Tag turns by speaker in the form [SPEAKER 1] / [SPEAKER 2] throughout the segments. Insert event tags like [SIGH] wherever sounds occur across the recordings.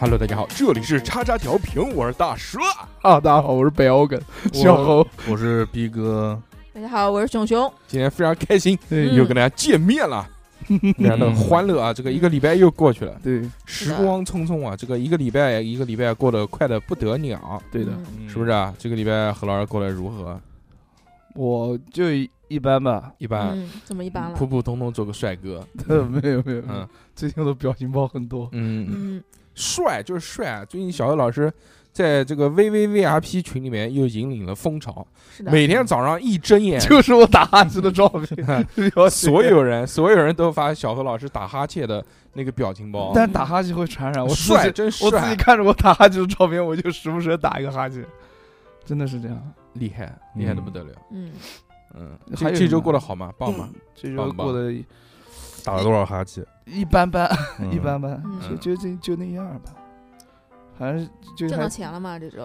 [SPEAKER 1] Hello，大家好，这里是叉叉调频，我是大蛇。
[SPEAKER 2] 啊，大家好，我是北欧梗小侯，
[SPEAKER 3] 我是逼哥，
[SPEAKER 4] 大家好，我是熊熊。
[SPEAKER 1] 今天非常开心，
[SPEAKER 2] 对
[SPEAKER 4] 嗯
[SPEAKER 1] 又跟大家见面
[SPEAKER 4] [LAUGHS]
[SPEAKER 1] 了，非常的欢乐啊！这个一个礼拜又过去了，
[SPEAKER 2] 对
[SPEAKER 1] 时光匆匆啊！这个一个礼拜一个礼拜过得快的不得了，
[SPEAKER 2] 对的，
[SPEAKER 4] 嗯
[SPEAKER 1] 是不是？啊？这个礼拜何老师过得如何？
[SPEAKER 3] 我就一般吧，
[SPEAKER 1] 一般，
[SPEAKER 4] 嗯，怎么一般了
[SPEAKER 1] 啊普？普通通做个帅哥，
[SPEAKER 2] [LAUGHS] 没有没有，
[SPEAKER 1] 嗯
[SPEAKER 2] 最近我的表情包很多，
[SPEAKER 1] 嗯，
[SPEAKER 4] 嗯，
[SPEAKER 1] 帅就是帅啊！最近小何老师在这个 VVVIP 群里面又引领了风潮，
[SPEAKER 4] 是的，
[SPEAKER 1] 每天早上一睁
[SPEAKER 4] [LAUGHS]
[SPEAKER 1] 眼
[SPEAKER 2] 就是我打哈欠的照片， [LAUGHS]
[SPEAKER 1] 所有人，所有人都发小何老师打哈欠的那个表情包。啊
[SPEAKER 2] 但打哈欠会传染，我自己
[SPEAKER 1] 帅，真
[SPEAKER 2] 我自己
[SPEAKER 1] 帅，
[SPEAKER 2] 看着我打哈欠的照片，我就时不时地打一个哈欠，真的是这样。
[SPEAKER 1] 厉害，厉害的不得了。
[SPEAKER 4] 嗯，
[SPEAKER 1] 嗯，
[SPEAKER 2] 还
[SPEAKER 1] 这
[SPEAKER 2] 有
[SPEAKER 1] 这
[SPEAKER 2] 什
[SPEAKER 1] 周
[SPEAKER 2] 么
[SPEAKER 1] 过得好吗？棒吗？
[SPEAKER 2] 这周
[SPEAKER 1] 棒棒
[SPEAKER 2] 过得
[SPEAKER 3] 打了多少
[SPEAKER 1] [LAUGHS]
[SPEAKER 3] 哈欠？
[SPEAKER 2] 一般般，[LAUGHS]
[SPEAKER 3] 嗯
[SPEAKER 2] 一般般，就
[SPEAKER 1] 嗯
[SPEAKER 2] 就这就那样吧，反正就
[SPEAKER 4] 挣
[SPEAKER 2] 还
[SPEAKER 4] 到钱了吗？这周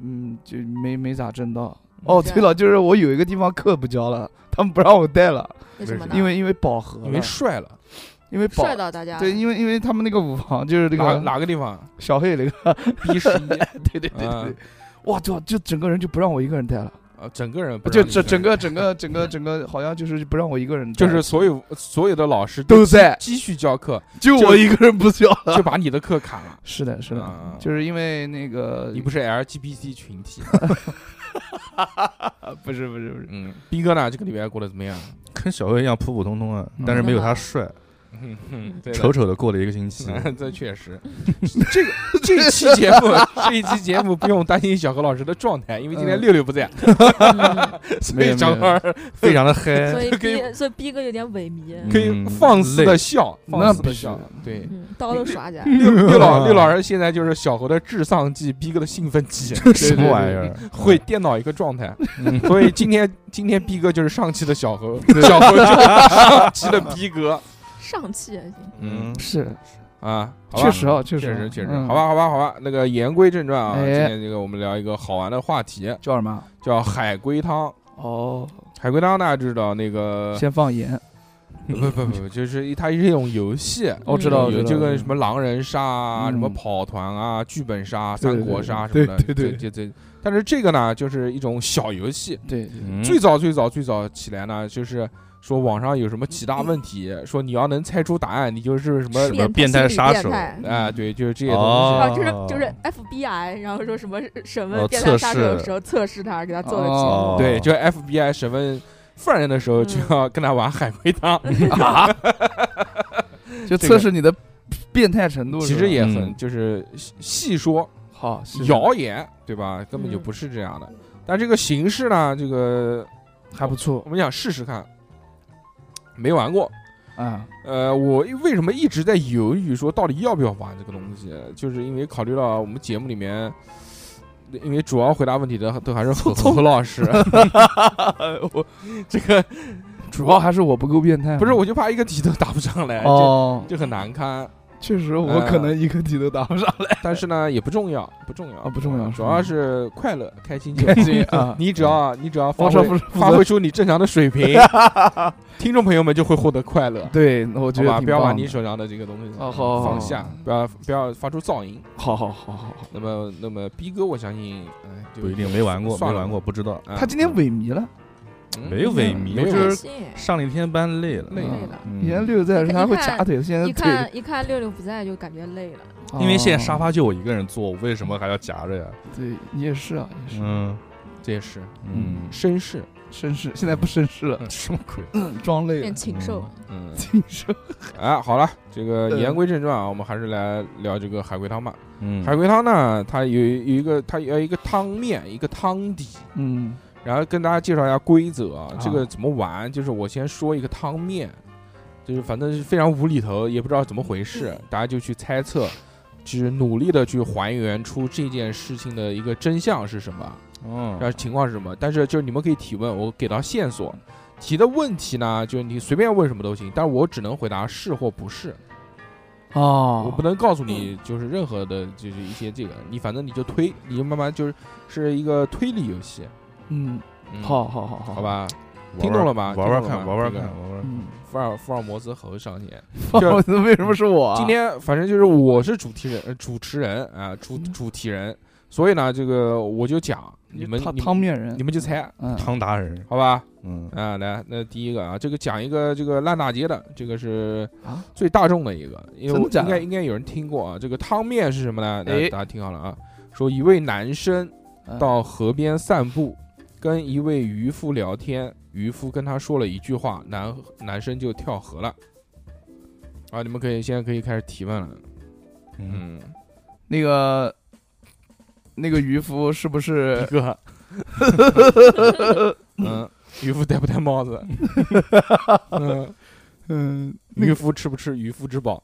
[SPEAKER 2] 嗯就没没咋挣到。哦，
[SPEAKER 4] 对
[SPEAKER 2] 对了，就是我有一个地方课不教了，他们不让我带了，
[SPEAKER 4] 为什么呢？
[SPEAKER 2] 因为因为饱和了，
[SPEAKER 1] 因为帅了，
[SPEAKER 2] 因为饱
[SPEAKER 4] 帅到大家了。
[SPEAKER 2] 对，因为因为他们那个舞房就是那
[SPEAKER 1] 哪
[SPEAKER 2] 个
[SPEAKER 1] 哪个地方？啊
[SPEAKER 2] 小黑
[SPEAKER 1] [LAUGHS]
[SPEAKER 2] 那个，
[SPEAKER 1] 逼十
[SPEAKER 2] [LAUGHS]
[SPEAKER 1] 一
[SPEAKER 2] 对对对对
[SPEAKER 1] 嗯
[SPEAKER 2] 对，哇，就就整个人就不让我一个人带了，
[SPEAKER 1] 啊，整个人不
[SPEAKER 2] 就
[SPEAKER 1] 让你
[SPEAKER 2] 整
[SPEAKER 1] 看
[SPEAKER 2] 整个整
[SPEAKER 1] [LAUGHS]
[SPEAKER 2] 个整个整个好像就是不让我一个人带，
[SPEAKER 1] 就是所有所有的老师
[SPEAKER 2] 都在，
[SPEAKER 1] 继续教课，
[SPEAKER 2] 就我一个人不教了。
[SPEAKER 1] 就把你的课砍了。
[SPEAKER 2] [LAUGHS] 是的， [LAUGHS] 是的，
[SPEAKER 1] 啊
[SPEAKER 2] 就是因为那个
[SPEAKER 1] [LAUGHS] 你不是 LGBT
[SPEAKER 2] [LAUGHS]
[SPEAKER 1] 群体。
[SPEAKER 2] 啊不是不是
[SPEAKER 1] [LAUGHS]
[SPEAKER 2] 不是，
[SPEAKER 1] 嗯，逼哥呢？这个礼拜过得怎么样？ [LAUGHS]
[SPEAKER 3] 跟小魏一样普普通通啊
[SPEAKER 2] 嗯，
[SPEAKER 3] 但是没有他帅，
[SPEAKER 1] 嗯哼，对的
[SPEAKER 3] 丑丑的过了一个星期。
[SPEAKER 1] [LAUGHS] 这确实，嗯这个 [LAUGHS] 这一期节目，这一期节目不用担心小何老师的状态，因为今天
[SPEAKER 2] 嗯
[SPEAKER 1] 六六不在，
[SPEAKER 4] 嗯
[SPEAKER 1] 所
[SPEAKER 2] 没有
[SPEAKER 1] 以小
[SPEAKER 2] 没
[SPEAKER 1] 何
[SPEAKER 2] 有
[SPEAKER 1] 老师
[SPEAKER 3] 非常的嗨
[SPEAKER 4] [LAUGHS] 所，以
[SPEAKER 1] 可以
[SPEAKER 4] 逼，所以逼哥有点萎靡。
[SPEAKER 1] 可以
[SPEAKER 3] 嗯
[SPEAKER 1] 放肆的
[SPEAKER 3] 累
[SPEAKER 1] 笑，
[SPEAKER 2] 那
[SPEAKER 1] 放肆
[SPEAKER 2] 必
[SPEAKER 1] 的
[SPEAKER 2] 须
[SPEAKER 1] 笑
[SPEAKER 2] 的。
[SPEAKER 1] 对，
[SPEAKER 4] 嗯，刀都耍起来了。
[SPEAKER 1] 六六老
[SPEAKER 3] [LAUGHS]
[SPEAKER 1] 六老师现在就是小何的致丧剂，逼哥的兴奋
[SPEAKER 2] [LAUGHS]
[SPEAKER 1] 剂，
[SPEAKER 3] 什么玩意儿？ [LAUGHS] 嗯
[SPEAKER 1] 会颠倒一个状态。 [LAUGHS] 所以今天今天逼哥就是上期的
[SPEAKER 2] [LAUGHS]
[SPEAKER 1] 小何，小何就是上期的逼哥。
[SPEAKER 4] 上气还行。
[SPEAKER 3] 嗯，
[SPEAKER 2] 是
[SPEAKER 1] 啊，好吧
[SPEAKER 2] 确实啊，确
[SPEAKER 1] 确
[SPEAKER 2] 实
[SPEAKER 1] 实
[SPEAKER 2] 啊
[SPEAKER 1] 确实，
[SPEAKER 2] 嗯
[SPEAKER 1] 好吧好吧好吧。那个言归正传啊，今
[SPEAKER 2] 哎
[SPEAKER 1] 天这个我们聊一个好玩的话题，
[SPEAKER 2] 叫什么？
[SPEAKER 1] 叫海龟汤。
[SPEAKER 2] 哦，
[SPEAKER 1] 海龟汤大家知道那个
[SPEAKER 2] 先放盐，哦
[SPEAKER 1] 不不不不，就是一它是一种游戏，
[SPEAKER 2] 我知道，
[SPEAKER 4] 嗯
[SPEAKER 2] 知
[SPEAKER 1] 有
[SPEAKER 2] 道
[SPEAKER 1] 就跟什么狼人杀啊、
[SPEAKER 2] 嗯
[SPEAKER 1] 什么跑团啊、剧本杀、
[SPEAKER 2] 对
[SPEAKER 1] 三
[SPEAKER 2] 对
[SPEAKER 1] 国杀什
[SPEAKER 2] 对
[SPEAKER 1] 么的，
[SPEAKER 2] 对对
[SPEAKER 1] 这这这。但是这个呢，就是一种小游戏。
[SPEAKER 2] 对，对
[SPEAKER 3] 嗯
[SPEAKER 1] 最早最早最早起来呢，就是说网上有什么几大问题，说你要能猜出答案，你就是什么
[SPEAKER 3] 什么变态杀手
[SPEAKER 4] 啊，
[SPEAKER 1] 啊，对，就是这些东西。
[SPEAKER 3] 哦
[SPEAKER 4] 哦就是就是 FBI，然后说什么审问
[SPEAKER 3] 哦
[SPEAKER 4] 变态杀手
[SPEAKER 3] 测
[SPEAKER 4] 的
[SPEAKER 3] 试
[SPEAKER 4] 时候测试他，给他做个题
[SPEAKER 2] 哦
[SPEAKER 4] 目。
[SPEAKER 1] 对，就 FBI 审问犯人的时候，
[SPEAKER 4] 嗯
[SPEAKER 1] 就要跟他玩海龟汤， [LAUGHS]
[SPEAKER 2] 就
[SPEAKER 1] 这
[SPEAKER 2] 测
[SPEAKER 1] 个
[SPEAKER 2] 试你的变态程度是吧。
[SPEAKER 1] 其实也很
[SPEAKER 3] 嗯
[SPEAKER 1] 就是细细说
[SPEAKER 2] 好，是
[SPEAKER 1] 谣言，对吧？根本就
[SPEAKER 4] 嗯
[SPEAKER 1] 不是这样的。但这个形式呢，这个
[SPEAKER 2] 还不错
[SPEAKER 1] 我们想试试看，没玩过。
[SPEAKER 2] 啊，
[SPEAKER 1] 呃，我为什么一直在犹豫说到底要不要玩这个东西，就是因为考虑到我们节目里面，因为主要回答问题的都还是何何
[SPEAKER 2] [LAUGHS]
[SPEAKER 1] 老师，我这个
[SPEAKER 2] 主要还是我不够变态嘛，
[SPEAKER 1] 不是，我就怕一个题都答不上来，就
[SPEAKER 2] 哦，
[SPEAKER 1] 就很难堪。
[SPEAKER 2] 确实我可能一个题都答不上
[SPEAKER 1] [LAUGHS]
[SPEAKER 2] 来，
[SPEAKER 1] 但是呢，也不重要，不重要，
[SPEAKER 2] 啊不重要
[SPEAKER 1] 主要是快乐、开心就
[SPEAKER 2] 开
[SPEAKER 1] 好。
[SPEAKER 2] 心啊！
[SPEAKER 1] 你只要你只要发
[SPEAKER 2] 往上
[SPEAKER 1] 挥
[SPEAKER 2] 不是
[SPEAKER 1] 发挥出你正常的水平，听众朋友们就会获得快乐。
[SPEAKER 2] [LAUGHS] 对，我觉
[SPEAKER 1] 好
[SPEAKER 2] 得
[SPEAKER 1] 吧，
[SPEAKER 2] 挺
[SPEAKER 1] 不要把
[SPEAKER 2] 棒的
[SPEAKER 1] 你手上的这个东西
[SPEAKER 2] 哦好好好
[SPEAKER 1] 放下，不要不要发出噪音。
[SPEAKER 2] 好好好好好。
[SPEAKER 1] 那么那么逼哥，我相信哎就
[SPEAKER 3] 不一定没玩过，没
[SPEAKER 1] 算了
[SPEAKER 3] 玩过，不知道。
[SPEAKER 1] 啊
[SPEAKER 2] 他今天萎靡了，
[SPEAKER 1] 嗯
[SPEAKER 3] 没有萎靡
[SPEAKER 1] 没有
[SPEAKER 3] 就
[SPEAKER 4] 开
[SPEAKER 3] 是
[SPEAKER 4] 心。
[SPEAKER 3] 上了一天班，累了，
[SPEAKER 1] 累
[SPEAKER 4] 累了
[SPEAKER 3] 嗯
[SPEAKER 2] 以前六在的时候
[SPEAKER 4] 一
[SPEAKER 2] 他
[SPEAKER 4] 看
[SPEAKER 2] 会夹腿，现在
[SPEAKER 4] 一
[SPEAKER 2] 腿
[SPEAKER 4] 看一看六六不在，就感觉累了。
[SPEAKER 3] 因为
[SPEAKER 1] 哦
[SPEAKER 3] 现在沙发就我一个人坐，我为什么还要夹着呀？
[SPEAKER 2] 哦对你也是啊，也是
[SPEAKER 3] 嗯
[SPEAKER 1] 这也是
[SPEAKER 3] 嗯，
[SPEAKER 1] 绅士，
[SPEAKER 2] 绅士，现在不绅士了，
[SPEAKER 3] 什么鬼？
[SPEAKER 2] 装累
[SPEAKER 4] 变
[SPEAKER 2] 了，
[SPEAKER 4] 禽兽，
[SPEAKER 1] 嗯，
[SPEAKER 2] 禽兽。
[SPEAKER 1] 哎，好了，这个
[SPEAKER 2] 嗯
[SPEAKER 1] 言归正传啊，我们还是来聊这个海龟汤吧。
[SPEAKER 3] 嗯，
[SPEAKER 1] 海龟汤呢，它有有一个它要一个汤面，一个汤底。
[SPEAKER 2] 嗯，
[SPEAKER 1] 然后跟大家介绍一下规则啊
[SPEAKER 2] 啊，
[SPEAKER 1] 这个怎么玩？就是我先说一个汤面，就是反正是非常无厘头，也不知道怎么回事，大家就去猜测，就是努力的去还原出这件事情的一个真相是什么，
[SPEAKER 3] 嗯
[SPEAKER 1] 然后情况是什么。但是就是你们可以提问，我给到线索，提的问题呢，就是你随便问什么都行，但是我只能回答是或不是，
[SPEAKER 2] 哦，
[SPEAKER 1] 我不能告诉你就是任何的，就是一些这个，你反正你就推，你就慢慢就是是一个推理游戏，
[SPEAKER 2] 嗯，
[SPEAKER 1] 嗯，
[SPEAKER 2] 好好好好
[SPEAKER 1] 好，吧。
[SPEAKER 3] 玩玩
[SPEAKER 1] 听懂了吧
[SPEAKER 3] 玩玩
[SPEAKER 1] 听懂了
[SPEAKER 3] 看，
[SPEAKER 1] 吧
[SPEAKER 3] 玩玩
[SPEAKER 1] 这个
[SPEAKER 3] 看，玩玩。
[SPEAKER 2] 嗯，
[SPEAKER 1] 福尔福尔摩斯猴上线。
[SPEAKER 2] 我怎 [LAUGHS] 么为什么是我啊？
[SPEAKER 1] 今天反正就是我是主题人，呃主持人啊，主
[SPEAKER 2] 嗯
[SPEAKER 1] 主题人，所以呢，这个我就讲，你们
[SPEAKER 2] 汤
[SPEAKER 1] 你
[SPEAKER 2] 汤面人，
[SPEAKER 1] 你们就猜，
[SPEAKER 2] 嗯
[SPEAKER 3] 汤达人，
[SPEAKER 1] 好吧？
[SPEAKER 3] 嗯，
[SPEAKER 1] 啊，来，那第一个啊，这个讲一个这个烂大街的，这个是
[SPEAKER 2] 啊
[SPEAKER 1] 最大众的一个，因为
[SPEAKER 2] 真的
[SPEAKER 1] 我
[SPEAKER 2] 假的
[SPEAKER 1] 应该应该有人听过啊。这个汤面是什么呢？那
[SPEAKER 2] 哎
[SPEAKER 1] 大家听好了啊，说一位男生
[SPEAKER 2] 嗯
[SPEAKER 1] 到河边散步，跟一位渔夫聊天，渔夫跟他说了一句话，男男生就跳河了。啊，你们可以现在可以开始提问了。
[SPEAKER 3] 嗯，
[SPEAKER 1] 嗯，
[SPEAKER 2] 那个那个渔夫是不是
[SPEAKER 3] [LAUGHS]
[SPEAKER 1] 哥， [LAUGHS] 嗯，渔夫戴不戴帽子？嗯，
[SPEAKER 2] 嗯那
[SPEAKER 1] 渔
[SPEAKER 2] 个
[SPEAKER 1] 夫吃不吃渔夫之宝？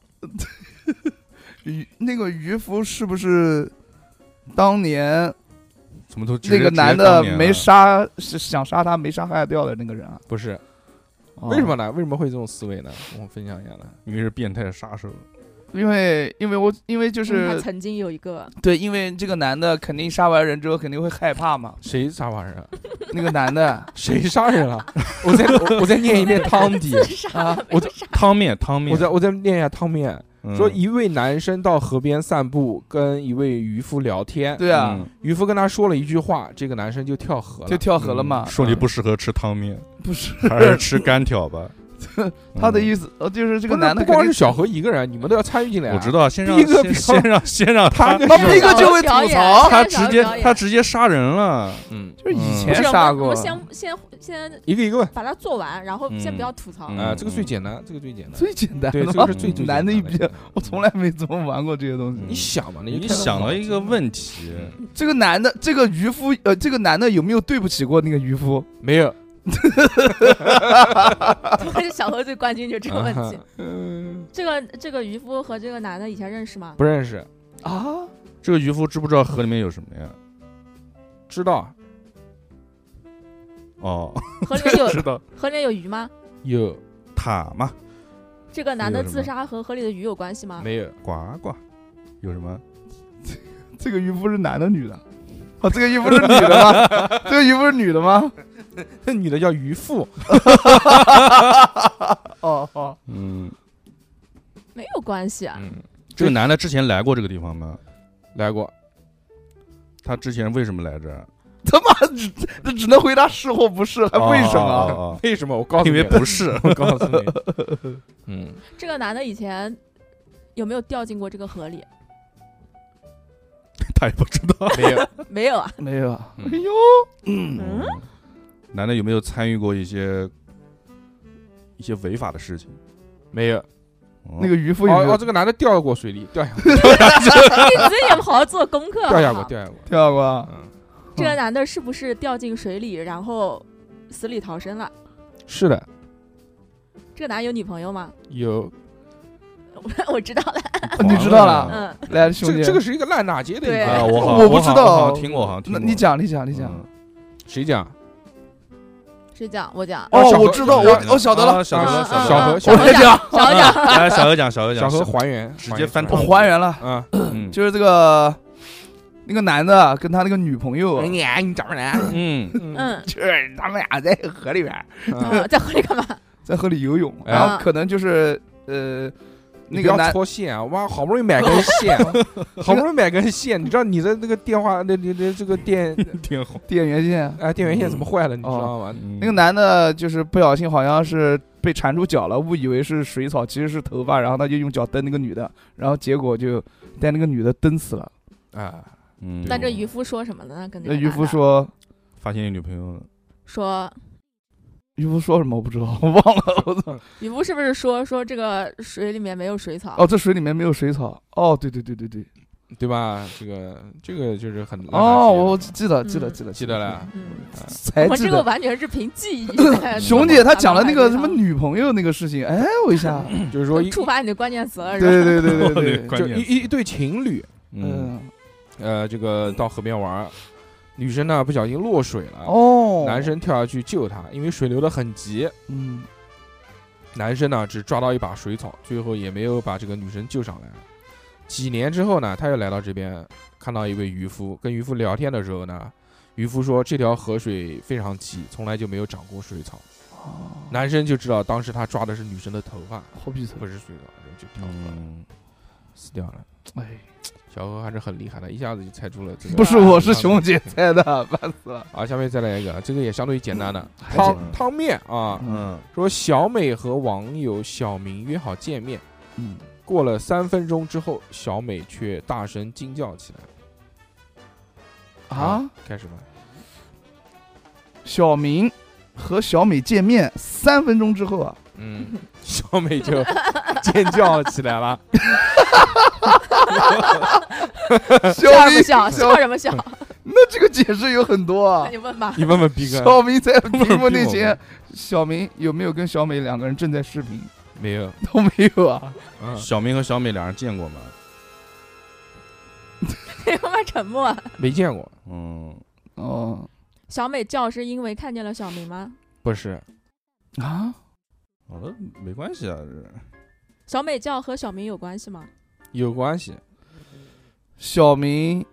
[SPEAKER 2] 渔那个渔夫是不是当年
[SPEAKER 3] 怎么都直接
[SPEAKER 2] 那个男
[SPEAKER 3] 直接
[SPEAKER 2] 的
[SPEAKER 3] 当年了啊
[SPEAKER 2] 没杀是想杀他没杀害掉的那个人啊？
[SPEAKER 1] 不是，
[SPEAKER 2] 哦
[SPEAKER 1] 为什么？呢？为什么会这种思维呢？我分享一下呢。。
[SPEAKER 3] 因为是变态杀手，
[SPEAKER 2] 因为因为我因为就
[SPEAKER 4] 因为他
[SPEAKER 2] 是
[SPEAKER 4] 曾经有一个
[SPEAKER 2] 对，因为这个男的肯定杀完人之后肯定会害怕嘛
[SPEAKER 1] 谁杀完人了？
[SPEAKER 2] 那个男的
[SPEAKER 1] [LAUGHS] 谁杀人了？ [LAUGHS] 我再我我再念一遍汤底，
[SPEAKER 4] 自 [LAUGHS] 杀，
[SPEAKER 2] 啊，
[SPEAKER 3] 我汤面汤面，
[SPEAKER 1] 我再我再念一下汤面。
[SPEAKER 3] 嗯
[SPEAKER 1] 说一位男生到河边散步，跟一位渔夫聊天，
[SPEAKER 2] 对啊，
[SPEAKER 3] 嗯
[SPEAKER 1] 渔夫跟他说了一句话，这个男生就跳河了。
[SPEAKER 2] 就跳河了嘛。
[SPEAKER 3] 嗯
[SPEAKER 2] 嗯
[SPEAKER 3] 说你不适合吃汤面，
[SPEAKER 2] 不是。
[SPEAKER 3] 还是吃干挑吧
[SPEAKER 2] [LAUGHS]
[SPEAKER 3] 嗯
[SPEAKER 2] 他的
[SPEAKER 3] 思。
[SPEAKER 2] 意思，呃，就是这个
[SPEAKER 1] 这
[SPEAKER 2] 男的
[SPEAKER 1] 不光
[SPEAKER 2] 肯
[SPEAKER 1] 是
[SPEAKER 2] 定
[SPEAKER 1] 小何一个人，你们都要参与进来啊。
[SPEAKER 3] 我知道，先让
[SPEAKER 1] 第一个
[SPEAKER 3] 先
[SPEAKER 2] [LAUGHS]
[SPEAKER 1] 比较
[SPEAKER 3] 先让先让
[SPEAKER 1] 他
[SPEAKER 3] 他
[SPEAKER 1] 跟
[SPEAKER 2] 那
[SPEAKER 1] 是
[SPEAKER 2] 逼哥就会吐
[SPEAKER 4] 表演
[SPEAKER 2] 槽，
[SPEAKER 3] 他
[SPEAKER 4] 小
[SPEAKER 3] 直
[SPEAKER 4] 表
[SPEAKER 3] 接
[SPEAKER 4] 演
[SPEAKER 3] 他直接杀人了，
[SPEAKER 1] 嗯，
[SPEAKER 2] 就是以
[SPEAKER 4] 不
[SPEAKER 2] 前
[SPEAKER 4] 是我
[SPEAKER 2] 哎杀
[SPEAKER 4] 们我
[SPEAKER 2] 过
[SPEAKER 4] 们，先先先
[SPEAKER 1] 一个一个问
[SPEAKER 4] 把它做完，然后先
[SPEAKER 3] 嗯
[SPEAKER 4] 不要吐槽。
[SPEAKER 3] 嗯
[SPEAKER 1] 啊，这个最简单，这个最简单。
[SPEAKER 2] [LAUGHS] 最简单
[SPEAKER 1] 对，
[SPEAKER 2] 的
[SPEAKER 1] 这个
[SPEAKER 2] 嘛
[SPEAKER 1] 是。最最
[SPEAKER 2] 男的一嗯
[SPEAKER 1] 逼
[SPEAKER 2] 逼，我从来没怎么玩过这些东西。
[SPEAKER 1] 你想嘛，
[SPEAKER 3] 你
[SPEAKER 1] 就
[SPEAKER 3] 想了一个问题，
[SPEAKER 2] 这个男的，这个渔夫，呃，这个男的有没有对不起过那个渔夫？
[SPEAKER 1] 没有？
[SPEAKER 4] 我是小何最关心就这个问
[SPEAKER 1] 啊
[SPEAKER 4] 题。
[SPEAKER 2] 嗯
[SPEAKER 4] 这个这个渔夫和这个男的以前认识吗？
[SPEAKER 1] 不认识，
[SPEAKER 4] 哦
[SPEAKER 2] 啊，
[SPEAKER 3] 这个渔夫知不知道河里面有什么呀？
[SPEAKER 1] 知道
[SPEAKER 3] 哦， [LAUGHS]
[SPEAKER 4] 河里面有
[SPEAKER 3] 知道
[SPEAKER 4] 河里面有鱼吗？
[SPEAKER 1] 有
[SPEAKER 3] 塔嘛，
[SPEAKER 4] 这个男的
[SPEAKER 3] 有什么
[SPEAKER 4] 自杀和河里的鱼有关系吗？
[SPEAKER 1] 没有？ [LAUGHS]
[SPEAKER 3] 呱呱，有什么？
[SPEAKER 2] 这个渔夫是男的女的？哦，这个渔夫是女的
[SPEAKER 1] [LAUGHS]
[SPEAKER 2] 吗？这个渔夫是女的吗？
[SPEAKER 1] 那女的叫渔夫，
[SPEAKER 2] 哦哦，
[SPEAKER 3] 嗯，
[SPEAKER 4] 没有关系啊。
[SPEAKER 1] 嗯，
[SPEAKER 3] 这个男的之前来过这个地方吗？
[SPEAKER 1] 来过，
[SPEAKER 3] 他之前为什么来这儿？
[SPEAKER 2] 他妈只这只能回答是或不是，还
[SPEAKER 1] 哦
[SPEAKER 2] 为什
[SPEAKER 3] 哦
[SPEAKER 2] 么？
[SPEAKER 3] 么？
[SPEAKER 1] 为什么？我告诉你，
[SPEAKER 3] 因为不是， [LAUGHS]
[SPEAKER 1] 我告诉你， [LAUGHS] 嗯，
[SPEAKER 4] 这个男的以前有没有掉进过这个河里？
[SPEAKER 3] 他也不知道。
[SPEAKER 1] 没有，
[SPEAKER 4] 没有啊。
[SPEAKER 2] 没有啊，
[SPEAKER 1] 嗯
[SPEAKER 2] 哎呦，
[SPEAKER 4] 嗯，
[SPEAKER 3] 男的有没有参与过一些一些违法的事情？
[SPEAKER 1] 没有。
[SPEAKER 3] 哦
[SPEAKER 2] 那个渔夫有没
[SPEAKER 1] 哦哦，
[SPEAKER 2] 有
[SPEAKER 1] 这个男的掉过水里，掉下
[SPEAKER 4] 你自己也不好好做功 [LAUGHS] 课。
[SPEAKER 1] 掉下过，
[SPEAKER 4] 好不好
[SPEAKER 1] 掉下过。
[SPEAKER 2] 跳过啊？
[SPEAKER 1] 嗯，
[SPEAKER 4] 这个男的是不是掉进水里，然后死里逃生了？
[SPEAKER 1] 是的，
[SPEAKER 4] 这个男的有女朋友吗？
[SPEAKER 1] 有
[SPEAKER 4] 我我知道了，
[SPEAKER 2] 你知道了
[SPEAKER 4] 嗯，
[SPEAKER 2] 来，兄
[SPEAKER 1] 这
[SPEAKER 2] 弟，啊
[SPEAKER 1] 个这个是一个烂大街的一
[SPEAKER 4] 对
[SPEAKER 3] 啊，
[SPEAKER 1] 个，
[SPEAKER 3] 我好，
[SPEAKER 2] 我不
[SPEAKER 3] 好
[SPEAKER 2] 知道
[SPEAKER 3] 我好像听过，我好像听
[SPEAKER 2] 那
[SPEAKER 3] 过。
[SPEAKER 2] 你讲，你讲，你
[SPEAKER 3] 嗯，
[SPEAKER 2] 讲。
[SPEAKER 1] [LAUGHS] 谁讲？
[SPEAKER 4] 谁讲？我讲。
[SPEAKER 1] 哦
[SPEAKER 2] 哦，
[SPEAKER 1] 小
[SPEAKER 2] 我
[SPEAKER 1] 何
[SPEAKER 2] 知道，
[SPEAKER 1] 小
[SPEAKER 2] 我
[SPEAKER 3] 何
[SPEAKER 2] 我晓得了，哎
[SPEAKER 3] 啊小何，
[SPEAKER 4] 何
[SPEAKER 3] 小
[SPEAKER 4] 小何
[SPEAKER 1] 小何，
[SPEAKER 4] 嗯
[SPEAKER 1] 小何，
[SPEAKER 2] 我讲，
[SPEAKER 4] 小何讲，
[SPEAKER 3] 来，小何讲，小何
[SPEAKER 1] 小
[SPEAKER 3] 讲，
[SPEAKER 1] 何还原，
[SPEAKER 3] 直接翻
[SPEAKER 2] 我
[SPEAKER 3] 汤
[SPEAKER 2] 还原了，
[SPEAKER 1] 啊！
[SPEAKER 3] 嗯
[SPEAKER 2] 就是这个那个男的跟他那个女朋友，
[SPEAKER 1] 哎你你找人？
[SPEAKER 3] 嗯，
[SPEAKER 1] 嗯，啊
[SPEAKER 4] 嗯，
[SPEAKER 2] 就是他们俩在河里边，
[SPEAKER 4] 嗯在河里干嘛？
[SPEAKER 2] 在河里游泳，
[SPEAKER 1] 哎
[SPEAKER 2] 然后可能就是呃，那
[SPEAKER 1] 你不
[SPEAKER 2] 个
[SPEAKER 1] 要
[SPEAKER 2] 男
[SPEAKER 1] 搓线啊！哇，好不容易买根线，好不容易买根线，你知道你的那个电话，那那那这个电 [LAUGHS]
[SPEAKER 3] 挺好。嗯
[SPEAKER 2] 电源线，
[SPEAKER 1] 啊电源线怎么坏了？你知道
[SPEAKER 3] 哦
[SPEAKER 1] 吗？
[SPEAKER 2] 嗯那个男的就是不小心好像是被缠住脚了，误以为是水草，其实是头发，然后他就用脚蹬那个女的，然后结果就带那个女的蹬死了。
[SPEAKER 1] 啊，
[SPEAKER 3] 嗯，
[SPEAKER 4] 那这渔夫说什么了呢？跟那
[SPEAKER 2] 那
[SPEAKER 4] 个
[SPEAKER 2] 渔夫
[SPEAKER 4] 男的
[SPEAKER 2] 说。
[SPEAKER 3] 发现有女朋友了，
[SPEAKER 4] 说，
[SPEAKER 2] 渔夫说什么我不知道，我忘了。我操！
[SPEAKER 4] 渔夫是不是说说这个水里面没有水草？
[SPEAKER 2] 哦，这水里面没有水草。哦，对对对对对。
[SPEAKER 1] 对吧？这个这个就是很烂大街
[SPEAKER 2] 哦，我记得记得
[SPEAKER 4] 嗯
[SPEAKER 2] 记得
[SPEAKER 1] 记得了，。
[SPEAKER 4] 嗯，
[SPEAKER 2] 才
[SPEAKER 4] 我
[SPEAKER 2] 记
[SPEAKER 4] 这个
[SPEAKER 2] 得。
[SPEAKER 4] 完全是凭
[SPEAKER 2] [LAUGHS]
[SPEAKER 4] 记忆
[SPEAKER 2] 熊姐她讲了那个什么女朋友那个事情，
[SPEAKER 4] 嗯
[SPEAKER 2] 哎，我一下，
[SPEAKER 1] 就是说一
[SPEAKER 4] 触发你的关键词了，
[SPEAKER 2] 对
[SPEAKER 4] 是吧？
[SPEAKER 2] 对对对对对，
[SPEAKER 1] 就一一一对情侣，
[SPEAKER 3] 嗯，
[SPEAKER 2] 嗯，
[SPEAKER 1] 呃，这个到河边玩儿，女生呢不小心落水了，
[SPEAKER 2] 哦，
[SPEAKER 1] 男，生跳下去救她，因为水流的很急，
[SPEAKER 2] 嗯，
[SPEAKER 1] 男生呢只抓到一把水草，最后也没有把这个女生救上来。几年之后呢，他又来到这边，看到一位渔夫，跟渔夫聊天的时候呢，渔夫说这条河水非常急，从来就没有长过水草。
[SPEAKER 2] 哦
[SPEAKER 1] 男生就知道当时他抓的是女生的头发，
[SPEAKER 2] 好逼惨
[SPEAKER 1] 不！是水草，然后就跳河了，
[SPEAKER 3] 嗯，
[SPEAKER 1] 死掉了。
[SPEAKER 2] 哎，
[SPEAKER 1] 小何还是很厉害的，一下子就猜出了这个。
[SPEAKER 2] 不是，我
[SPEAKER 1] 啊
[SPEAKER 2] 是熊姐猜的， [LAUGHS] 烦死了。
[SPEAKER 1] 啊，下面再来一个，这个也相对于简单的
[SPEAKER 2] 还
[SPEAKER 1] 汤
[SPEAKER 3] 简单
[SPEAKER 1] 汤面啊，
[SPEAKER 3] 嗯，
[SPEAKER 1] 说小美和网友小明约好见面，
[SPEAKER 2] 嗯，
[SPEAKER 1] 过了三分钟之后，小美却大声惊叫起来。
[SPEAKER 2] 啊，，
[SPEAKER 1] 开
[SPEAKER 3] [LAUGHS]
[SPEAKER 1] 始吧。
[SPEAKER 2] 小明和小美见面三分钟之后啊，
[SPEAKER 1] 嗯，小美就尖叫起来
[SPEAKER 3] [LAUGHS]
[SPEAKER 1] 了。呃
[SPEAKER 2] 小
[SPEAKER 4] 笑什么
[SPEAKER 2] 明 [LAUGHS]
[SPEAKER 4] 笑？笑什么笑？
[SPEAKER 2] 那这个解释有很多啊
[SPEAKER 4] 那。你问吧。 [LAUGHS]
[SPEAKER 1] 你问问逼哥，
[SPEAKER 2] 小明在屏幕那
[SPEAKER 1] 问
[SPEAKER 2] 前，小明有没有跟小美两个人正在视频？
[SPEAKER 1] 没有？
[SPEAKER 2] 都没有啊。
[SPEAKER 1] 嗯，
[SPEAKER 3] 小明和小美两人见过吗？
[SPEAKER 4] 你他妈沉默。
[SPEAKER 1] 没见过。
[SPEAKER 3] 嗯，
[SPEAKER 2] 哦
[SPEAKER 1] 啊
[SPEAKER 4] 小美叫是因为看见了小明吗？
[SPEAKER 1] 不是，
[SPEAKER 2] 啊，
[SPEAKER 3] 好了，没关系啊，这
[SPEAKER 4] 小美叫和小明有关系吗？
[SPEAKER 1] 有关系。
[SPEAKER 2] 小明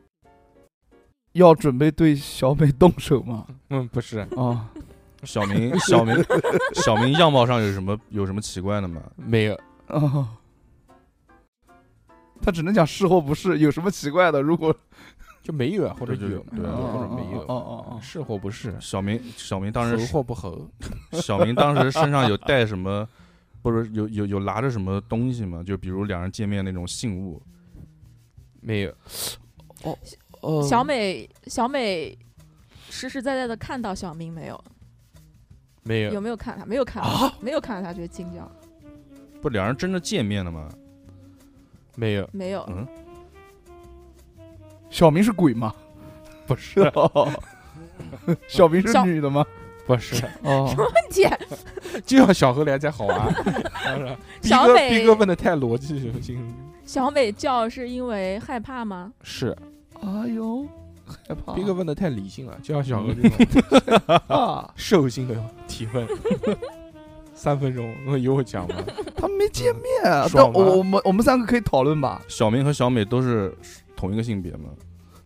[SPEAKER 2] 要准备对小美动手
[SPEAKER 1] [LAUGHS]
[SPEAKER 2] 吗？
[SPEAKER 1] 嗯，不是，
[SPEAKER 2] 啊，
[SPEAKER 3] 小
[SPEAKER 2] [LAUGHS]
[SPEAKER 3] 明小明小明样貌上有什么有什么奇怪的吗？
[SPEAKER 1] 没有。
[SPEAKER 2] 哦，他只能讲是或不是，有什么奇怪的？如果
[SPEAKER 1] 就没有啊，或者
[SPEAKER 3] 对
[SPEAKER 1] 有，
[SPEAKER 3] 对对
[SPEAKER 1] 或者没
[SPEAKER 2] 哦哦
[SPEAKER 1] 有，
[SPEAKER 2] 哦哦，
[SPEAKER 1] 是或不是，
[SPEAKER 3] 小明小明
[SPEAKER 2] [LAUGHS]
[SPEAKER 3] 当
[SPEAKER 1] 猴
[SPEAKER 3] 时
[SPEAKER 1] 或不猴，
[SPEAKER 3] 小明当时身上有带什么， [LAUGHS] 不是有有有拿着什么东西吗？就比如两人见面那种信物，
[SPEAKER 1] 没有，
[SPEAKER 2] 哦
[SPEAKER 4] 小美，小美实实在在的看到小明没有？
[SPEAKER 1] 没
[SPEAKER 4] 有
[SPEAKER 1] 有，
[SPEAKER 4] 没有看他？没有看
[SPEAKER 2] 啊
[SPEAKER 4] 到，没有看到他就惊叫，
[SPEAKER 3] 不两人真的见面了吗？
[SPEAKER 1] 没有，
[SPEAKER 4] 没有。
[SPEAKER 3] 嗯，
[SPEAKER 2] 小明是鬼吗？
[SPEAKER 1] 不是，
[SPEAKER 2] 哦 [LAUGHS] 小明是
[SPEAKER 4] 小
[SPEAKER 2] 女的吗？
[SPEAKER 1] 不是，
[SPEAKER 2] 哦，
[SPEAKER 4] 问题 [LAUGHS]
[SPEAKER 1] 就要小何来才好玩。当然逼
[SPEAKER 4] 小
[SPEAKER 1] 哥
[SPEAKER 4] 美
[SPEAKER 1] 逼哥问的太逻辑性，
[SPEAKER 4] 小美叫是因为害怕吗？
[SPEAKER 1] 是
[SPEAKER 2] 哎呦，害怕
[SPEAKER 1] 逼哥问的太理性了，就像小何这种 [LAUGHS]
[SPEAKER 2] 啊！
[SPEAKER 1] 兽性的提问。三分钟有我讲吗？
[SPEAKER 2] 他们没见面啊，但
[SPEAKER 1] 爽吗
[SPEAKER 2] 我我们我们三个可以讨论吧？
[SPEAKER 3] 小明和小美都是同一个性别吗？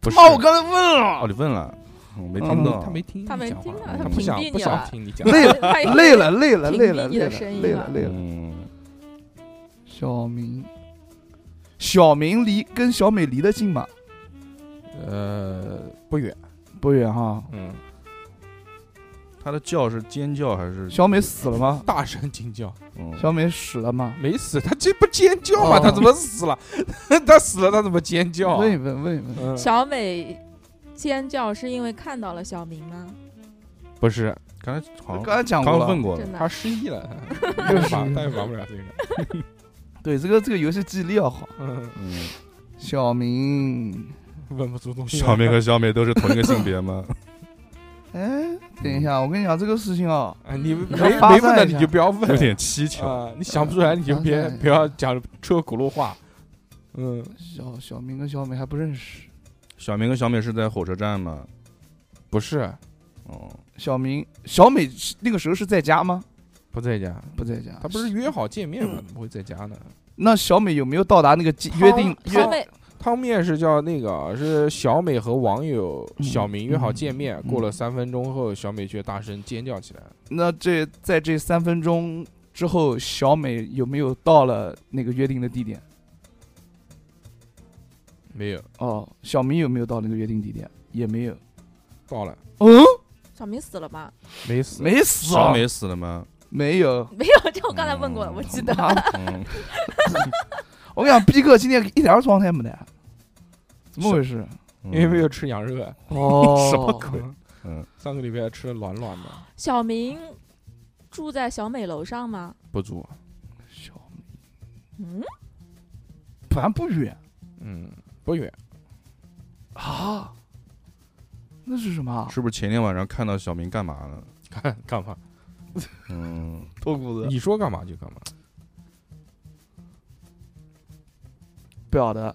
[SPEAKER 1] 不是，
[SPEAKER 2] 啊，我刚才问
[SPEAKER 3] 哦，
[SPEAKER 2] 了，
[SPEAKER 3] 你问了，我没
[SPEAKER 1] 他
[SPEAKER 3] 听
[SPEAKER 1] 没
[SPEAKER 3] 到。
[SPEAKER 1] 他没听你
[SPEAKER 4] 他没
[SPEAKER 1] 讲
[SPEAKER 4] 听
[SPEAKER 1] 话
[SPEAKER 4] 啊
[SPEAKER 3] 他
[SPEAKER 1] 不
[SPEAKER 3] 屏
[SPEAKER 1] 想
[SPEAKER 4] 蔽
[SPEAKER 1] 不
[SPEAKER 4] 你
[SPEAKER 1] 想
[SPEAKER 4] 了
[SPEAKER 1] 听你讲。
[SPEAKER 2] 累
[SPEAKER 4] [LAUGHS]
[SPEAKER 2] 了
[SPEAKER 4] 他也
[SPEAKER 2] 累了，累了，
[SPEAKER 4] 屏蔽
[SPEAKER 2] 累了，
[SPEAKER 4] 哎你
[SPEAKER 2] 累
[SPEAKER 4] 的
[SPEAKER 2] 了，
[SPEAKER 4] 声音
[SPEAKER 2] 累
[SPEAKER 4] 了
[SPEAKER 2] 了，累了。
[SPEAKER 3] 嗯，
[SPEAKER 2] 小明，小明离跟小美离得近吗？
[SPEAKER 1] 呃，不远，
[SPEAKER 2] 不远哈。
[SPEAKER 1] 嗯，
[SPEAKER 3] 他的叫是尖叫还是？
[SPEAKER 2] 小美死了吗？
[SPEAKER 1] 大声惊叫，
[SPEAKER 3] 嗯
[SPEAKER 2] 小美死了吗？
[SPEAKER 1] 没死，他这不尖叫吗？
[SPEAKER 2] 哦
[SPEAKER 1] 他怎么死了？ [LAUGHS] 他死了，他怎么尖叫啊？
[SPEAKER 2] 问一问，问一问。
[SPEAKER 1] 嗯，
[SPEAKER 4] 小美尖叫是因为看到了小明吗？
[SPEAKER 1] 不是，
[SPEAKER 3] 刚才好像
[SPEAKER 2] 刚才讲
[SPEAKER 3] 刚
[SPEAKER 2] 过
[SPEAKER 3] 刚
[SPEAKER 2] 了
[SPEAKER 3] 问，过了
[SPEAKER 4] 真，的
[SPEAKER 1] 他失忆了，他
[SPEAKER 2] 又
[SPEAKER 1] 也
[SPEAKER 2] 是
[SPEAKER 1] 玩他也玩不了这个。
[SPEAKER 2] 对这个这个游戏记忆力要好。
[SPEAKER 1] 嗯，
[SPEAKER 3] 嗯，
[SPEAKER 2] 小明，
[SPEAKER 1] 问不出东西来。
[SPEAKER 3] 小明和小美都是同一个性别吗？
[SPEAKER 2] 哎，等一下，我跟你讲这个事情啊，
[SPEAKER 1] 啊，你没
[SPEAKER 2] 要发
[SPEAKER 1] 没问
[SPEAKER 2] 散
[SPEAKER 1] 的
[SPEAKER 2] 一
[SPEAKER 1] 你
[SPEAKER 2] 下
[SPEAKER 1] 就不要问
[SPEAKER 3] 有点蹊跷。
[SPEAKER 1] 啊，你想不出来你就别
[SPEAKER 2] 发散一下
[SPEAKER 1] 不要讲车轱辘话。嗯，
[SPEAKER 2] 小小明跟小美还不认识。
[SPEAKER 3] 小明和小美是在火车站吗？
[SPEAKER 1] 不是，
[SPEAKER 3] 哦，
[SPEAKER 2] 小明，小美是那个时候是在家吗？
[SPEAKER 1] 不在家，
[SPEAKER 2] 不在家。
[SPEAKER 1] 他不是约好见面吗？怎么会在家呢？
[SPEAKER 2] 那小美有没有到达那个记
[SPEAKER 1] 汤
[SPEAKER 2] 约定？
[SPEAKER 4] 小
[SPEAKER 2] 约
[SPEAKER 4] 美
[SPEAKER 1] 汤面是叫那个是小美和网友
[SPEAKER 2] 嗯
[SPEAKER 1] 小明约好见面，
[SPEAKER 2] 嗯
[SPEAKER 1] 过了三分钟后，小美却大声尖叫起来。
[SPEAKER 2] 那这在这三分钟之后，小美有没有到了那个约定的地点？
[SPEAKER 1] 没有
[SPEAKER 2] 哦，小明有没有到那个约定地点？也没有。
[SPEAKER 1] 到了，
[SPEAKER 2] 嗯，
[SPEAKER 4] 小明死了吗？ [LAUGHS]
[SPEAKER 1] 没死，
[SPEAKER 2] 没死啊
[SPEAKER 3] 小美死了吗？
[SPEAKER 2] 没有。
[SPEAKER 4] 没有，这我刚才问过了，我记得。
[SPEAKER 2] 他妈的
[SPEAKER 3] 嗯，
[SPEAKER 2] 我跟你讲，逼哥今天一点状态没得，怎么回事？
[SPEAKER 3] 因
[SPEAKER 1] 因为没有吃羊肉。
[SPEAKER 2] 哦
[SPEAKER 1] 嗯 [LAUGHS] 什么鬼？
[SPEAKER 3] 嗯，
[SPEAKER 1] 上个礼拜吃的软软的，
[SPEAKER 4] 小明住在小美楼上吗？
[SPEAKER 1] 不足。
[SPEAKER 2] 小明，
[SPEAKER 4] 嗯，
[SPEAKER 2] 反正不远
[SPEAKER 1] 嗯，不远。
[SPEAKER 2] 啊。那是什么啊？
[SPEAKER 3] 是不是前天晚上看到小明干嘛了？
[SPEAKER 1] 干干嘛？
[SPEAKER 3] 嗯，
[SPEAKER 2] 脱裤。
[SPEAKER 1] 你说干嘛就干嘛。
[SPEAKER 2] 不晓得。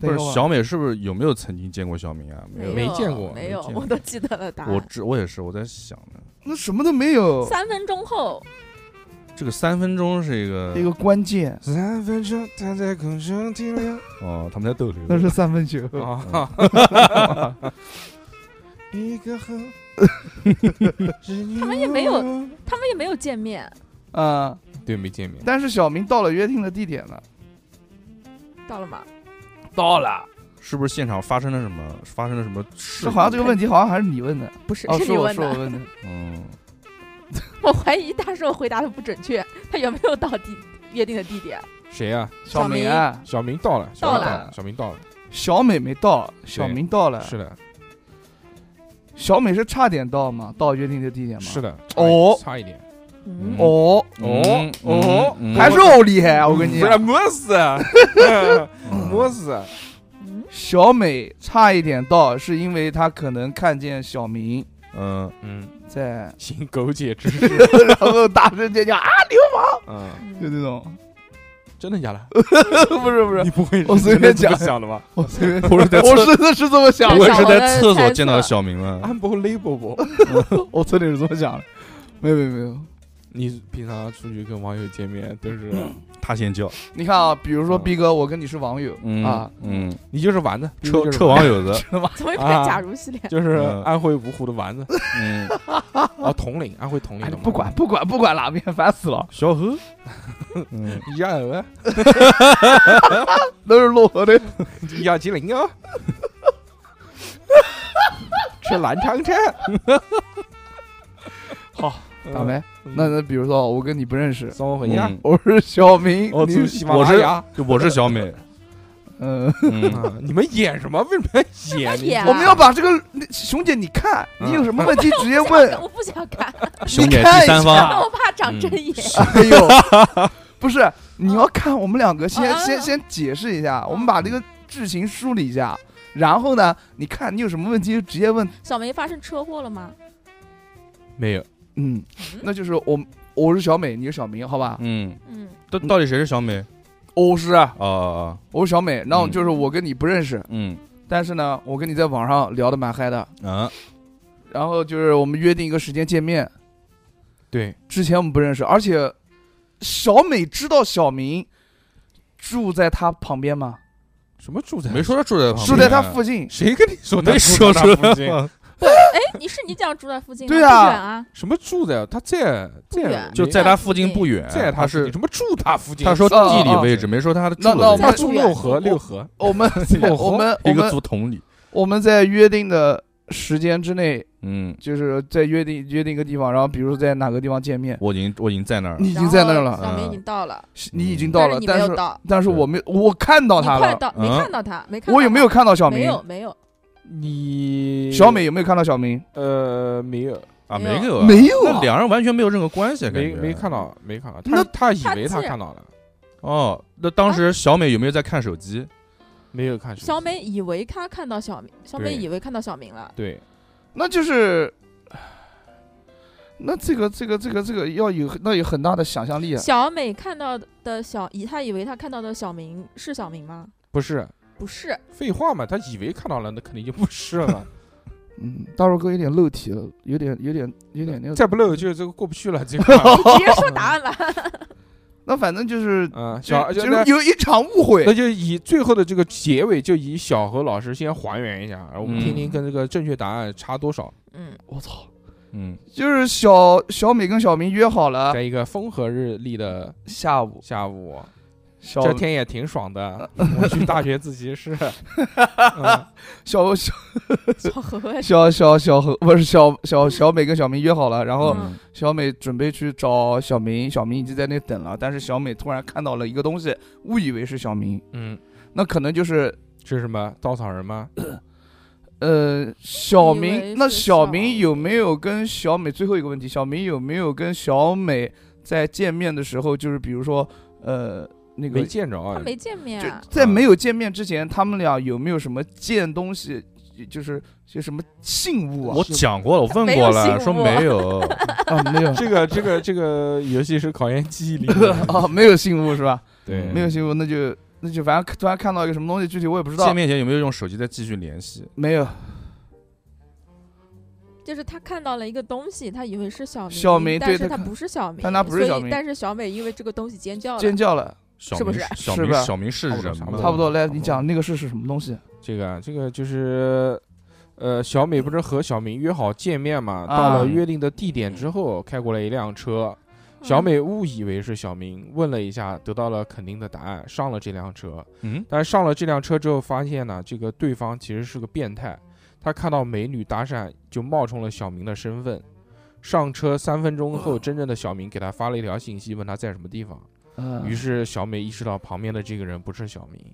[SPEAKER 3] 不是
[SPEAKER 2] 等一会儿
[SPEAKER 3] 小美是不是有没有曾经见过小明啊？没有，
[SPEAKER 1] 没见过
[SPEAKER 4] 没有
[SPEAKER 3] 没，见过
[SPEAKER 4] 我都记得了答
[SPEAKER 3] 我
[SPEAKER 4] 案。
[SPEAKER 3] 知我也是，我在想呢，
[SPEAKER 2] 那什么都没有，
[SPEAKER 4] 三分钟后，
[SPEAKER 3] 这个三分钟是一个
[SPEAKER 2] 一个关键，
[SPEAKER 1] 三分钟站在空中停留
[SPEAKER 3] 哦，他们在逗留，
[SPEAKER 2] 那是三分球。
[SPEAKER 1] 啊！一个很他
[SPEAKER 4] 们也没有他们也没有见面，
[SPEAKER 2] 嗯、
[SPEAKER 1] 对没见面，
[SPEAKER 2] 但是小明到了约定的地点了，
[SPEAKER 4] 到了吗？
[SPEAKER 2] 到了，
[SPEAKER 3] 是不是现场发生了什么？发生了什么事
[SPEAKER 2] 这？好像这个问题好像还是你问的，
[SPEAKER 4] 不是，
[SPEAKER 2] 哦，
[SPEAKER 4] 是
[SPEAKER 2] 是
[SPEAKER 4] 你
[SPEAKER 2] 我
[SPEAKER 4] 问
[SPEAKER 2] 是我
[SPEAKER 4] 的。
[SPEAKER 2] 问
[SPEAKER 4] [LAUGHS]
[SPEAKER 2] 的，
[SPEAKER 3] 嗯，
[SPEAKER 4] 我怀疑大硕回答的不准确，他有没有到地 [LAUGHS] 约定的地点？
[SPEAKER 1] 谁啊？
[SPEAKER 2] 小
[SPEAKER 4] 小
[SPEAKER 2] 明
[SPEAKER 4] 明
[SPEAKER 2] 啊，
[SPEAKER 1] 小明到了，小明到
[SPEAKER 4] 到了
[SPEAKER 1] 了，小明到了，
[SPEAKER 2] 小美没到，小明到了，
[SPEAKER 1] 是的，
[SPEAKER 2] 小美是差点到嘛，到约定的地点嘛，
[SPEAKER 1] 是的，哎
[SPEAKER 2] 哦
[SPEAKER 1] 差一点，
[SPEAKER 4] 嗯，
[SPEAKER 2] 哦，
[SPEAKER 1] 哦
[SPEAKER 3] 嗯嗯
[SPEAKER 1] 哦
[SPEAKER 3] 嗯
[SPEAKER 2] 还是我厉啊害，我跟你
[SPEAKER 1] 嗯不是啊
[SPEAKER 2] 讲，
[SPEAKER 1] 没事，没事，
[SPEAKER 4] 嗯
[SPEAKER 2] 小美差一点到，是因为她可能看见小明
[SPEAKER 3] 嗯，
[SPEAKER 1] 嗯，，
[SPEAKER 2] 在
[SPEAKER 1] 行，苟且之事，
[SPEAKER 2] 然后大声尖叫啊，流
[SPEAKER 1] 嗯，
[SPEAKER 2] [LAUGHS] 就
[SPEAKER 4] 嗯
[SPEAKER 2] 那种，
[SPEAKER 1] [LAUGHS] 真的假的？
[SPEAKER 2] 不是不是
[SPEAKER 1] 你，不会是
[SPEAKER 2] 我随便
[SPEAKER 1] 真的这么
[SPEAKER 2] 讲
[SPEAKER 1] 想的 [LAUGHS] 吧
[SPEAKER 2] [LAUGHS] 我随便，
[SPEAKER 3] 不是在
[SPEAKER 2] 我
[SPEAKER 3] 厕，
[SPEAKER 2] 真的是这么想
[SPEAKER 3] 不
[SPEAKER 2] 的，
[SPEAKER 3] 会
[SPEAKER 4] 小
[SPEAKER 3] 是
[SPEAKER 4] 王
[SPEAKER 3] 在
[SPEAKER 4] 的
[SPEAKER 3] 厕所
[SPEAKER 4] 猜
[SPEAKER 3] 见到的
[SPEAKER 4] 测
[SPEAKER 3] 小明
[SPEAKER 1] 啊
[SPEAKER 3] 吧？
[SPEAKER 1] ？Unbelievable！
[SPEAKER 2] 我真的是这么想的，没有没有没有，
[SPEAKER 1] 你平常出去跟网友见面都是，
[SPEAKER 3] 他先叫，
[SPEAKER 2] 你看啊，比如说
[SPEAKER 1] 嗯
[SPEAKER 2] 逼哥，我跟你是网友
[SPEAKER 3] 嗯
[SPEAKER 2] 啊，
[SPEAKER 3] 嗯，
[SPEAKER 1] 你就是丸子，
[SPEAKER 3] 车
[SPEAKER 1] 就是
[SPEAKER 3] 车网友子，
[SPEAKER 4] 怎么又
[SPEAKER 1] 啊
[SPEAKER 4] 变假如系列？
[SPEAKER 1] 就是
[SPEAKER 3] 嗯
[SPEAKER 1] 安徽芜湖的 [LAUGHS] 丸子
[SPEAKER 3] 嗯，
[SPEAKER 1] 啊，铜陵，安徽铜陵
[SPEAKER 2] 哎你
[SPEAKER 1] 的嘛
[SPEAKER 2] 不管不管不管哪边， [LAUGHS] 烦死了，
[SPEAKER 3] 小何，嗯，
[SPEAKER 1] 一二二，
[SPEAKER 2] 都是落河的，
[SPEAKER 1] 一二七零哦，吃南昌菜。
[SPEAKER 2] 好，
[SPEAKER 1] 嗯
[SPEAKER 2] 倒霉。那那比如说我跟你不认识，
[SPEAKER 1] 送我回家。
[SPEAKER 3] 嗯
[SPEAKER 2] 我是小明，
[SPEAKER 1] 哦我
[SPEAKER 2] 你
[SPEAKER 1] 住喜马拉雅，
[SPEAKER 3] 就我是小美，
[SPEAKER 2] 嗯，
[SPEAKER 3] 嗯，
[SPEAKER 1] 啊你们演什么？为什么要演？
[SPEAKER 4] 什么演啊
[SPEAKER 2] 我们要把这个熊姐，你看
[SPEAKER 1] 嗯
[SPEAKER 2] 你有什么问题直接
[SPEAKER 4] 我不 [LAUGHS] 想看
[SPEAKER 2] 问。
[SPEAKER 4] 我不想看，
[SPEAKER 3] 熊姐
[SPEAKER 2] 你看
[SPEAKER 3] 第
[SPEAKER 2] 一下
[SPEAKER 3] 三方，
[SPEAKER 4] 我怕长针眼。
[SPEAKER 2] [LAUGHS] 哎呦，
[SPEAKER 3] [LAUGHS]
[SPEAKER 2] 不是，你要看我们两个先
[SPEAKER 4] 啊
[SPEAKER 2] 先先解释一
[SPEAKER 3] 啊
[SPEAKER 2] 下，我们把这个剧情梳理一下，然后呢，你看你有什么问题就直接问。
[SPEAKER 4] 小梅发生车祸了吗？
[SPEAKER 1] 没有，
[SPEAKER 2] 嗯，那就是我我是小美，你是小明，好吧？
[SPEAKER 3] 嗯，
[SPEAKER 4] 嗯，
[SPEAKER 3] 到到底谁是小美？
[SPEAKER 2] 我是啊
[SPEAKER 3] 哦哦，
[SPEAKER 2] 我是小美，然后就是我跟你不认识，
[SPEAKER 3] 嗯
[SPEAKER 2] 但是呢，我跟你在网上聊的蛮嗨的，
[SPEAKER 3] 啊，
[SPEAKER 2] 然后就是我们约定一个时间见面，
[SPEAKER 1] 对，
[SPEAKER 2] 之前我们不认识，而且小美知道小明住在她旁边吗？
[SPEAKER 1] 什么住在
[SPEAKER 3] 没说他住在旁边，
[SPEAKER 2] 住在她附近。
[SPEAKER 1] 谁跟你说
[SPEAKER 3] 没说
[SPEAKER 1] 他住在他附
[SPEAKER 3] 出
[SPEAKER 1] 近
[SPEAKER 3] 来，
[SPEAKER 4] 哎，你是你讲住在附近吗？
[SPEAKER 2] 对
[SPEAKER 4] 不
[SPEAKER 2] 啊
[SPEAKER 4] 远啊，
[SPEAKER 1] 什么住在他在
[SPEAKER 4] 不
[SPEAKER 1] 在
[SPEAKER 4] 远
[SPEAKER 3] 就在他附近不远，
[SPEAKER 1] 在
[SPEAKER 3] 他
[SPEAKER 1] 附近
[SPEAKER 3] 是
[SPEAKER 1] 什么住他附近？
[SPEAKER 3] 他说
[SPEAKER 2] 哦
[SPEAKER 3] 地理
[SPEAKER 2] 哦
[SPEAKER 3] 位置，没说他的住
[SPEAKER 2] 那那
[SPEAKER 3] 的
[SPEAKER 2] 我
[SPEAKER 3] 位
[SPEAKER 1] 他
[SPEAKER 2] 们
[SPEAKER 1] 住六合，六合哦
[SPEAKER 2] 我
[SPEAKER 3] [LAUGHS]
[SPEAKER 2] 们我们
[SPEAKER 3] 置，
[SPEAKER 2] 我
[SPEAKER 3] 哦一个
[SPEAKER 2] 们
[SPEAKER 3] 竹筒里，
[SPEAKER 2] 我们在约定的时间之内，
[SPEAKER 3] 嗯，
[SPEAKER 2] 就是在约定约定一个地方，然后比如说在哪个地方见面，
[SPEAKER 3] 我已经我已经在那儿了，
[SPEAKER 2] 你已经在那儿
[SPEAKER 4] 然后
[SPEAKER 2] 了，
[SPEAKER 4] 小梅已经到了，
[SPEAKER 2] 你已经到了
[SPEAKER 4] 但，是你没
[SPEAKER 2] 但
[SPEAKER 4] 有
[SPEAKER 2] 是
[SPEAKER 4] 到，
[SPEAKER 2] 但是我没我看到
[SPEAKER 4] 你
[SPEAKER 2] 她
[SPEAKER 4] 快
[SPEAKER 2] 了，
[SPEAKER 4] 到，没
[SPEAKER 3] 嗯
[SPEAKER 4] 看到他，没看到他。
[SPEAKER 2] 我有没有看到小
[SPEAKER 4] 没
[SPEAKER 2] 明？
[SPEAKER 4] 有没有，
[SPEAKER 1] 你
[SPEAKER 2] 小美有没有看到小明？
[SPEAKER 1] 呃没有，
[SPEAKER 3] 啊，
[SPEAKER 4] 没有
[SPEAKER 3] 没有啊
[SPEAKER 2] 没有啊
[SPEAKER 3] 那两人完全没有任何关系，感
[SPEAKER 1] 没
[SPEAKER 3] 觉
[SPEAKER 1] 没看到，没看到。
[SPEAKER 2] 那
[SPEAKER 1] 他他以
[SPEAKER 4] 他
[SPEAKER 1] 为他
[SPEAKER 4] 既然
[SPEAKER 1] 看到了，
[SPEAKER 3] 哦。那当时小美有没有在看手机？
[SPEAKER 1] 没有看手机。
[SPEAKER 4] 小美以为她看到小明，小美
[SPEAKER 1] 对
[SPEAKER 4] 以为看到小明了。
[SPEAKER 1] 对，
[SPEAKER 2] 那就是，那这个这个这个这个要有那有很大的想象力啊。
[SPEAKER 4] 小美看到的小以她以为她看到的小明是小明吗？
[SPEAKER 1] 不是
[SPEAKER 2] [LAUGHS]
[SPEAKER 4] 不是，
[SPEAKER 1] 废话嘛，他以为看到了，那肯定就不是了。
[SPEAKER 2] 嗯，大肉哥有点漏题了，有点有点有点那个。
[SPEAKER 1] 再不露就这个过不去了，这
[SPEAKER 2] [LAUGHS]
[SPEAKER 1] 个。
[SPEAKER 4] 直接说答案吧。
[SPEAKER 2] 那反正就是
[SPEAKER 1] 嗯，小
[SPEAKER 2] 就
[SPEAKER 1] 就是那
[SPEAKER 2] 有一场误会
[SPEAKER 1] 那。就以最后的这个结尾，就以小何老师先还原一下，然后我们
[SPEAKER 3] 嗯
[SPEAKER 1] 听听跟这个正确答案差多少，
[SPEAKER 4] 嗯，
[SPEAKER 2] 我操！
[SPEAKER 3] 嗯，
[SPEAKER 2] 就是小小美跟小明约好了
[SPEAKER 1] 在一个风和日丽的
[SPEAKER 2] 下午，
[SPEAKER 1] 下午，
[SPEAKER 2] 小
[SPEAKER 1] 这天也挺爽的，我去大学自
[SPEAKER 2] [LAUGHS]
[SPEAKER 1] 习室。嗯
[SPEAKER 2] 小小
[SPEAKER 4] 小
[SPEAKER 2] [LAUGHS]
[SPEAKER 4] 何 [LAUGHS] 何
[SPEAKER 2] 小小小何不是小小小美跟小明约好了，然后
[SPEAKER 4] 嗯
[SPEAKER 2] 小美准备去找小明，小明已经在那等了，但是小美突然看到了一个东西，误以为是小明，
[SPEAKER 1] 嗯，
[SPEAKER 2] 那可能就是
[SPEAKER 1] 是什么稻草人吗？
[SPEAKER 2] 呃，小
[SPEAKER 4] 以为
[SPEAKER 2] 明，那
[SPEAKER 4] 是
[SPEAKER 2] 小
[SPEAKER 4] 小
[SPEAKER 2] 明有没有跟小美？最后一个问题，小明有没有跟小美在见面的时候，就是比如说，呃，那个
[SPEAKER 1] 没见着
[SPEAKER 4] 她
[SPEAKER 1] 啊，
[SPEAKER 4] 没见面
[SPEAKER 2] 就
[SPEAKER 4] 啊，
[SPEAKER 2] 在没有见面之前，他们俩有没有什么见东西，就是就什么信物啊？
[SPEAKER 3] 我讲过了，我问
[SPEAKER 4] 没
[SPEAKER 3] 过
[SPEAKER 4] 有
[SPEAKER 3] 了，
[SPEAKER 4] 信
[SPEAKER 3] 说
[SPEAKER 4] 物
[SPEAKER 3] 没有，
[SPEAKER 2] 啊没有
[SPEAKER 1] 这个这个这个游戏是考验记忆力
[SPEAKER 2] [LAUGHS]
[SPEAKER 1] 的，
[SPEAKER 2] 啊没有信物是吧？
[SPEAKER 1] 对，
[SPEAKER 2] 没有信物，那就那就反正突然看到一个什么东西，具体我也不知道
[SPEAKER 3] 见。面前有没有用手机再继续联系？
[SPEAKER 2] 没有，
[SPEAKER 4] 就是她看到了一个东西，她以为是小明，
[SPEAKER 2] 小明
[SPEAKER 4] 但
[SPEAKER 2] 对
[SPEAKER 4] 是
[SPEAKER 2] 她
[SPEAKER 4] 她
[SPEAKER 2] 看
[SPEAKER 4] 不是小明，
[SPEAKER 2] 但她不是
[SPEAKER 4] 所以
[SPEAKER 2] 小明
[SPEAKER 4] 但是小美因为这个东西尖叫了，
[SPEAKER 2] 尖叫了，
[SPEAKER 3] 小
[SPEAKER 4] 是
[SPEAKER 3] 明
[SPEAKER 4] 不是
[SPEAKER 3] 小
[SPEAKER 2] 是
[SPEAKER 3] 明
[SPEAKER 2] 吧
[SPEAKER 3] 小明是
[SPEAKER 1] 差不多
[SPEAKER 3] 人
[SPEAKER 1] 差
[SPEAKER 3] 吗？
[SPEAKER 2] 差不多。来，
[SPEAKER 1] 差不
[SPEAKER 2] 你
[SPEAKER 1] 多
[SPEAKER 2] 讲那个是是什么东西？
[SPEAKER 1] 这个啊这个就是呃，小美不是和小明约好见面嘛？到了
[SPEAKER 2] 啊
[SPEAKER 1] 约定的地点之后，开过来一辆车，
[SPEAKER 4] 嗯
[SPEAKER 1] 小美误以为是小明，问了一下，得到了肯定的答案，上了这辆车。
[SPEAKER 3] 嗯，
[SPEAKER 1] 但是上了这辆车之后，发现呢，这个对方其实是个变态，他看到美女搭讪就冒充了小明的身份。上车三分钟后，真正的小明给他发了一条信息，问他在什么地方。于
[SPEAKER 2] 嗯，
[SPEAKER 1] 是小美意识到旁边的这个人不是小明，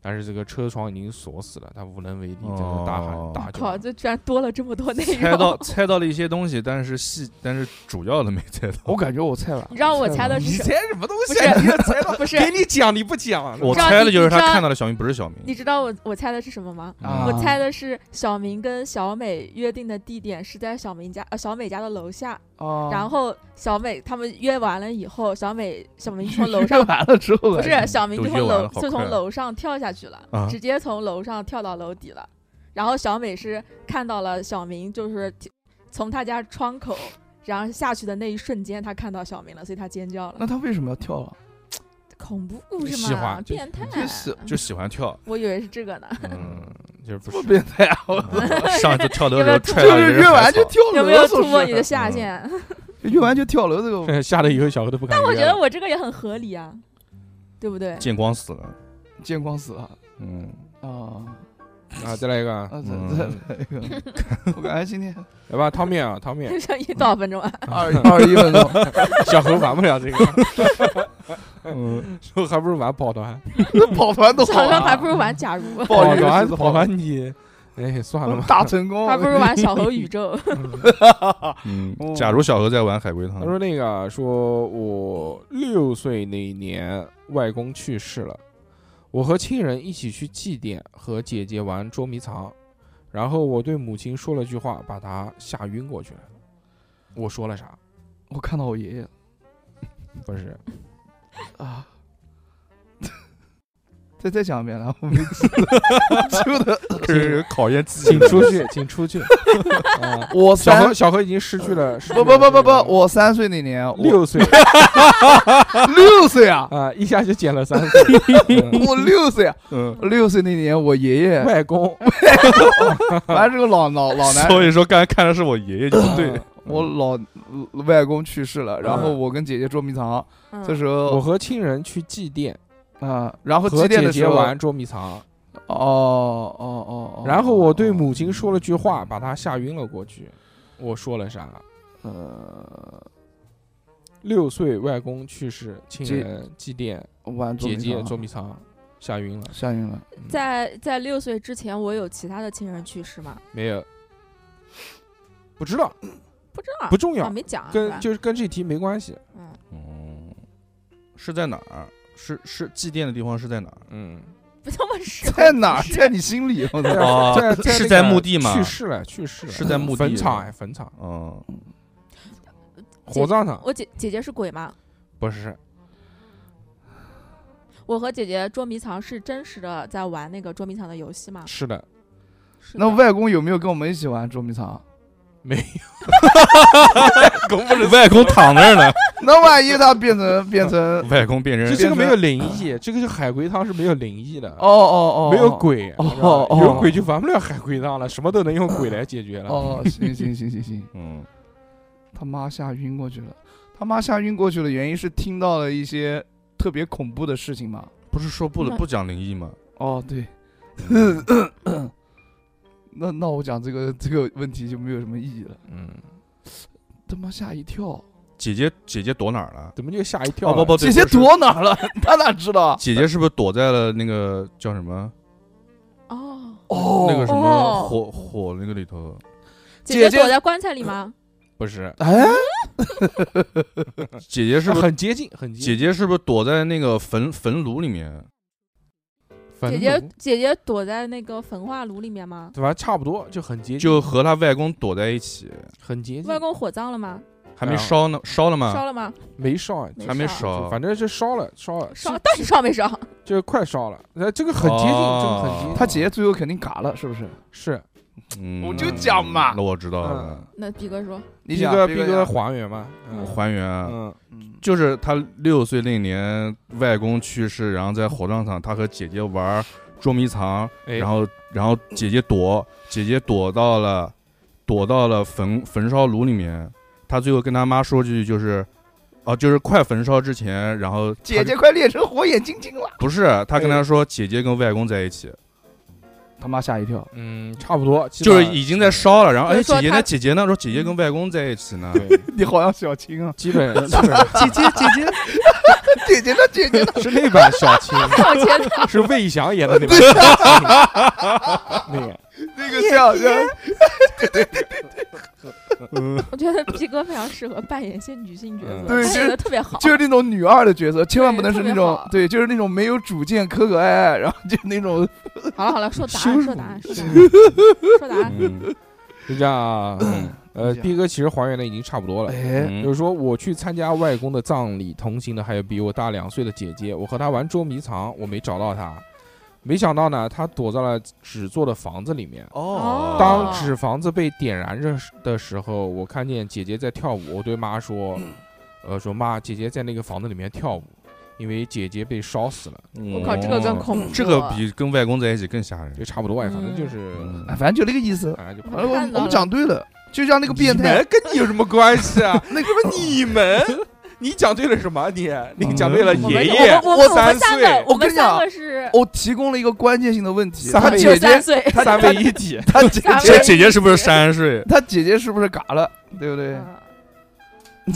[SPEAKER 1] 但是这个车窗已经锁死了，她无能为力，只能大喊
[SPEAKER 3] 哦
[SPEAKER 1] 大
[SPEAKER 4] 靠，
[SPEAKER 1] 叫。
[SPEAKER 4] 这居然多了这么多内
[SPEAKER 3] 猜到
[SPEAKER 4] 容。
[SPEAKER 3] 猜到了一些东西，但是细但是主要的没猜到。
[SPEAKER 2] 我感觉我菜了
[SPEAKER 4] 你。知道我猜的
[SPEAKER 1] 你
[SPEAKER 4] 是什
[SPEAKER 1] 猜什么东
[SPEAKER 4] 不
[SPEAKER 1] 西？啊
[SPEAKER 4] 是
[SPEAKER 1] 你这猜到
[SPEAKER 4] 不是
[SPEAKER 1] 给你讲你不讲啊，
[SPEAKER 3] 我
[SPEAKER 4] 知道
[SPEAKER 3] 猜
[SPEAKER 4] 你
[SPEAKER 3] 的就是
[SPEAKER 4] 你
[SPEAKER 3] 他
[SPEAKER 4] 知道
[SPEAKER 3] 看到的小明不是小明。
[SPEAKER 4] 你知道我我猜的是什么吗？
[SPEAKER 3] 嗯
[SPEAKER 2] 啊
[SPEAKER 4] 我猜的是小明跟小美约定的地点是在小明家呃小美家的楼下，
[SPEAKER 2] 哦 [LAUGHS]
[SPEAKER 4] 然后小美他们约完了以后，小美小
[SPEAKER 3] [LAUGHS]
[SPEAKER 4] 明从楼
[SPEAKER 2] 上
[SPEAKER 4] 上
[SPEAKER 2] 完了之后，
[SPEAKER 4] 不是小明
[SPEAKER 3] 哎都
[SPEAKER 4] 就
[SPEAKER 3] 约完
[SPEAKER 4] 从楼
[SPEAKER 3] 了好
[SPEAKER 4] 就从
[SPEAKER 3] 快啊
[SPEAKER 4] 楼上跳下去了，
[SPEAKER 3] 啊
[SPEAKER 4] 直接从楼上跳到楼底了。然后小美是看到了小明，就是从他家窗口，然后下去的那一瞬间，她看到小明了，所以她尖叫
[SPEAKER 2] 那
[SPEAKER 4] 了。
[SPEAKER 2] 他为什么要跳啊？
[SPEAKER 4] 恐怖故事
[SPEAKER 3] 喜
[SPEAKER 4] 嘛，
[SPEAKER 3] 欢就
[SPEAKER 4] 变态。
[SPEAKER 2] 就是
[SPEAKER 3] 就喜欢跳，
[SPEAKER 4] 我以为是这个呢，
[SPEAKER 3] 嗯，
[SPEAKER 1] 就是不
[SPEAKER 2] 这么
[SPEAKER 1] 是
[SPEAKER 2] 变态啊！我
[SPEAKER 3] 上去跳楼
[SPEAKER 4] 有
[SPEAKER 3] 的
[SPEAKER 4] 没有
[SPEAKER 3] 时候踹
[SPEAKER 4] 突
[SPEAKER 2] 就
[SPEAKER 4] 然
[SPEAKER 3] 到一个
[SPEAKER 2] 是
[SPEAKER 3] 人
[SPEAKER 2] 约
[SPEAKER 3] 海
[SPEAKER 2] 完
[SPEAKER 3] 草
[SPEAKER 2] 就跳楼，
[SPEAKER 4] 有没有
[SPEAKER 2] 总
[SPEAKER 4] 突破
[SPEAKER 2] 是
[SPEAKER 4] 你的下限？
[SPEAKER 2] 约完就跳楼这个，
[SPEAKER 1] 吓得以后小何都不敢
[SPEAKER 4] 我
[SPEAKER 1] 约
[SPEAKER 4] 觉得
[SPEAKER 1] 了
[SPEAKER 4] 我这个也很合理啊，对不对？
[SPEAKER 3] 见光死了，
[SPEAKER 2] 见光死了
[SPEAKER 3] 嗯，
[SPEAKER 2] 啊！
[SPEAKER 1] 啊，再来一个啊，
[SPEAKER 2] 啊，
[SPEAKER 3] 嗯
[SPEAKER 2] 这这这个，我感觉今天
[SPEAKER 1] 来吧，汤面啊，汤
[SPEAKER 4] [LAUGHS]
[SPEAKER 1] 面，
[SPEAKER 4] 剩一多少分钟啊？
[SPEAKER 2] 二二十一分钟，
[SPEAKER 1] [LAUGHS] 小何玩不了这个， [LAUGHS] 嗯，还不如玩跑团，
[SPEAKER 2] 那 [LAUGHS] 跑团都好
[SPEAKER 4] 小时
[SPEAKER 2] 玩
[SPEAKER 4] 候
[SPEAKER 2] 啊，
[SPEAKER 4] 还不如玩假如，
[SPEAKER 2] 抱
[SPEAKER 1] 跑
[SPEAKER 2] 怨
[SPEAKER 1] 团
[SPEAKER 2] 日子
[SPEAKER 1] 跑
[SPEAKER 2] 跑
[SPEAKER 1] 团你，哎，算了吧。
[SPEAKER 2] 大成功，
[SPEAKER 4] 还不如
[SPEAKER 2] [LAUGHS]
[SPEAKER 4] 玩小猴宇宙。
[SPEAKER 3] 嗯，假如小何在玩海龟汤
[SPEAKER 1] 他，说那个说我六岁那年外公去世了，我和亲人一起去祭奠，和姐姐玩捉迷藏，然后我对母亲说了句话，把她吓晕过去了。我说了啥？
[SPEAKER 2] 我看到我爷爷了
[SPEAKER 1] 不是，
[SPEAKER 2] 啊！ [LAUGHS] 再再讲一遍了，我没记得，记不得。
[SPEAKER 3] 这是考验自己
[SPEAKER 1] 请
[SPEAKER 3] 的。
[SPEAKER 1] 出去，请出 [LAUGHS] 去。啊，
[SPEAKER 2] 我
[SPEAKER 1] 小
[SPEAKER 2] 三
[SPEAKER 1] 何，小何已经失去了，失去
[SPEAKER 2] 不
[SPEAKER 1] 了嗯
[SPEAKER 2] 不不不不
[SPEAKER 1] 这个，
[SPEAKER 2] 我三岁那年，我
[SPEAKER 1] 六岁
[SPEAKER 2] 六岁啊，
[SPEAKER 1] [LAUGHS] 啊，一下就减了 [LAUGHS] 三岁。嗯
[SPEAKER 2] 我六岁啊，
[SPEAKER 3] 嗯，
[SPEAKER 2] 六岁那年我爷爷，
[SPEAKER 1] 外公，
[SPEAKER 2] 反正是个老老老男
[SPEAKER 3] 所
[SPEAKER 2] 人，
[SPEAKER 3] 以说刚才看的是我爷爷就不对
[SPEAKER 1] 嗯，
[SPEAKER 2] 我老外公去世了，然后
[SPEAKER 1] 嗯
[SPEAKER 2] 我跟姐姐捉迷藏，
[SPEAKER 4] 嗯
[SPEAKER 2] 这时
[SPEAKER 1] 我
[SPEAKER 2] 候
[SPEAKER 1] 和亲人去祭奠，
[SPEAKER 2] 啊，然后
[SPEAKER 1] 哦和
[SPEAKER 2] 祭奠
[SPEAKER 1] 姐
[SPEAKER 2] 的
[SPEAKER 1] 姐
[SPEAKER 2] 时候，哦
[SPEAKER 1] 玩捉迷藏。
[SPEAKER 2] 哦哦哦，
[SPEAKER 1] 然后我对母亲说了句话，把她吓晕了过去。我说了啥？
[SPEAKER 2] 哦呃
[SPEAKER 1] 六岁外公去世，亲
[SPEAKER 2] 姐
[SPEAKER 1] 人祭奠，
[SPEAKER 2] 呃玩捉
[SPEAKER 1] 姐
[SPEAKER 2] 迷
[SPEAKER 1] 姐
[SPEAKER 2] 藏
[SPEAKER 1] 捉迷藏，吓晕了。嗯
[SPEAKER 2] 吓晕了，
[SPEAKER 4] 在在六岁之前，我有其他的亲人去世吗？
[SPEAKER 1] 没有，不知道，
[SPEAKER 4] 不知道，
[SPEAKER 1] 不重要
[SPEAKER 4] 啊没讲啊。是
[SPEAKER 1] 跟
[SPEAKER 4] 吧
[SPEAKER 1] 就是跟这题没关系。
[SPEAKER 4] 嗯，
[SPEAKER 3] 嗯，是在哪儿？是是祭奠的地方是在哪儿？ [LAUGHS]
[SPEAKER 1] 嗯，
[SPEAKER 4] 不这么说。
[SPEAKER 2] [LAUGHS] 在
[SPEAKER 1] [LAUGHS]
[SPEAKER 2] 哪儿？
[SPEAKER 4] 是
[SPEAKER 2] 在你心里，我操！
[SPEAKER 3] 哦
[SPEAKER 1] 在在
[SPEAKER 3] 是
[SPEAKER 1] 那
[SPEAKER 3] 在
[SPEAKER 1] 个
[SPEAKER 3] 墓地吗
[SPEAKER 1] 去世了，去世了，
[SPEAKER 3] 是在墓地
[SPEAKER 1] 坟场哎，坟场，
[SPEAKER 3] 嗯，
[SPEAKER 1] 火葬场
[SPEAKER 4] 我姐姐姐是鬼吗？
[SPEAKER 1] 不是
[SPEAKER 4] 我和姐姐捉迷藏是真实的在玩那个捉迷藏的游戏吗？
[SPEAKER 1] 是的，
[SPEAKER 4] 是
[SPEAKER 2] 那
[SPEAKER 4] 的
[SPEAKER 2] 外公有没有跟我们一起玩捉迷藏？
[SPEAKER 1] 没
[SPEAKER 3] 公不是外公躺那儿呢，
[SPEAKER 2] [LAUGHS] 那万一他变成变成哦
[SPEAKER 3] 外公变
[SPEAKER 1] 这
[SPEAKER 3] 成
[SPEAKER 1] 这个没有灵异，这个是海龟汤是没有灵异的，
[SPEAKER 2] 哦哦，
[SPEAKER 1] 没有鬼，
[SPEAKER 2] 哦
[SPEAKER 1] 你知道吧
[SPEAKER 2] 哦
[SPEAKER 1] 有鬼就玩不了海龟汤了，什么都能用鬼来解决了。
[SPEAKER 2] 哦，行行行行行，
[SPEAKER 3] 嗯
[SPEAKER 2] 他妈吓晕过去了。他妈吓晕过去的原因是听到了一些特别恐怖的事情嘛？
[SPEAKER 3] 不是说不
[SPEAKER 4] 那
[SPEAKER 3] 不讲灵异吗？
[SPEAKER 2] 哦，对，那那我讲这个这个问题就没有什么意义了。
[SPEAKER 1] 嗯，
[SPEAKER 2] 他妈吓一跳，
[SPEAKER 3] 姐姐姐姐躲哪儿了？
[SPEAKER 4] 啊
[SPEAKER 1] 怎么就吓一跳
[SPEAKER 3] 哦
[SPEAKER 1] 了？
[SPEAKER 3] 不不，对
[SPEAKER 2] 姐姐
[SPEAKER 3] 不是
[SPEAKER 2] 躲哪儿了？ [LAUGHS] 他哪知道啊？
[SPEAKER 3] 姐姐是不是躲在了那个叫什么
[SPEAKER 4] 哦，
[SPEAKER 2] 哦，
[SPEAKER 3] 那个什么
[SPEAKER 4] 哦
[SPEAKER 3] 火火那个里头？
[SPEAKER 4] 姐
[SPEAKER 2] 姐
[SPEAKER 4] 躲在棺材里吗？
[SPEAKER 1] 不是，
[SPEAKER 2] 哎，
[SPEAKER 3] 姐姐是不是
[SPEAKER 1] 很接近，很接
[SPEAKER 3] 姐
[SPEAKER 1] 近。
[SPEAKER 3] 姐是不是躲在那个坟坟炉里面？
[SPEAKER 1] 反
[SPEAKER 4] 姐
[SPEAKER 1] 正
[SPEAKER 4] 姐姐姐躲在那个焚化炉里面吗？
[SPEAKER 1] 反正差不多，就很接近，
[SPEAKER 3] 就和她外公躲在一起，
[SPEAKER 1] 很接近
[SPEAKER 4] 外。公火葬了吗？
[SPEAKER 3] 还没烧呢，烧了
[SPEAKER 4] 啊烧
[SPEAKER 3] 吗？
[SPEAKER 4] 了吗？
[SPEAKER 1] 没烧啊，
[SPEAKER 4] 没
[SPEAKER 3] 还没
[SPEAKER 4] 烧
[SPEAKER 3] 烧，
[SPEAKER 1] 反正是烧了，烧了，
[SPEAKER 4] 烧
[SPEAKER 1] 是
[SPEAKER 4] 到底烧没烧？ [LAUGHS]
[SPEAKER 1] 就是快烧了。那这个很接近，这个
[SPEAKER 3] 哦
[SPEAKER 1] 很接近。
[SPEAKER 2] 他姐姐最后肯定嘎了，是不是？
[SPEAKER 1] 是
[SPEAKER 3] 嗯
[SPEAKER 2] 我就讲嘛嗯
[SPEAKER 3] 那我知道了，
[SPEAKER 4] 那比哥 [LAUGHS] 说，
[SPEAKER 2] 你
[SPEAKER 1] 逼
[SPEAKER 2] 讲
[SPEAKER 1] 哥，
[SPEAKER 2] 逼
[SPEAKER 1] 逼
[SPEAKER 2] 哥
[SPEAKER 1] 哥
[SPEAKER 2] 讲，
[SPEAKER 1] 还原嘛？嗯
[SPEAKER 3] 还原啊。
[SPEAKER 1] 嗯，
[SPEAKER 2] 嗯
[SPEAKER 3] 就是他六岁那年，外公去世，然后在火葬场，他和姐姐玩捉迷藏，
[SPEAKER 1] 哎
[SPEAKER 3] 然后然后姐姐躲，姐姐躲到了躲到了焚焚烧炉里面，她最后跟她妈说句就是，哦，就是快焚烧之前，然后她
[SPEAKER 2] 姐姐快练成火眼金睛了，
[SPEAKER 3] 不是她跟她说姐姐跟外公在一起，
[SPEAKER 2] 他妈吓一跳，
[SPEAKER 1] 嗯，差不多，基
[SPEAKER 3] 就
[SPEAKER 1] 本
[SPEAKER 3] 是
[SPEAKER 1] 上
[SPEAKER 3] 已经在烧了，然后
[SPEAKER 4] 就
[SPEAKER 3] 哎
[SPEAKER 4] 是说
[SPEAKER 3] 姐姐
[SPEAKER 4] 她
[SPEAKER 3] 呢姐姐呢说姐姐跟外公在一起呢，
[SPEAKER 1] 对，
[SPEAKER 2] 你好像小青啊，
[SPEAKER 1] 基
[SPEAKER 3] [LAUGHS]
[SPEAKER 1] 本基本上
[SPEAKER 2] 姐姐姐姐姐姐呢姐姐呢，
[SPEAKER 1] 是那版小
[SPEAKER 4] [LAUGHS]
[SPEAKER 1] 青，
[SPEAKER 4] 我觉得
[SPEAKER 1] 是魏翔演的那版小青， [LAUGHS] 那个
[SPEAKER 2] 那个像 [LAUGHS] 像
[SPEAKER 4] 我觉得皮哥非常适合扮演一些女性角
[SPEAKER 1] 嗯
[SPEAKER 4] 色，
[SPEAKER 2] 对
[SPEAKER 4] 扮
[SPEAKER 2] 其
[SPEAKER 4] 演
[SPEAKER 2] 实
[SPEAKER 4] 的特别好。
[SPEAKER 2] 就是那种女二的角色，千万不能是那
[SPEAKER 4] 对特
[SPEAKER 2] 种
[SPEAKER 4] 别好
[SPEAKER 2] 对，就是那种没有主见、可可爱爱，然后就那种
[SPEAKER 4] 好了好了，说答
[SPEAKER 1] 羞
[SPEAKER 4] 案，
[SPEAKER 1] 辱
[SPEAKER 4] 说答案，说答
[SPEAKER 1] 羞
[SPEAKER 4] 案
[SPEAKER 1] 辱，
[SPEAKER 4] 说答案。
[SPEAKER 3] 嗯
[SPEAKER 1] 是这样啊。呃，
[SPEAKER 2] 这样
[SPEAKER 1] 逼哥其实还原的已经差不多了。
[SPEAKER 2] 哎，
[SPEAKER 3] 嗯
[SPEAKER 1] 就是说，我去参加外公的葬礼，同行的还有比我大两岁的姐姐。我和她玩捉迷藏，我没找到她，没想到呢，她躲在了纸做的房子里面。
[SPEAKER 4] 哦
[SPEAKER 1] 当纸房子被点燃着的时候，我看见姐姐在跳舞，我对妈说：“呃，说妈，姐姐在那个房子里面跳舞，因为姐姐被烧死了，
[SPEAKER 4] 哎
[SPEAKER 3] 嗯
[SPEAKER 4] 我靠，这个更恐怖了，啊
[SPEAKER 3] 这个比跟外公在一起更吓人
[SPEAKER 1] 就。差不多哎，反正就
[SPEAKER 4] 嗯
[SPEAKER 1] 是，
[SPEAKER 3] 嗯
[SPEAKER 2] 哎反正就那个意思。
[SPEAKER 1] 反正就
[SPEAKER 2] 反正我
[SPEAKER 4] 看
[SPEAKER 2] 们
[SPEAKER 4] 到
[SPEAKER 2] 我
[SPEAKER 4] 了
[SPEAKER 2] 们讲对了，就像那个变
[SPEAKER 1] 你
[SPEAKER 2] 态
[SPEAKER 1] 们跟你有什么关系 [LAUGHS] 啊？那个什么你们， [LAUGHS] 你讲对了什么？你你讲对了
[SPEAKER 3] 我们
[SPEAKER 1] 爷
[SPEAKER 4] 我
[SPEAKER 1] 爷
[SPEAKER 4] 们我们我
[SPEAKER 1] 三
[SPEAKER 4] 们三
[SPEAKER 1] 岁
[SPEAKER 4] 个，我
[SPEAKER 2] 我跟
[SPEAKER 4] 们
[SPEAKER 2] 你
[SPEAKER 4] 三
[SPEAKER 2] 讲
[SPEAKER 4] 个是
[SPEAKER 2] 我哦提供了一个关键性的问题，
[SPEAKER 1] 三
[SPEAKER 2] 他
[SPEAKER 1] 位
[SPEAKER 2] 姐
[SPEAKER 4] 三
[SPEAKER 2] 姐，
[SPEAKER 4] 岁，
[SPEAKER 1] 三位一体，
[SPEAKER 2] 他姐
[SPEAKER 4] 三
[SPEAKER 2] 姐
[SPEAKER 4] 位，
[SPEAKER 3] 姐姐是不是三岁？
[SPEAKER 2] 他姐姐是不是嘎了？对不对？
[SPEAKER 4] 嗯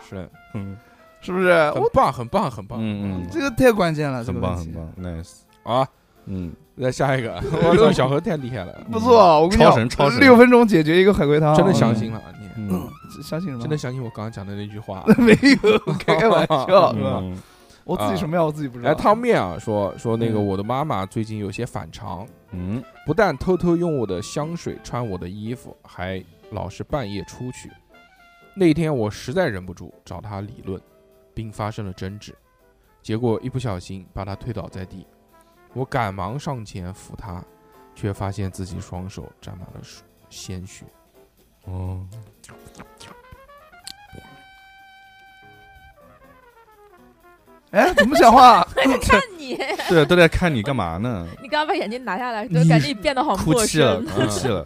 [SPEAKER 2] [LAUGHS]
[SPEAKER 1] 是
[SPEAKER 3] 嗯
[SPEAKER 2] 是不是？
[SPEAKER 1] 很
[SPEAKER 2] 我
[SPEAKER 1] 棒，很棒，很棒
[SPEAKER 3] 嗯
[SPEAKER 2] 这个太关键了，
[SPEAKER 3] 嗯，
[SPEAKER 2] 这个
[SPEAKER 3] 很棒
[SPEAKER 2] 问
[SPEAKER 3] 很
[SPEAKER 2] 题，
[SPEAKER 3] 棒，nice。
[SPEAKER 1] 啊！
[SPEAKER 3] 嗯，
[SPEAKER 1] 再下
[SPEAKER 2] [LAUGHS]
[SPEAKER 1] 一个，我操，小何太厉害了，
[SPEAKER 2] 不错，我跟你
[SPEAKER 3] 超神超
[SPEAKER 2] 讲，
[SPEAKER 3] 神
[SPEAKER 2] 六分钟解决一个海龟汤，
[SPEAKER 1] 真的
[SPEAKER 2] 我
[SPEAKER 1] 相信了你，
[SPEAKER 3] 嗯，
[SPEAKER 2] 相信什么？
[SPEAKER 1] 真的相信我刚刚讲的那句
[SPEAKER 2] [LAUGHS]
[SPEAKER 1] 话。
[SPEAKER 2] 没有，开玩笑是吧？
[SPEAKER 3] [LAUGHS] 嗯
[SPEAKER 2] 我自己什么样我自己不知道。
[SPEAKER 1] 哎，汤面啊，说说那个
[SPEAKER 2] 嗯
[SPEAKER 1] 我的妈妈最近有些反常，
[SPEAKER 3] 嗯，
[SPEAKER 1] 不但偷偷用我的香水穿我的衣服，还老是半夜出去。那天我实在忍不住找她理论，并发生了争执，结果一不小心把她推倒在地。我赶忙上前扶她，却发现自己双手沾满了水鲜血。
[SPEAKER 3] 哦，
[SPEAKER 2] 哎，怎么讲话？ [LAUGHS]
[SPEAKER 4] 我在看 [LAUGHS] 你，
[SPEAKER 3] 对，啊都在看你干嘛呢？
[SPEAKER 4] 你刚刚把眼睛拿下来，就
[SPEAKER 3] 你
[SPEAKER 4] 感觉你变得好
[SPEAKER 3] 哭
[SPEAKER 4] 陌
[SPEAKER 3] 泣了，
[SPEAKER 4] 生。
[SPEAKER 3] 哭泣了，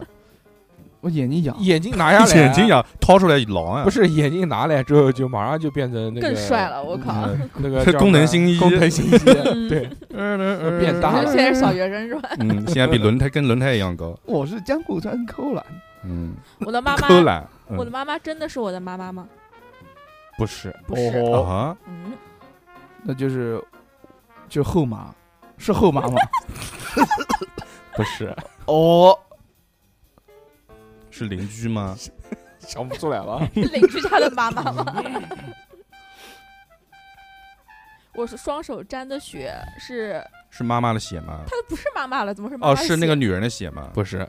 [SPEAKER 2] 我眼睛痒，
[SPEAKER 1] 眼睛拿下来，
[SPEAKER 3] 眼睛痒，掏出来挠啊！
[SPEAKER 1] 不是眼睛拿来之后就马上就变成 [LAUGHS] 那个
[SPEAKER 4] 更帅了我靠
[SPEAKER 2] [LAUGHS]
[SPEAKER 1] 嗯那个叫什么
[SPEAKER 3] 功能新一
[SPEAKER 1] 功能新一，[LAUGHS]
[SPEAKER 4] 嗯
[SPEAKER 1] 对，
[SPEAKER 3] 是
[SPEAKER 1] 变大了
[SPEAKER 4] 现在是小学生
[SPEAKER 3] [LAUGHS]
[SPEAKER 4] 是吧？
[SPEAKER 3] 嗯，现在比轮胎跟轮胎一样高。
[SPEAKER 2] 我是江户川扣篮，
[SPEAKER 3] 嗯，
[SPEAKER 4] 我的妈妈，
[SPEAKER 3] 偷懒。嗯
[SPEAKER 4] 我的妈妈真的是我的妈妈吗？
[SPEAKER 1] 不是
[SPEAKER 4] 不是，
[SPEAKER 2] 哦，
[SPEAKER 3] 啊，
[SPEAKER 4] 嗯，
[SPEAKER 2] 那就是就后妈，是后妈吗？ [LAUGHS]
[SPEAKER 1] 不是，
[SPEAKER 2] 哦，
[SPEAKER 3] 是邻居吗？
[SPEAKER 1] 想不出来了。
[SPEAKER 4] 是 [LAUGHS] 邻居家的妈妈吗？ [LAUGHS] 我是双手沾的血，是
[SPEAKER 3] 是妈妈的血吗？
[SPEAKER 4] 她不是妈妈了，怎么是妈妈
[SPEAKER 3] 哦，
[SPEAKER 4] 的血？
[SPEAKER 3] 是那个女人的血吗？
[SPEAKER 1] 不是，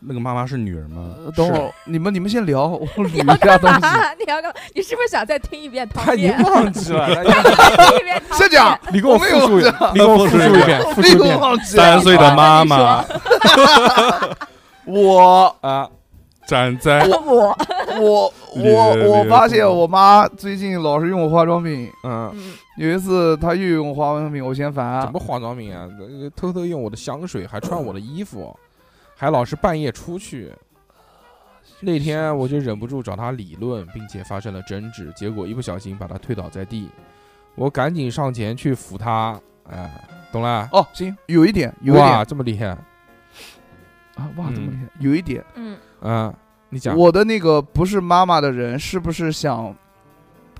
[SPEAKER 3] 那个妈妈是女人吗？
[SPEAKER 2] 呃等会儿你们你们先聊，我捋
[SPEAKER 4] 你要
[SPEAKER 2] 一下
[SPEAKER 4] 干
[SPEAKER 2] 东
[SPEAKER 4] 嘛
[SPEAKER 2] 西。？
[SPEAKER 4] [LAUGHS] 你要干嘛？你是不是想再听一遍
[SPEAKER 1] 他
[SPEAKER 4] 汤
[SPEAKER 1] 已经
[SPEAKER 4] 面？
[SPEAKER 1] 忘记了。
[SPEAKER 2] 哎
[SPEAKER 1] 他已经
[SPEAKER 4] [LAUGHS] 听一遍汤面
[SPEAKER 2] 是这
[SPEAKER 4] [LAUGHS]
[SPEAKER 2] 样，
[SPEAKER 1] 你给我复述 [LAUGHS] 一遍，你给我复述一遍，复
[SPEAKER 2] 那
[SPEAKER 1] 述一
[SPEAKER 2] 个
[SPEAKER 1] 遍
[SPEAKER 2] 忘记了，啊
[SPEAKER 3] 三岁的妈妈
[SPEAKER 2] 我
[SPEAKER 1] 啊！
[SPEAKER 3] 站在
[SPEAKER 4] 我，
[SPEAKER 2] [LAUGHS] 我我我发现我妈最近老是用我化妆品，
[SPEAKER 1] 嗯，
[SPEAKER 4] 嗯
[SPEAKER 2] 有一次她又用化妆品，我嫌
[SPEAKER 1] 怎
[SPEAKER 2] 烦。
[SPEAKER 1] 么化妆品啊？偷偷用我的香水，还穿我的衣服，还老是半夜出去。那天我就忍不住找他理论，并且发生了争执，结果一不小心把他推倒在地。我赶紧上前去扶他，哎，懂了？
[SPEAKER 2] 哦，行，有一点，有一点
[SPEAKER 1] 哇，这么厉害！
[SPEAKER 2] 啊，哇，
[SPEAKER 1] 嗯
[SPEAKER 2] 这么厉害，有一点。
[SPEAKER 4] 嗯，
[SPEAKER 1] 嗯，你讲，
[SPEAKER 2] 我的那个不是妈妈的人，是不是想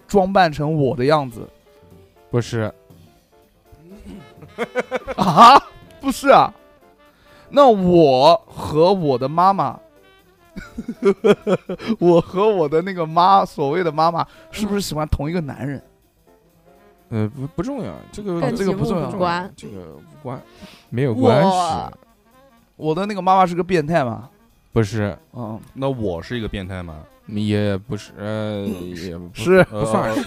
[SPEAKER 2] 装扮成我的样 [LAUGHS] 子
[SPEAKER 1] 不是
[SPEAKER 2] 啊？不是啊，那我和我的妈妈， [LAUGHS] 我和我的那个妈，所谓的妈妈，是不是喜欢同一个男人？
[SPEAKER 1] 呃，不不重要，这个
[SPEAKER 4] 跟
[SPEAKER 1] 这
[SPEAKER 4] 题
[SPEAKER 1] 个
[SPEAKER 4] 目
[SPEAKER 1] 不重要，
[SPEAKER 4] 无关
[SPEAKER 1] 这个无关，没有关系
[SPEAKER 4] 我，
[SPEAKER 2] 我的那个妈妈是个变态嘛？
[SPEAKER 1] 不是，
[SPEAKER 2] 嗯，
[SPEAKER 3] 那我是一个变态吗？
[SPEAKER 1] 也不是，呃，也不
[SPEAKER 2] 是
[SPEAKER 1] 不算是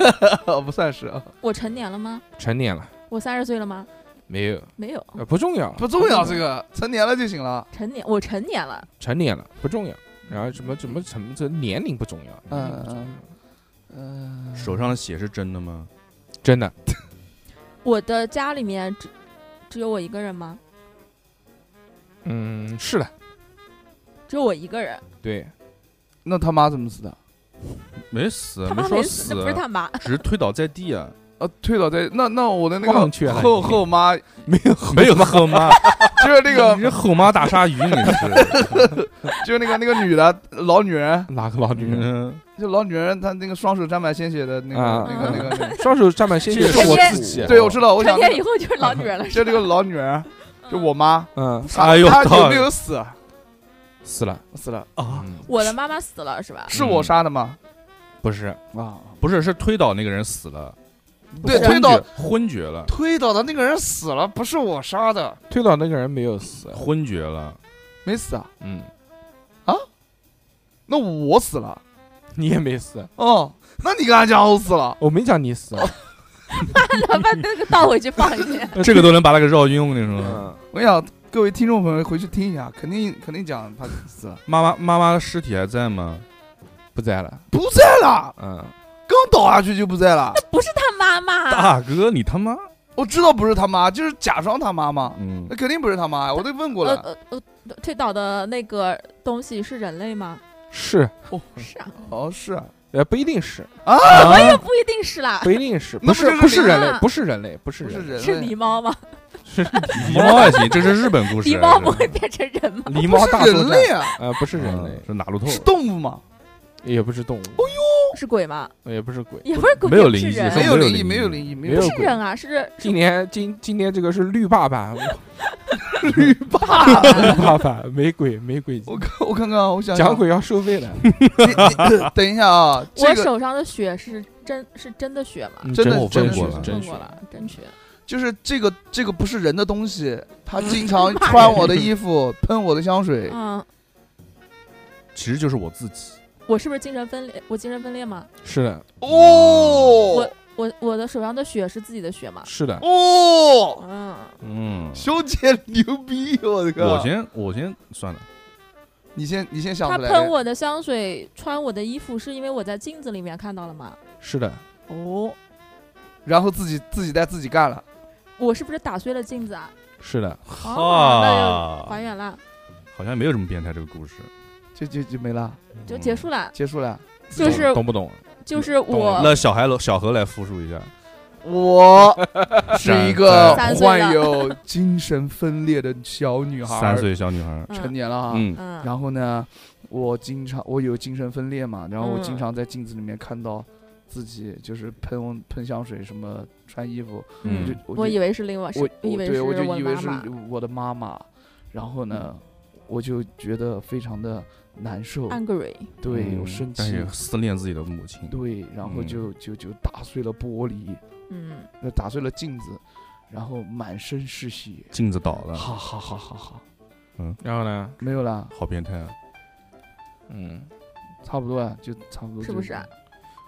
[SPEAKER 2] [LAUGHS] 不算是啊，
[SPEAKER 4] 我成年了吗？
[SPEAKER 1] 成年了，
[SPEAKER 4] 我三十岁了吗？
[SPEAKER 1] 没有，
[SPEAKER 4] 没有，
[SPEAKER 1] 呃，不重要，
[SPEAKER 2] 不重 [LAUGHS] 要，这个成年了就行了。
[SPEAKER 4] 成年，我成年了。
[SPEAKER 1] 成年了不重要，然后什么什么什么这年龄不重要，年龄不重要
[SPEAKER 2] 嗯嗯、
[SPEAKER 3] 手上的血是真的吗？
[SPEAKER 1] 真的
[SPEAKER 4] 我的家里面只只有我一个人吗？
[SPEAKER 1] 嗯，是的，
[SPEAKER 4] 只有我一个人，
[SPEAKER 1] 对，
[SPEAKER 2] 那他妈怎么死的？
[SPEAKER 3] 没死，啊
[SPEAKER 4] 他
[SPEAKER 3] 没
[SPEAKER 4] 妈
[SPEAKER 3] 说
[SPEAKER 4] 没死，
[SPEAKER 3] 死
[SPEAKER 4] 那，不是他妈，
[SPEAKER 3] 只是推倒在地啊，
[SPEAKER 2] 啊，推倒在那那我的那
[SPEAKER 1] 忘却
[SPEAKER 2] 个
[SPEAKER 1] 了
[SPEAKER 2] 后
[SPEAKER 1] 已经
[SPEAKER 2] 后妈，就
[SPEAKER 1] [LAUGHS] 没有
[SPEAKER 3] 没有后妈，
[SPEAKER 2] 是那个
[SPEAKER 3] 你是后妈
[SPEAKER 1] [LAUGHS]
[SPEAKER 3] 大鲨鱼，你是，
[SPEAKER 2] 就是那个那个女的老女人，
[SPEAKER 1] 哪个老女人？
[SPEAKER 3] [LAUGHS] 嗯
[SPEAKER 2] 就老女人她那个双手沾满鲜血的那
[SPEAKER 1] 啊
[SPEAKER 2] 个那个那个那个，
[SPEAKER 1] 双手沾满鲜血
[SPEAKER 3] 这
[SPEAKER 1] 是我
[SPEAKER 4] 成
[SPEAKER 1] 自己，
[SPEAKER 2] 对我知道，我
[SPEAKER 4] 成
[SPEAKER 2] 想
[SPEAKER 4] 年以后就是老女人
[SPEAKER 2] [LAUGHS]
[SPEAKER 4] 了，
[SPEAKER 2] 就这个老女人，就我妈，
[SPEAKER 1] 嗯，
[SPEAKER 2] 她
[SPEAKER 3] 哎呦
[SPEAKER 2] 她有
[SPEAKER 3] 操
[SPEAKER 2] 没有死？啊
[SPEAKER 1] 死了
[SPEAKER 2] 死了，
[SPEAKER 3] 啊，
[SPEAKER 1] 嗯
[SPEAKER 4] 我的妈妈死了是吧？ [LAUGHS]
[SPEAKER 2] 是我杀的吗？
[SPEAKER 1] 不是，
[SPEAKER 2] 嗯啊，
[SPEAKER 3] 不是，是推倒那个人死了，
[SPEAKER 2] 对，
[SPEAKER 1] 昏
[SPEAKER 2] 推倒
[SPEAKER 1] 厥
[SPEAKER 3] 昏厥了，
[SPEAKER 2] 推倒的那个人死了，不是我杀的，
[SPEAKER 1] 推倒那个人没有死，
[SPEAKER 3] 昏厥了，
[SPEAKER 2] 没死啊，
[SPEAKER 1] 嗯，
[SPEAKER 2] 那我死了。
[SPEAKER 1] 你也没死，
[SPEAKER 2] 哦，那你跟他讲我死了，
[SPEAKER 1] 我没讲你死，
[SPEAKER 4] 老把那个倒回去放一
[SPEAKER 3] [LAUGHS]
[SPEAKER 4] 下。
[SPEAKER 3] 这个都能把那个绕晕，我跟你说。
[SPEAKER 1] 嗯，
[SPEAKER 2] 我跟你讲，各位听众朋友回去听一下，肯定肯定讲他死了，
[SPEAKER 3] 妈妈妈妈的尸体还在吗？
[SPEAKER 1] 不在了，
[SPEAKER 2] 不在了，
[SPEAKER 1] 嗯，
[SPEAKER 2] 刚倒下去就不在了。
[SPEAKER 4] 不是他妈妈，
[SPEAKER 3] [LAUGHS] 大哥，你他妈，
[SPEAKER 2] 我知道不是他妈，就是假装他妈嘛，
[SPEAKER 3] 嗯
[SPEAKER 2] 那，肯定不是他妈，我都问过
[SPEAKER 4] 呃
[SPEAKER 2] 了。
[SPEAKER 4] 呃呃，推倒的那个东西是人类吗？
[SPEAKER 1] 是，
[SPEAKER 4] 是啊，
[SPEAKER 2] 哦，是啊，
[SPEAKER 1] 呃，不一定是，啊
[SPEAKER 4] 我也不一定是啦，
[SPEAKER 1] 不一定是，
[SPEAKER 2] 那
[SPEAKER 1] 不
[SPEAKER 2] 不
[SPEAKER 1] 是
[SPEAKER 2] 就是
[SPEAKER 1] 不是
[SPEAKER 4] 人
[SPEAKER 1] 人
[SPEAKER 4] 啊
[SPEAKER 1] 类，不是人类，不是
[SPEAKER 2] 不是
[SPEAKER 1] 人类，
[SPEAKER 2] 人
[SPEAKER 4] 是
[SPEAKER 2] 类啊
[SPEAKER 4] 狸猫吗？
[SPEAKER 1] 是
[SPEAKER 3] 狸猫还行，这是日本故
[SPEAKER 4] [LAUGHS]
[SPEAKER 3] 事。
[SPEAKER 4] 狸猫不会变成人吗？
[SPEAKER 1] 狸猫大
[SPEAKER 2] 不是
[SPEAKER 1] 作
[SPEAKER 2] 人
[SPEAKER 1] 战
[SPEAKER 2] 类，啊，
[SPEAKER 1] 呃，不是
[SPEAKER 3] 是
[SPEAKER 1] 人
[SPEAKER 3] 人
[SPEAKER 1] 类
[SPEAKER 3] 类，，是哪路透？
[SPEAKER 2] 是动物嘛，
[SPEAKER 1] 也不是动物，呃
[SPEAKER 4] 是鬼吗？
[SPEAKER 1] 也不是鬼。
[SPEAKER 4] 也不是鬼，
[SPEAKER 3] 没有
[SPEAKER 4] 也不
[SPEAKER 3] 灵
[SPEAKER 4] 是
[SPEAKER 3] 异
[SPEAKER 4] 人啊
[SPEAKER 3] 是
[SPEAKER 2] 没
[SPEAKER 3] 吧
[SPEAKER 2] 有
[SPEAKER 3] 没有
[SPEAKER 2] 灵异，
[SPEAKER 3] 灵
[SPEAKER 2] 没
[SPEAKER 3] 异
[SPEAKER 2] 有灵异，没
[SPEAKER 1] 没
[SPEAKER 2] 有
[SPEAKER 1] 有
[SPEAKER 4] 是
[SPEAKER 1] 鬼
[SPEAKER 4] 人啊，是
[SPEAKER 1] 今年今今年这个是绿霸版， [LAUGHS]
[SPEAKER 2] 绿霸。
[SPEAKER 1] 绿霸版没鬼没鬼，
[SPEAKER 2] 我看我看看啊，我想想
[SPEAKER 1] 讲鬼要收费了，
[SPEAKER 2] 你你等一下啊，这
[SPEAKER 4] 我
[SPEAKER 2] 个
[SPEAKER 4] 手上的血是真是真的血吗？
[SPEAKER 1] 嗯
[SPEAKER 2] 真的
[SPEAKER 1] 我
[SPEAKER 3] 真
[SPEAKER 1] 问
[SPEAKER 3] 的
[SPEAKER 1] 过
[SPEAKER 3] 是
[SPEAKER 1] 了，
[SPEAKER 4] 问
[SPEAKER 1] 真
[SPEAKER 4] 过
[SPEAKER 1] 是
[SPEAKER 4] 了，真血。
[SPEAKER 2] 就是这个这个不是人的东西，他经常穿我的衣服，喷我的香水，
[SPEAKER 4] 嗯，
[SPEAKER 3] 其实就是我自己。
[SPEAKER 4] 我是不是精神分裂？我精神分裂吗？
[SPEAKER 1] 是的，
[SPEAKER 2] 哦
[SPEAKER 4] 我我我的手上的血是自己的血吗？
[SPEAKER 1] 是的，
[SPEAKER 2] 哦，
[SPEAKER 4] 嗯，
[SPEAKER 3] 嗯，
[SPEAKER 2] 熊姐牛逼，我的
[SPEAKER 3] 我
[SPEAKER 2] 个！
[SPEAKER 3] 先我先算了，
[SPEAKER 2] 你先你先想
[SPEAKER 4] 他
[SPEAKER 2] 不来。
[SPEAKER 4] 喷我的香水，穿我的衣服，是因为我在镜子里面看到了吗？
[SPEAKER 1] 是的，
[SPEAKER 4] 哦，
[SPEAKER 2] 然后自己自己带自己干了。
[SPEAKER 4] 我是不是打碎了镜子啊？
[SPEAKER 1] 是的，
[SPEAKER 4] 哦，那
[SPEAKER 3] 啊
[SPEAKER 4] 就还原了，
[SPEAKER 3] 好像没有这么变态这个故事，
[SPEAKER 2] 就就就没了，
[SPEAKER 3] 嗯
[SPEAKER 4] 就结束了。
[SPEAKER 2] 结束了。
[SPEAKER 1] 嗯。
[SPEAKER 4] 就是
[SPEAKER 1] 懂不懂？
[SPEAKER 4] 就是
[SPEAKER 1] 懂
[SPEAKER 4] 我
[SPEAKER 3] 那小孩楼小何来复述一下，
[SPEAKER 2] 我是一个
[SPEAKER 4] 三岁了
[SPEAKER 2] 患有精神分裂的小女孩，
[SPEAKER 3] 三岁小女孩，
[SPEAKER 4] 嗯
[SPEAKER 2] 成年了啊。
[SPEAKER 3] 嗯，
[SPEAKER 4] 嗯
[SPEAKER 2] 然后呢，我经常我有精神分裂嘛，然后我经
[SPEAKER 4] 嗯
[SPEAKER 2] 常在镜子里面看到自己就是喷喷香水什么穿衣服，
[SPEAKER 3] 嗯
[SPEAKER 2] 我就
[SPEAKER 4] 我
[SPEAKER 2] 就
[SPEAKER 4] 以为是另外，是
[SPEAKER 2] 我
[SPEAKER 4] 以
[SPEAKER 2] 我
[SPEAKER 4] 为
[SPEAKER 2] 对
[SPEAKER 4] 是
[SPEAKER 2] 我就以为
[SPEAKER 4] 妈
[SPEAKER 2] 是
[SPEAKER 4] 妈。
[SPEAKER 2] 我的妈妈，然后
[SPEAKER 3] 嗯
[SPEAKER 2] 呢，我就觉得非常的难受，
[SPEAKER 4] angry，
[SPEAKER 2] 对
[SPEAKER 3] 嗯
[SPEAKER 2] 我生
[SPEAKER 3] 但
[SPEAKER 2] 气
[SPEAKER 3] 是，思念自己的母亲，
[SPEAKER 2] 对，然后
[SPEAKER 3] 嗯
[SPEAKER 2] 就就就打碎了玻璃，
[SPEAKER 4] 嗯，
[SPEAKER 2] 那打碎了镜子，然后满身是血，
[SPEAKER 3] 镜子倒了，
[SPEAKER 2] 哈哈哈哈哈，
[SPEAKER 1] 然后呢？
[SPEAKER 2] 没有啦，
[SPEAKER 3] 好变态啊！
[SPEAKER 1] 嗯，
[SPEAKER 2] 差不多啊，就差不多
[SPEAKER 4] 是
[SPEAKER 2] 就
[SPEAKER 4] 不是啊？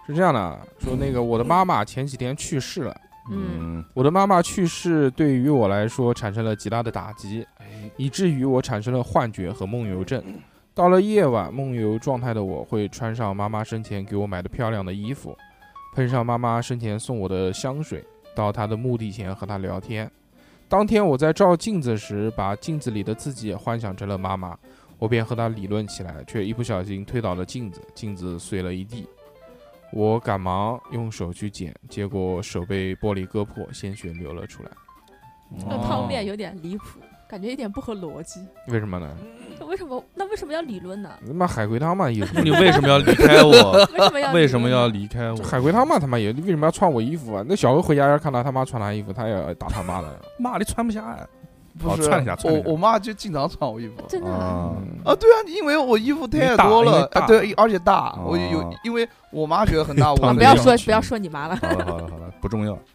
[SPEAKER 1] 是这样的，啊说那个我的妈妈前几天去世了，
[SPEAKER 4] 嗯
[SPEAKER 3] 嗯，
[SPEAKER 1] 我的妈妈去世对于我来说产生了极大的打击，哎以至于我产生了幻觉和梦游症。到了夜晚梦游状态的我，会穿上妈妈生前给我买的漂亮的衣服，喷上妈妈生前送我的香水，到她的墓地前和她聊天。当天我在照镜子时，把镜子里的自己幻想成了妈妈，我便和她理论起来，却一不小心推倒了镜子，镜子碎了一地。我赶忙用手去捡，结果手被玻璃割破，鲜血流了出来。
[SPEAKER 3] 嗯
[SPEAKER 4] 那
[SPEAKER 1] 哦
[SPEAKER 4] 汤面有点离谱，感觉有点不合逻辑。
[SPEAKER 1] 为什么呢？
[SPEAKER 3] 嗯
[SPEAKER 4] 那为什么？那为什么要理论呢？
[SPEAKER 1] 他妈海龟汤嘛，有
[SPEAKER 3] 那 [LAUGHS] 你为什么要离开
[SPEAKER 4] [LAUGHS]
[SPEAKER 3] 我？
[SPEAKER 4] 为什么要理论
[SPEAKER 3] [LAUGHS]
[SPEAKER 4] 呢？
[SPEAKER 3] 为什么要离开我？
[SPEAKER 1] 海龟汤嘛，他妈有，你为什么要穿我衣服啊？那小何回家要看到他妈穿他衣服，他也要打他妈的。
[SPEAKER 3] 妈，你穿不下啊！
[SPEAKER 2] 不
[SPEAKER 3] 哦
[SPEAKER 2] 是，
[SPEAKER 3] 窜一下窜一下
[SPEAKER 2] 我我妈就经常穿我衣服。
[SPEAKER 4] 真的啊？
[SPEAKER 3] 啊
[SPEAKER 1] 嗯
[SPEAKER 2] 啊，对啊，因为我衣服太
[SPEAKER 3] 大
[SPEAKER 2] 多
[SPEAKER 3] 因为
[SPEAKER 2] 了，
[SPEAKER 3] 大
[SPEAKER 2] 啊对，而且大，我有
[SPEAKER 3] 哦，
[SPEAKER 2] 因为我妈觉得很
[SPEAKER 3] [LAUGHS]
[SPEAKER 2] 大，
[SPEAKER 3] 胖
[SPEAKER 2] 我
[SPEAKER 4] 不
[SPEAKER 3] 子
[SPEAKER 4] 要
[SPEAKER 3] 一样
[SPEAKER 4] 说不要说你妈了，
[SPEAKER 3] 啊好了好了好了，不重要。
[SPEAKER 2] [LAUGHS]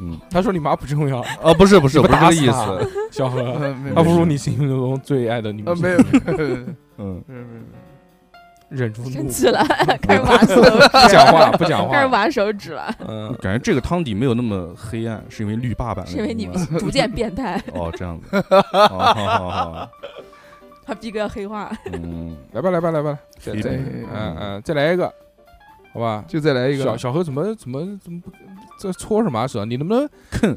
[SPEAKER 3] 嗯，
[SPEAKER 1] 他说你妈不重要，
[SPEAKER 3] 啊，不是不是
[SPEAKER 1] 你不
[SPEAKER 3] 不是这
[SPEAKER 1] 打
[SPEAKER 3] 个
[SPEAKER 1] 死
[SPEAKER 3] 意
[SPEAKER 1] 他
[SPEAKER 3] 思，
[SPEAKER 1] [LAUGHS] 小
[SPEAKER 3] [LAUGHS]
[SPEAKER 1] 何，
[SPEAKER 2] 呃没有
[SPEAKER 1] 他不如你心目中最爱的女
[SPEAKER 2] 呃
[SPEAKER 1] 明
[SPEAKER 2] 没
[SPEAKER 1] 星
[SPEAKER 2] 有，没有没有没有
[SPEAKER 3] 嗯，
[SPEAKER 2] 没有没有
[SPEAKER 1] 忍住
[SPEAKER 4] 生
[SPEAKER 1] 怒，
[SPEAKER 4] 气了，开始玩手指，
[SPEAKER 1] 不讲话不讲
[SPEAKER 4] 开始
[SPEAKER 1] 话。
[SPEAKER 4] 玩手指了，
[SPEAKER 1] 嗯，
[SPEAKER 3] 感觉这个汤底没有那么黑暗，是因为绿霸版的
[SPEAKER 4] 是因为你
[SPEAKER 3] 原因吗
[SPEAKER 4] 逐渐变态，
[SPEAKER 3] 哦这样
[SPEAKER 1] [LAUGHS]
[SPEAKER 3] 子，哦好好好，
[SPEAKER 4] 把逼哥黑化。
[SPEAKER 3] 嗯，
[SPEAKER 1] 来吧来吧来吧，再
[SPEAKER 3] 黑
[SPEAKER 1] 再
[SPEAKER 3] 白
[SPEAKER 1] 嗯嗯，再来一个，好吧？
[SPEAKER 2] 就再来一
[SPEAKER 1] 小
[SPEAKER 2] 个，
[SPEAKER 1] [LAUGHS] 小何怎么怎么怎么不这搓什么啊手啊？你能不能
[SPEAKER 3] 坑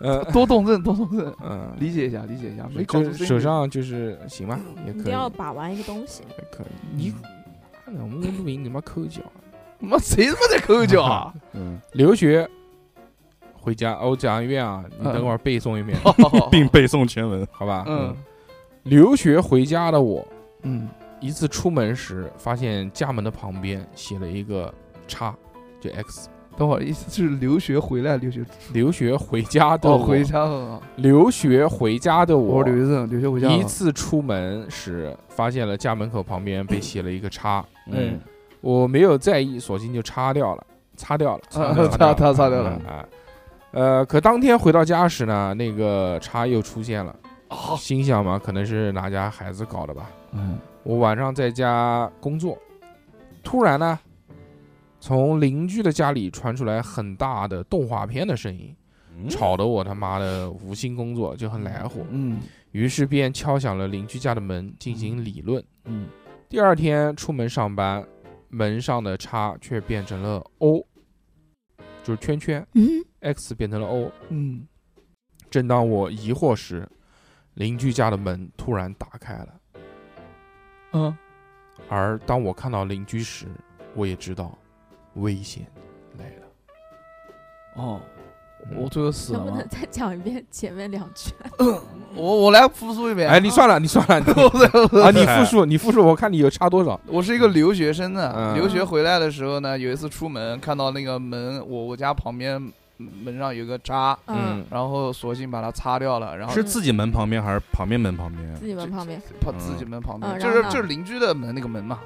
[SPEAKER 1] 嗯
[SPEAKER 2] 多动症，多动症，
[SPEAKER 1] 嗯，
[SPEAKER 2] 理解一下，理解一下，没搞
[SPEAKER 1] 就
[SPEAKER 2] 出声
[SPEAKER 1] 是手
[SPEAKER 2] 音
[SPEAKER 1] 上就是行吧，也
[SPEAKER 5] 一
[SPEAKER 1] 可
[SPEAKER 5] 定
[SPEAKER 1] 以，
[SPEAKER 5] 要把玩一个东西。
[SPEAKER 1] 也可以。嗯你妈的，我们录音你妈抠脚，啊
[SPEAKER 2] 妈谁他妈在抠脚
[SPEAKER 3] [LAUGHS]
[SPEAKER 2] 啊？
[SPEAKER 3] 嗯，
[SPEAKER 1] 留学回家，哦我讲一遍啊，你等会儿背诵一遍，
[SPEAKER 3] 并背诵全文。
[SPEAKER 1] 好吧？
[SPEAKER 2] 哦嗯
[SPEAKER 1] 留学回家的我，
[SPEAKER 2] 嗯，
[SPEAKER 1] 一次出门时发现家门的旁边写了一个叉，就 X。
[SPEAKER 2] 等会儿意思是留学回来，留学
[SPEAKER 1] 留学回家哦的
[SPEAKER 2] 哦
[SPEAKER 1] 我，
[SPEAKER 2] 回家了，
[SPEAKER 1] 留学回家的
[SPEAKER 2] 我
[SPEAKER 1] 我，
[SPEAKER 2] 留学生，留学回家了
[SPEAKER 1] 一次出门时发现了家门口旁边被写了一个叉，
[SPEAKER 3] 嗯，
[SPEAKER 1] 我没有在意，索性就擦掉了，擦掉了，
[SPEAKER 2] 啊
[SPEAKER 1] 掉了
[SPEAKER 2] [LAUGHS] 擦擦擦掉
[SPEAKER 3] 了
[SPEAKER 1] 啊。呃，可当天回到家时呢，那个叉又出现了，
[SPEAKER 2] 啊
[SPEAKER 1] 心想嘛，可能是哪家孩子搞的吧。
[SPEAKER 2] 嗯
[SPEAKER 1] 我晚上在家工作，突然呢，从邻居的家里传出来很大的动画片的声音，吵得我他妈的无心工作，就很来火。
[SPEAKER 2] 嗯
[SPEAKER 1] 于是便敲响了邻居家的门进行理论。
[SPEAKER 2] 嗯，
[SPEAKER 1] 第二天出门上班，门上的叉却变成了 O，就是圈圈
[SPEAKER 5] 嗯，
[SPEAKER 1] ，X 变成了 O。
[SPEAKER 2] 嗯，
[SPEAKER 1] 正当我疑惑时，邻居家的门突然打开了，
[SPEAKER 2] 嗯，
[SPEAKER 1] 而当我看到邻居时，我也知道危险来了。
[SPEAKER 2] 哦，
[SPEAKER 1] 嗯
[SPEAKER 2] 我最后死了
[SPEAKER 4] 能不
[SPEAKER 2] 吗
[SPEAKER 4] 能？再讲一遍前面两句？
[SPEAKER 2] 我我来复述一遍。
[SPEAKER 1] 哎，你算了，你算了，你啊，你复述，你复述，我看你有差多少。
[SPEAKER 2] [LAUGHS] 我是一个留学生呢，
[SPEAKER 1] 嗯
[SPEAKER 2] 留学回来的时候呢，有一次出门看到那个门，我我家旁边门上有个渣，
[SPEAKER 4] 嗯，
[SPEAKER 2] 然后索性把它擦掉了，然后
[SPEAKER 3] 是自己门旁边还是旁边门旁边？
[SPEAKER 4] 自己门旁边，
[SPEAKER 2] 跑自己门旁边，就
[SPEAKER 4] 嗯
[SPEAKER 2] 是
[SPEAKER 4] 然后呢
[SPEAKER 2] 就是邻居的门那个门
[SPEAKER 1] [COUGHS]
[SPEAKER 2] 嘛。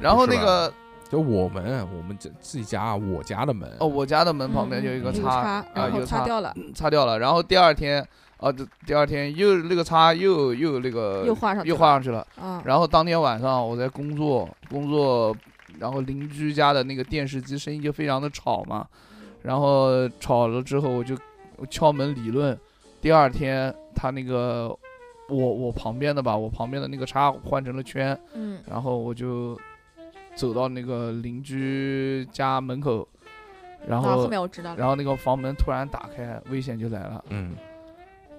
[SPEAKER 2] 然后那个
[SPEAKER 1] 就我们，哎我们这自己家，我家的门。
[SPEAKER 2] 哦，我家的门旁边
[SPEAKER 4] 嗯
[SPEAKER 2] 有一个
[SPEAKER 4] 有
[SPEAKER 2] 叉
[SPEAKER 4] 叉，
[SPEAKER 2] 啊
[SPEAKER 4] 然，后
[SPEAKER 2] 有
[SPEAKER 4] 擦掉了，
[SPEAKER 2] 擦掉了。然后第二天，啊，这第二天又那个叉又又那个
[SPEAKER 4] 又画上
[SPEAKER 2] 呃
[SPEAKER 4] 去
[SPEAKER 2] 又
[SPEAKER 4] 了
[SPEAKER 2] 画上去了。
[SPEAKER 4] 啊，
[SPEAKER 2] 然后当天晚上我在工作，工作，然后邻居家的那个电视机声音就非常的吵嘛，
[SPEAKER 4] 嗯
[SPEAKER 2] 然后吵了之后我就我敲门理论，第二天他那个我我旁边的吧，我旁边的那个叉换成了圈，
[SPEAKER 4] 嗯，
[SPEAKER 2] 然后我就走到那个邻居家门口，然
[SPEAKER 4] 然
[SPEAKER 2] 后
[SPEAKER 4] 后面我知道了，
[SPEAKER 2] 然后那个房门突然打开，危险就来了，
[SPEAKER 1] 嗯，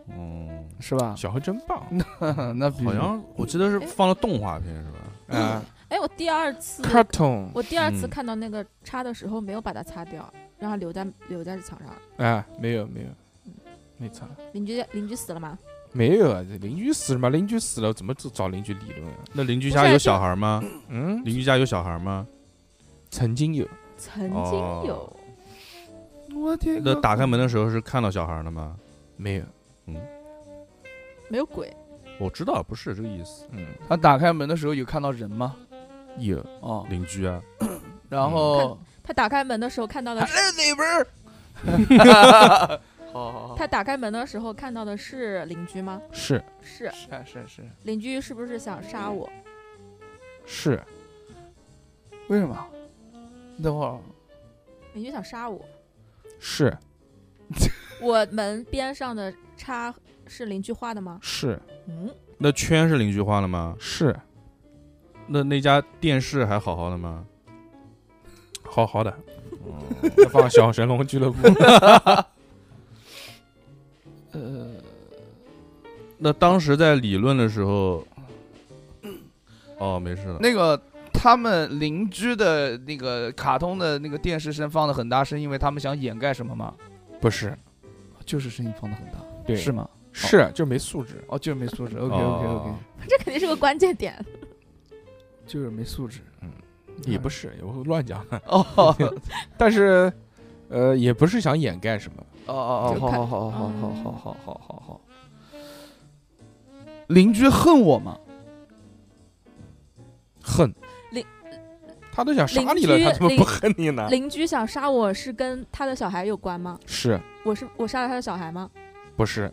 [SPEAKER 3] 嗯，
[SPEAKER 2] 是吧？
[SPEAKER 1] 小黑真棒
[SPEAKER 2] [LAUGHS] 那必须
[SPEAKER 3] 好像我记得是放了动画片是吧？
[SPEAKER 2] 嗯
[SPEAKER 1] 啊
[SPEAKER 4] 哎，我第二次
[SPEAKER 1] ，cartoon
[SPEAKER 4] 我第二次
[SPEAKER 3] 嗯
[SPEAKER 4] 看到那个叉的时候，没有把它擦掉，让它留在留在墙上。
[SPEAKER 1] 啊，没有没有，没擦，
[SPEAKER 4] 邻居邻居死了吗？
[SPEAKER 1] 没有啊，这邻居死了嘛，邻居死了怎么找找邻居理论啊？
[SPEAKER 3] 那邻居家有小孩吗？
[SPEAKER 1] 嗯，
[SPEAKER 3] 邻居家有小孩吗？
[SPEAKER 1] 曾经有，
[SPEAKER 4] 曾
[SPEAKER 3] 哦
[SPEAKER 4] 经有，
[SPEAKER 2] 我天
[SPEAKER 3] 那打开门的时候是看到小孩了吗？
[SPEAKER 1] 没有，
[SPEAKER 4] 没有鬼，
[SPEAKER 3] 我知道不是这个意思，
[SPEAKER 1] 嗯，
[SPEAKER 2] 他打开门的时候有看到人吗？
[SPEAKER 1] 有，
[SPEAKER 2] 哦，
[SPEAKER 3] 邻居啊，
[SPEAKER 2] 然后。
[SPEAKER 4] 他打开门的时候看到的，
[SPEAKER 2] Hello neighbor [LAUGHS] 好好好，
[SPEAKER 4] 他打开门的时候看到的是邻居吗？
[SPEAKER 1] 是
[SPEAKER 4] 是
[SPEAKER 2] 是是是，
[SPEAKER 4] 邻居是不是想杀我？
[SPEAKER 1] 是，
[SPEAKER 2] 为什么？等会儿
[SPEAKER 4] 邻居想杀我，
[SPEAKER 1] 是
[SPEAKER 4] 我门边上的叉是邻居画的吗？
[SPEAKER 1] 是
[SPEAKER 4] 嗯， [LAUGHS]
[SPEAKER 3] 那圈是邻居画的吗？
[SPEAKER 1] 是，
[SPEAKER 3] 那那家电视还好好的吗？
[SPEAKER 1] 好好的，再哦放小神龙俱乐部， [LAUGHS]
[SPEAKER 2] 呃，
[SPEAKER 3] 那当时在理论的时候，哦，没事了。
[SPEAKER 2] 那个他们邻居的那个卡通的那个电视声放的很大，是因为他们想掩盖什么吗？
[SPEAKER 1] 不是，
[SPEAKER 2] 就是声音放的很大，
[SPEAKER 1] 对，
[SPEAKER 2] 是吗？
[SPEAKER 1] 是，就没素质，
[SPEAKER 2] 哦，就是没素质。OK OK OK，
[SPEAKER 3] 哦
[SPEAKER 4] 这肯定是个关键点。
[SPEAKER 2] 就是没素质。
[SPEAKER 1] 嗯，也不是，我乱讲，啊
[SPEAKER 2] 哦哦哦
[SPEAKER 1] 但是，呃，也不是想掩盖什么，
[SPEAKER 2] 哦，哦
[SPEAKER 4] 就
[SPEAKER 2] 好
[SPEAKER 4] 看
[SPEAKER 2] 好好好好好好好好好好。邻居恨我吗？
[SPEAKER 1] 恨
[SPEAKER 4] 邻，
[SPEAKER 1] 他都想杀你了，
[SPEAKER 4] 邻居
[SPEAKER 1] 他怎么
[SPEAKER 4] 邻
[SPEAKER 1] 不恨你
[SPEAKER 3] 啊
[SPEAKER 1] 呢？
[SPEAKER 4] 邻居想杀我是跟他的小孩有关吗？
[SPEAKER 1] 是
[SPEAKER 4] 我是我杀了他的小孩吗？
[SPEAKER 1] 不是？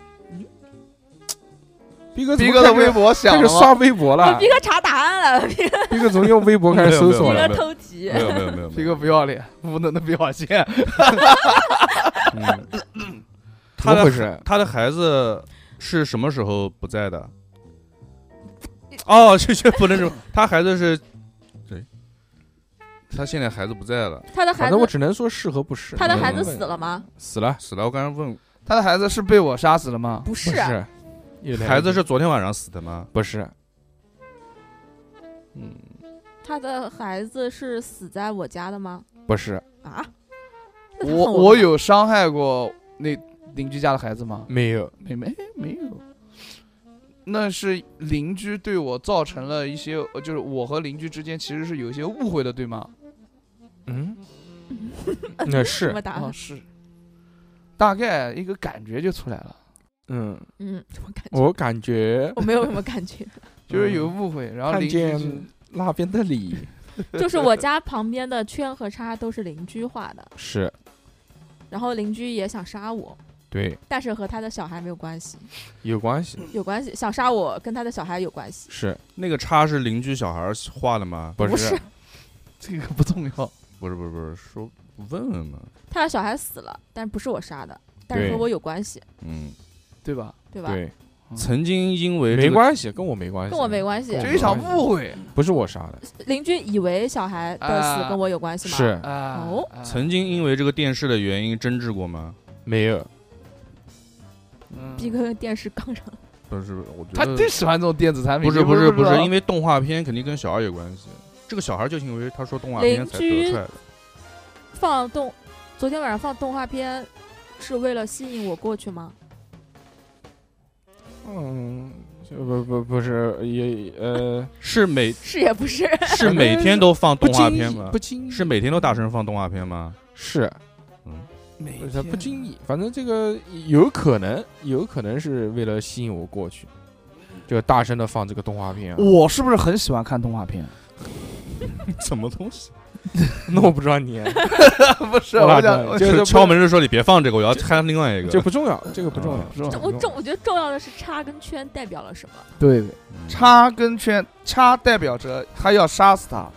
[SPEAKER 1] 逼哥
[SPEAKER 2] [LAUGHS]
[SPEAKER 1] 怎
[SPEAKER 2] 逼
[SPEAKER 1] 么
[SPEAKER 2] 哥的
[SPEAKER 1] 开始
[SPEAKER 2] 微博
[SPEAKER 1] 开
[SPEAKER 2] 响
[SPEAKER 1] 始
[SPEAKER 2] 了
[SPEAKER 1] 刷
[SPEAKER 2] 吗？
[SPEAKER 1] 微博
[SPEAKER 4] 我
[SPEAKER 1] 了，
[SPEAKER 4] [LAUGHS] 逼哥查答案了， [LAUGHS] 逼
[SPEAKER 1] 逼哥从用微博开始搜索
[SPEAKER 3] 没
[SPEAKER 1] 了
[SPEAKER 3] 有
[SPEAKER 4] [LAUGHS] 哥
[SPEAKER 3] 没有
[SPEAKER 4] 偷题。
[SPEAKER 3] 没有没有没有，
[SPEAKER 2] [LAUGHS]
[SPEAKER 3] 没
[SPEAKER 2] 逼
[SPEAKER 3] 有
[SPEAKER 2] 哥不要脸，无能的表现。
[SPEAKER 3] 嗯
[SPEAKER 1] 怎么
[SPEAKER 3] 他
[SPEAKER 1] 回
[SPEAKER 3] 的
[SPEAKER 1] 事？
[SPEAKER 3] 他的孩子是什么时候不在的？
[SPEAKER 2] 嗯
[SPEAKER 3] 哦， [LAUGHS] 这这不能是他孩子是，对，他现在孩子不在了，
[SPEAKER 4] 他的孩
[SPEAKER 1] 反
[SPEAKER 4] 子
[SPEAKER 1] 正我，只能说是和不是。
[SPEAKER 4] 他的孩
[SPEAKER 1] 嗯
[SPEAKER 4] 子死了吗？
[SPEAKER 1] 死了，
[SPEAKER 3] 死了。我刚才问
[SPEAKER 2] [LAUGHS] 他的孩子是被我杀死的吗？
[SPEAKER 4] 不
[SPEAKER 1] 不
[SPEAKER 4] 是，啊
[SPEAKER 1] 是，又来一
[SPEAKER 3] 孩子
[SPEAKER 1] 个
[SPEAKER 3] 是昨天晚上死的吗？
[SPEAKER 1] 不是？
[SPEAKER 3] 嗯，
[SPEAKER 4] 他的孩子是死在我家的吗？
[SPEAKER 1] 不是，
[SPEAKER 4] 啊？那他
[SPEAKER 2] 我
[SPEAKER 4] 恨
[SPEAKER 2] 我
[SPEAKER 4] 吗
[SPEAKER 2] 有伤害过那邻居家的孩子吗？
[SPEAKER 1] 没有，
[SPEAKER 2] 没没没有，那是邻居对我造成了一些，呃就是我和邻居之间其实是有一些误会的，对吗？
[SPEAKER 4] [LAUGHS]
[SPEAKER 1] 嗯，那
[SPEAKER 4] 什
[SPEAKER 1] 是
[SPEAKER 4] 么，答
[SPEAKER 2] 啊，
[SPEAKER 4] 案？
[SPEAKER 2] 是，大概一个感觉就出来了，
[SPEAKER 1] 嗯，
[SPEAKER 4] 嗯，什么感觉？
[SPEAKER 1] 我感觉
[SPEAKER 4] 我没有什么感觉，
[SPEAKER 2] 就是有误会，然后
[SPEAKER 1] 看
[SPEAKER 2] 邻居就
[SPEAKER 1] 见那边的你，
[SPEAKER 4] 就是我家旁边的圈和叉都是邻居画的，
[SPEAKER 1] 是
[SPEAKER 4] 然后邻居也想杀我，
[SPEAKER 1] 对，
[SPEAKER 4] 但是和他的小孩没有关系，
[SPEAKER 1] 有关系，
[SPEAKER 4] 有关系，想杀我跟他的小孩有关系，
[SPEAKER 1] 是
[SPEAKER 3] 那个叉是邻居小孩儿画的吗？
[SPEAKER 1] 不
[SPEAKER 4] 不
[SPEAKER 1] 是
[SPEAKER 4] 是？
[SPEAKER 2] 这个不重要，
[SPEAKER 3] 不是不是不是，说问问嘛。
[SPEAKER 4] 他的小孩死了，但不是我杀的，但是
[SPEAKER 1] 对
[SPEAKER 4] 和我有关系，
[SPEAKER 3] 嗯，
[SPEAKER 2] 对吧？
[SPEAKER 4] 对吧？
[SPEAKER 1] 对，
[SPEAKER 3] 曾经因为这
[SPEAKER 1] 没
[SPEAKER 3] 个
[SPEAKER 1] 关系，跟我没关系，
[SPEAKER 4] 跟我没关系
[SPEAKER 1] 跟我
[SPEAKER 2] 就
[SPEAKER 1] 没
[SPEAKER 2] 一场
[SPEAKER 1] 关系
[SPEAKER 2] 误会
[SPEAKER 1] 不是我杀的，
[SPEAKER 4] 邻居以为小孩的死
[SPEAKER 2] 啊
[SPEAKER 4] 跟我有关系吗？
[SPEAKER 1] 是
[SPEAKER 2] 啊，
[SPEAKER 4] 哦
[SPEAKER 2] 啊
[SPEAKER 3] 曾经因为这个电视的原因争执过吗？
[SPEAKER 1] 没有，
[SPEAKER 2] 嗯
[SPEAKER 4] 逼哥跟电视杠上了，
[SPEAKER 3] 不是，我觉
[SPEAKER 2] 他
[SPEAKER 3] 得
[SPEAKER 2] 最喜欢这种电子产品，
[SPEAKER 3] 不是
[SPEAKER 2] 你
[SPEAKER 3] 不
[SPEAKER 2] 是
[SPEAKER 3] 是不
[SPEAKER 2] 知
[SPEAKER 3] 是，
[SPEAKER 2] 道
[SPEAKER 3] 因为动画片肯定跟小孩有关系。这个小孩就是因为他说动画片才
[SPEAKER 4] 邻
[SPEAKER 3] 得
[SPEAKER 4] 居
[SPEAKER 3] 出来的。
[SPEAKER 4] 放动，昨天晚上放动画片是为了吸引我过去吗？
[SPEAKER 1] 嗯，就不不不是也呃，[LAUGHS]
[SPEAKER 3] 是每
[SPEAKER 4] 是也不 [LAUGHS] 是，
[SPEAKER 3] 是每天都放动画片吗
[SPEAKER 1] 不？经意
[SPEAKER 3] 是每天都大声放动画
[SPEAKER 1] [LAUGHS]
[SPEAKER 3] 片吗？
[SPEAKER 1] 是
[SPEAKER 2] 每
[SPEAKER 1] 不是
[SPEAKER 2] 天
[SPEAKER 1] 不经意，反正这个有可能，有可能是为了吸引我过去，
[SPEAKER 3] 嗯
[SPEAKER 1] 就大声的放这个动画片啊。
[SPEAKER 2] 我是不是很喜欢看动画片？
[SPEAKER 3] 什么东西？
[SPEAKER 1] [LAUGHS] 那我不知道你，
[SPEAKER 2] [LAUGHS] 不是，
[SPEAKER 1] 我
[SPEAKER 2] 我想
[SPEAKER 1] 哪知道
[SPEAKER 2] 我
[SPEAKER 1] 就
[SPEAKER 3] [LAUGHS] 就是是
[SPEAKER 1] 不
[SPEAKER 3] 敲门的时候你别放这个，我要看另外一个。
[SPEAKER 1] 这不重要，这个不重要
[SPEAKER 3] 啊。
[SPEAKER 2] 是吧
[SPEAKER 1] 这个
[SPEAKER 4] 我
[SPEAKER 1] 不重
[SPEAKER 4] 重我觉得重要的是叉跟圈代表了什么？
[SPEAKER 2] 对
[SPEAKER 3] 嗯
[SPEAKER 2] 叉跟圈，叉代表着他要杀死他，
[SPEAKER 1] 要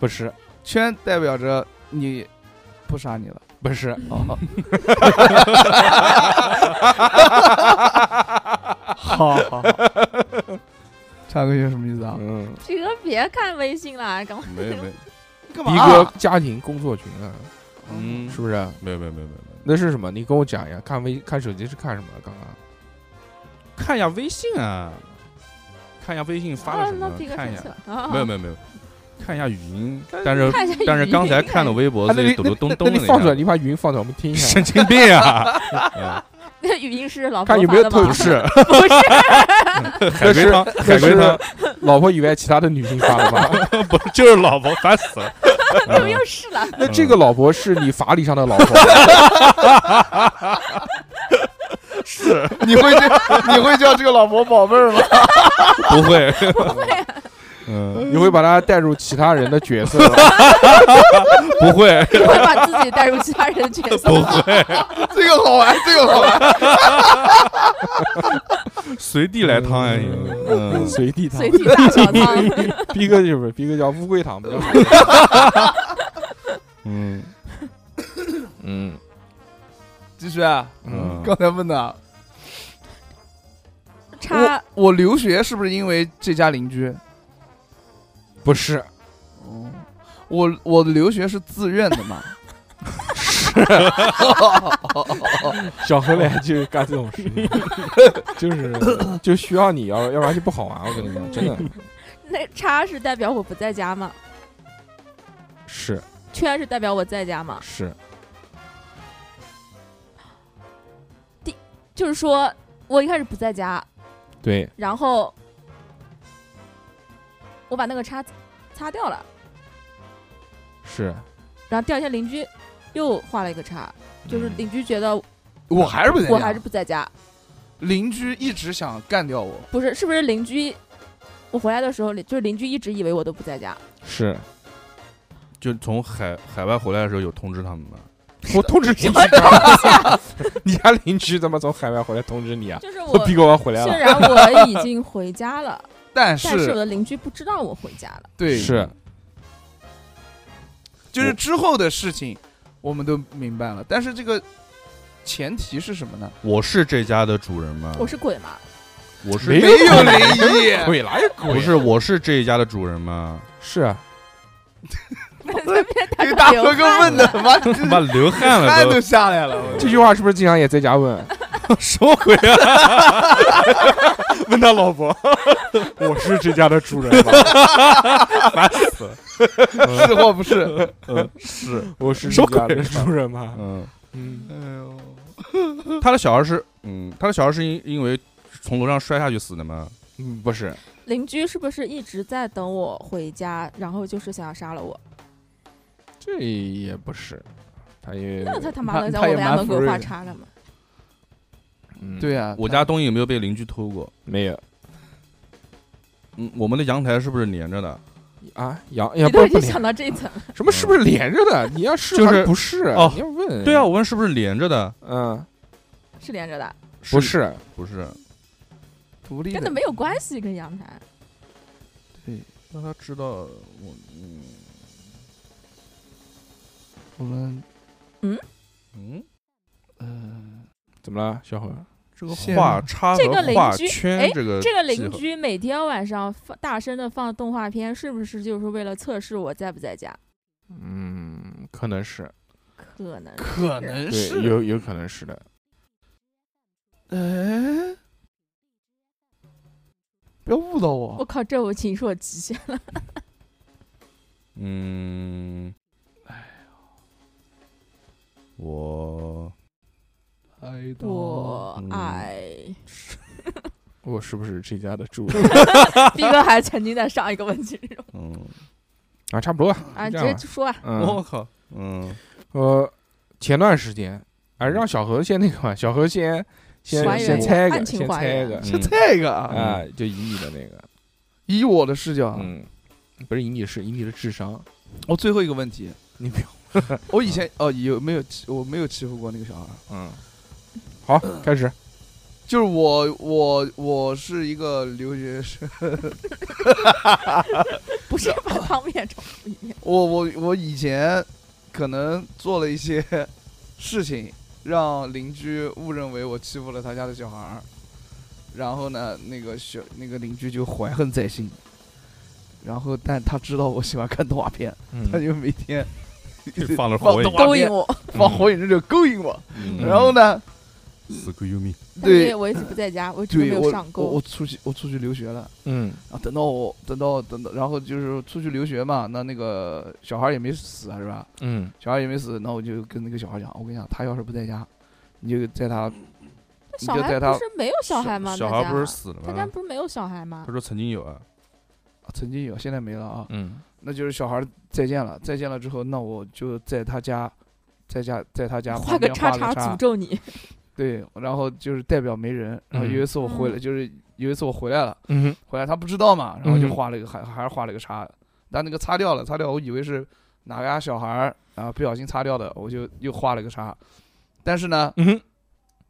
[SPEAKER 1] 不是
[SPEAKER 2] 圈代表着你不杀你了。
[SPEAKER 1] 不是，
[SPEAKER 2] [LAUGHS] 哦，好好好，叉跟圈什么意思啊？
[SPEAKER 1] 嗯，
[SPEAKER 4] 逼哥别看微信了，干嘛？
[SPEAKER 3] 没有没有，
[SPEAKER 2] 干啊
[SPEAKER 1] 逼哥家庭工作群啊，
[SPEAKER 3] 嗯，
[SPEAKER 1] 是不是？
[SPEAKER 3] 没有没有没有没有。
[SPEAKER 1] 那是什么？你跟我讲一下，看微看手机是看什么？啊刚刚
[SPEAKER 3] 看一下微信啊，看一下微信发了
[SPEAKER 4] 啊
[SPEAKER 3] 什，么
[SPEAKER 4] 那，逼哥
[SPEAKER 3] 看
[SPEAKER 4] 生
[SPEAKER 3] 一下
[SPEAKER 4] 气。了啊！
[SPEAKER 3] 没有没有没有，看一下语音，但是
[SPEAKER 4] 看一下
[SPEAKER 3] 但是
[SPEAKER 4] 语
[SPEAKER 3] 刚才
[SPEAKER 4] 音
[SPEAKER 3] 看了微博，
[SPEAKER 1] 那
[SPEAKER 3] 自
[SPEAKER 1] 你
[SPEAKER 3] 己抖抖
[SPEAKER 1] 那
[SPEAKER 3] 动
[SPEAKER 1] 那
[SPEAKER 3] 动了
[SPEAKER 1] 你
[SPEAKER 3] 一
[SPEAKER 1] 放出来，
[SPEAKER 3] 下。
[SPEAKER 1] 你把语音放出来，我们听一下
[SPEAKER 3] 神，经病
[SPEAKER 1] [LAUGHS]
[SPEAKER 3] 啊！嗯
[SPEAKER 4] 那 [LAUGHS] 语音是老婆
[SPEAKER 1] 看有没有
[SPEAKER 4] 发的吗
[SPEAKER 1] 透
[SPEAKER 3] 不是
[SPEAKER 4] 不是，
[SPEAKER 3] 海龟汤，海
[SPEAKER 1] 那
[SPEAKER 3] 龟
[SPEAKER 1] 是
[SPEAKER 3] 汤
[SPEAKER 1] 老婆以外其他的女性发的
[SPEAKER 3] [LAUGHS]
[SPEAKER 1] 吧？
[SPEAKER 3] 不就是老婆烦死了。
[SPEAKER 4] [LAUGHS] 怎么又是了？
[SPEAKER 1] 那这个老婆是你法理上的
[SPEAKER 3] [LAUGHS]
[SPEAKER 1] 老婆，
[SPEAKER 2] 你会叫 [LAUGHS] 你会叫这个老婆宝贝儿吗？ [LAUGHS]
[SPEAKER 3] 不会，嗯，
[SPEAKER 1] 你会把她带入其他人的角色，
[SPEAKER 3] 不会，
[SPEAKER 4] 你会把自己带入其他人的角色
[SPEAKER 3] 不
[SPEAKER 4] 吗？
[SPEAKER 3] 会，
[SPEAKER 2] 这个好玩，这个好玩。
[SPEAKER 3] 随地来汤呀你。嗯，
[SPEAKER 1] 随地躺
[SPEAKER 4] 随。地大小
[SPEAKER 3] [LAUGHS]
[SPEAKER 4] 汤，
[SPEAKER 1] 逼哥就是逼哥叫乌龟糖，不叫。
[SPEAKER 3] 嗯
[SPEAKER 1] 嗯
[SPEAKER 2] 继续啊，
[SPEAKER 1] 嗯，
[SPEAKER 2] 刚才问的啊，
[SPEAKER 4] 叉
[SPEAKER 2] 我留学是不是因为这家邻居？
[SPEAKER 1] 不是，
[SPEAKER 2] 哦，我我的留学是自愿的嘛？
[SPEAKER 1] 小何来就干这种事情，就是就需要你要，要不然就不好玩。我跟你讲，真的
[SPEAKER 4] [LAUGHS] 那叉是代表我不在家吗？
[SPEAKER 1] 是
[SPEAKER 4] 圈是代表我在家吗？
[SPEAKER 1] 是
[SPEAKER 4] 就是说我一开始不在家，
[SPEAKER 1] 对，
[SPEAKER 4] 然后我把那个叉擦掉了，
[SPEAKER 1] 是
[SPEAKER 4] 然后第二天邻居又画了一个叉，就是邻居觉得
[SPEAKER 2] [LAUGHS] 我嗯还是不在家，
[SPEAKER 4] 我还是不在家，
[SPEAKER 2] 邻居一直想干掉我，
[SPEAKER 4] 不是是不是邻居？我回来的时候，就是邻居一直以为我都不在家，
[SPEAKER 1] 是，
[SPEAKER 3] 就从海海外回来的时候有通知他们吗？
[SPEAKER 1] 我通知你啊，你家邻居怎么从海外回来通知你啊？
[SPEAKER 4] 就是
[SPEAKER 1] 我
[SPEAKER 4] 我
[SPEAKER 1] 逼哥我要回来
[SPEAKER 4] 虽
[SPEAKER 1] 了，
[SPEAKER 4] 然我已经回家了，
[SPEAKER 2] [LAUGHS] 但
[SPEAKER 4] 但是我
[SPEAKER 2] 是
[SPEAKER 4] 的邻居不知道我回家了，
[SPEAKER 2] 对，
[SPEAKER 1] 是
[SPEAKER 2] 就是之后的事情我们都明白了，但是这个前提是什么呢？
[SPEAKER 3] 我是这家的主人吗？
[SPEAKER 4] 我是鬼嘛？
[SPEAKER 3] 我是
[SPEAKER 1] 没
[SPEAKER 2] 没有灵异，
[SPEAKER 1] 鬼来鬼啊
[SPEAKER 3] 不是我是这一家的主人吗？
[SPEAKER 1] 是
[SPEAKER 4] 在那边打
[SPEAKER 2] 给大哥哥问的，妈
[SPEAKER 3] 他妈流汗了
[SPEAKER 2] 汗
[SPEAKER 3] 都
[SPEAKER 2] 都，下来了。 [LAUGHS] 我
[SPEAKER 1] 这句话是不是经常也在家 [LAUGHS] 问？
[SPEAKER 3] 什么鬼啊？问他老婆，
[SPEAKER 1] [LAUGHS] 我是这家的主人 [LAUGHS] 吗？
[SPEAKER 3] 烦死了。
[SPEAKER 2] 是或不是？
[SPEAKER 3] 嗯，是，
[SPEAKER 1] 我是
[SPEAKER 3] 什
[SPEAKER 1] 这
[SPEAKER 3] 么
[SPEAKER 1] 家
[SPEAKER 3] 鬼
[SPEAKER 1] 的主人吗？
[SPEAKER 3] 嗯，
[SPEAKER 1] 啊 [LAUGHS] 嗯，
[SPEAKER 2] [LAUGHS] 哎呦，
[SPEAKER 3] 他的小孩是，嗯，他的小孩是因因为从楼上摔下去死的吗？
[SPEAKER 1] 嗯不是，
[SPEAKER 4] 邻居是不是一直在等我回家，然后就是想要杀了我？
[SPEAKER 1] 这也不是，嗯他也
[SPEAKER 4] 那他他妈
[SPEAKER 2] 他
[SPEAKER 4] 的在
[SPEAKER 2] 他
[SPEAKER 4] 我
[SPEAKER 2] 也
[SPEAKER 4] 们家
[SPEAKER 2] 蛮
[SPEAKER 4] 门口
[SPEAKER 2] 福瑞
[SPEAKER 4] 画
[SPEAKER 2] 的
[SPEAKER 4] 叉干嘛？
[SPEAKER 1] 嗯
[SPEAKER 2] 对啊，
[SPEAKER 3] 我家东西有没有被邻居偷过？
[SPEAKER 1] 没有
[SPEAKER 3] 嗯，我们的阳台是不是连着的？
[SPEAKER 1] 啊，杨也
[SPEAKER 4] 你
[SPEAKER 1] 不
[SPEAKER 4] 都
[SPEAKER 1] 是
[SPEAKER 4] 已
[SPEAKER 1] 不
[SPEAKER 4] 经
[SPEAKER 1] 连
[SPEAKER 4] 想到这一层了，
[SPEAKER 1] 什么是不是连着的？你要是
[SPEAKER 3] 就是
[SPEAKER 1] 还不是？
[SPEAKER 3] 哦
[SPEAKER 1] 你要问
[SPEAKER 3] 对啊，，我问是不是连着的？
[SPEAKER 1] 嗯，
[SPEAKER 4] 是连着的，
[SPEAKER 1] 不，是，
[SPEAKER 3] 不是。
[SPEAKER 2] 独立
[SPEAKER 4] 跟那没有关系，跟阳台。
[SPEAKER 3] 那他知道我，嗯
[SPEAKER 2] 我们
[SPEAKER 3] 嗯，
[SPEAKER 2] 嗯，
[SPEAKER 1] 怎么了，小何？
[SPEAKER 3] 这个
[SPEAKER 2] 线
[SPEAKER 3] 画
[SPEAKER 2] 吗
[SPEAKER 3] 叉
[SPEAKER 4] 这个
[SPEAKER 3] 和
[SPEAKER 4] 邻
[SPEAKER 3] 画
[SPEAKER 4] 居
[SPEAKER 3] 圈
[SPEAKER 4] 哎
[SPEAKER 3] 这
[SPEAKER 1] 呃
[SPEAKER 3] 个
[SPEAKER 4] 这个
[SPEAKER 3] 记
[SPEAKER 4] 邻
[SPEAKER 3] 号
[SPEAKER 4] 居每天晚上放大声的放动画片，是不是就是为了测试我在不在家？
[SPEAKER 1] 嗯，可能是，
[SPEAKER 4] 可能
[SPEAKER 2] 可
[SPEAKER 4] 是
[SPEAKER 2] 能
[SPEAKER 1] 对，
[SPEAKER 2] 是
[SPEAKER 1] 有有可能是的。
[SPEAKER 2] 哎，不要误导
[SPEAKER 4] 我
[SPEAKER 2] 我。
[SPEAKER 4] 靠，这我情我极限。
[SPEAKER 3] 嗯，我
[SPEAKER 2] 哎，
[SPEAKER 4] 我哎
[SPEAKER 3] 嗯
[SPEAKER 4] 爱
[SPEAKER 1] 我是不是这家的主人
[SPEAKER 4] 毕哥还曾经在上一个问题中
[SPEAKER 3] 嗯，
[SPEAKER 1] [LAUGHS] 啊？差不多吧
[SPEAKER 4] 啊，
[SPEAKER 1] 是
[SPEAKER 4] 直
[SPEAKER 1] 这样吧
[SPEAKER 4] 接就说啊，
[SPEAKER 1] 嗯，
[SPEAKER 3] 靠，嗯，
[SPEAKER 1] 呃，前段时间，
[SPEAKER 2] 嗯
[SPEAKER 1] 哎，让小何先那个吧， [LAUGHS] 小何先先
[SPEAKER 4] 还原
[SPEAKER 1] 先猜一
[SPEAKER 4] 案
[SPEAKER 1] 个，
[SPEAKER 4] 情
[SPEAKER 1] 先
[SPEAKER 4] 还
[SPEAKER 1] 猜一
[SPEAKER 3] 嗯
[SPEAKER 4] 原
[SPEAKER 1] 个
[SPEAKER 2] 是这个 [LAUGHS] 啊，
[SPEAKER 3] 哎
[SPEAKER 1] 啊，就以你的那个，
[SPEAKER 2] 以我的视角啊，
[SPEAKER 1] 嗯，不是以你是以你的智商，
[SPEAKER 2] 我最后一个问题，
[SPEAKER 1] 你不要，
[SPEAKER 2] 我以
[SPEAKER 3] 嗯
[SPEAKER 2] 前哦有没有欺我没有欺负过那个小孩儿？
[SPEAKER 1] 嗯，
[SPEAKER 2] [LAUGHS]
[SPEAKER 1] 好，开始，
[SPEAKER 2] 就是我我我是一个留学生，
[SPEAKER 4] 不是把汤面重复一遍。
[SPEAKER 2] 我我我以前可能做了一些 [LAUGHS] 事情，让邻居误认为我欺负了他家的小孩儿，然后呢，那个小那个邻居就怀恨在心，然后但他知道我喜欢看动画片，他就每天
[SPEAKER 3] 就放了火
[SPEAKER 2] 放
[SPEAKER 3] 影
[SPEAKER 2] 动画
[SPEAKER 4] 勾引
[SPEAKER 2] 片，
[SPEAKER 4] 我， [LAUGHS]
[SPEAKER 2] 放火影忍者勾引我，[LAUGHS]
[SPEAKER 3] 嗯
[SPEAKER 2] 然后呢，
[SPEAKER 3] 死鬼有命，
[SPEAKER 4] 但
[SPEAKER 2] 对
[SPEAKER 4] 是我一直不在家，我一直都
[SPEAKER 2] 对
[SPEAKER 4] 没有
[SPEAKER 2] 我
[SPEAKER 4] 上
[SPEAKER 2] 我
[SPEAKER 4] 钩
[SPEAKER 2] 我。出去我出去留学了。
[SPEAKER 1] 嗯
[SPEAKER 2] 啊，等到我等到等到，然后就是出去留学嘛，那那个小孩也没死啊是吧？
[SPEAKER 1] 嗯
[SPEAKER 2] 小孩也没死，那我就跟那个小孩讲，我跟你讲，他要是不在家，你就在他
[SPEAKER 4] 那
[SPEAKER 2] 你
[SPEAKER 4] 小
[SPEAKER 2] 就
[SPEAKER 4] 孩
[SPEAKER 2] 带他
[SPEAKER 4] 不是没有小孩吗？
[SPEAKER 3] 小
[SPEAKER 4] 大
[SPEAKER 3] 孩
[SPEAKER 4] 家
[SPEAKER 3] 不是死了
[SPEAKER 4] 大家
[SPEAKER 3] 吗？
[SPEAKER 4] 不是没有小孩吗
[SPEAKER 3] 他？说曾经有啊，
[SPEAKER 2] 啊曾经有，现在没了啊，
[SPEAKER 1] 嗯
[SPEAKER 2] 那就是小孩再见了，再见了之后，那我就在他家，在家在他家
[SPEAKER 4] 画
[SPEAKER 2] 旁
[SPEAKER 4] 个
[SPEAKER 2] 边
[SPEAKER 4] 叉
[SPEAKER 2] 画
[SPEAKER 4] 叉
[SPEAKER 2] 个
[SPEAKER 4] 诅咒你，
[SPEAKER 2] 对，然后就是代表没人。然后
[SPEAKER 1] 嗯
[SPEAKER 2] 有一次我回来，就是有一次我回来了，
[SPEAKER 1] 嗯哼，
[SPEAKER 2] 回来他不知道嘛，然后就
[SPEAKER 1] 嗯
[SPEAKER 2] 画了一个还还是画了一个叉，但那个擦掉了，擦掉，我以为是哪个家小孩儿啊不小心擦掉的，我就又画了一个叉，但是呢，
[SPEAKER 1] 嗯哼，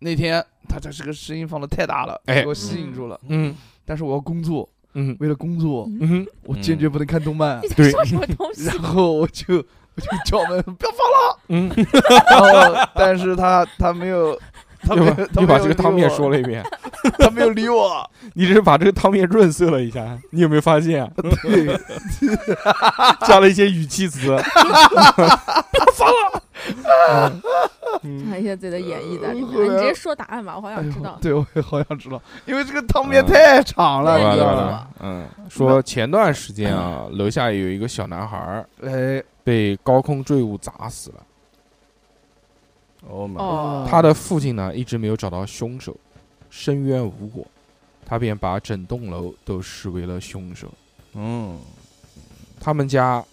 [SPEAKER 2] 那天他这这个声音放的太大了，
[SPEAKER 1] 哎
[SPEAKER 2] 给我吸引住了，
[SPEAKER 1] 嗯
[SPEAKER 2] 但是我要工作，
[SPEAKER 1] 嗯
[SPEAKER 2] 为了工作，
[SPEAKER 1] 嗯哼，
[SPEAKER 2] 我坚决不能看动漫
[SPEAKER 4] 你，在
[SPEAKER 1] 对
[SPEAKER 4] 说什么东西
[SPEAKER 2] 然？后我就。我就叫门，不要放了。
[SPEAKER 1] 嗯，
[SPEAKER 2] 然后，但是他他没
[SPEAKER 1] [LAUGHS]
[SPEAKER 2] 有，他没
[SPEAKER 1] 又
[SPEAKER 2] 有，
[SPEAKER 1] 把
[SPEAKER 2] 他
[SPEAKER 1] 又
[SPEAKER 2] 没
[SPEAKER 1] 把
[SPEAKER 2] 有
[SPEAKER 1] 这个汤面说
[SPEAKER 2] 了，
[SPEAKER 1] 了一遍，
[SPEAKER 2] 他没有理
[SPEAKER 1] [LAUGHS]
[SPEAKER 2] 我。 [LAUGHS]
[SPEAKER 1] 你只是把这个汤面润色了一下，你有没有发
[SPEAKER 2] [LAUGHS]
[SPEAKER 1] 现啊？
[SPEAKER 2] 对，
[SPEAKER 1] 加了一些语气词？
[SPEAKER 4] [LAUGHS]
[SPEAKER 2] [LAUGHS]
[SPEAKER 4] 看一些自己的演绎在里面，
[SPEAKER 2] 后来
[SPEAKER 4] 你直接说答案吧，我好
[SPEAKER 2] 哎
[SPEAKER 4] 想知
[SPEAKER 2] 呦
[SPEAKER 4] 道，。
[SPEAKER 2] 对，我也好想知道，因为这个汤
[SPEAKER 1] 啊
[SPEAKER 2] 面太长
[SPEAKER 1] 对
[SPEAKER 2] 了，
[SPEAKER 1] 吧
[SPEAKER 2] 你知
[SPEAKER 1] 对
[SPEAKER 2] 道
[SPEAKER 4] 了
[SPEAKER 2] 吗？
[SPEAKER 1] 吧？嗯，说前段时间啊，楼下有一个小男孩儿
[SPEAKER 2] 哎，
[SPEAKER 1] 被高空坠物砸死了，
[SPEAKER 3] 哦妈，
[SPEAKER 4] 哦，
[SPEAKER 1] 他的父亲呢一直没有找到凶手，申冤无果，他便把整栋楼都视为了凶手。
[SPEAKER 3] 嗯，
[SPEAKER 1] 他们家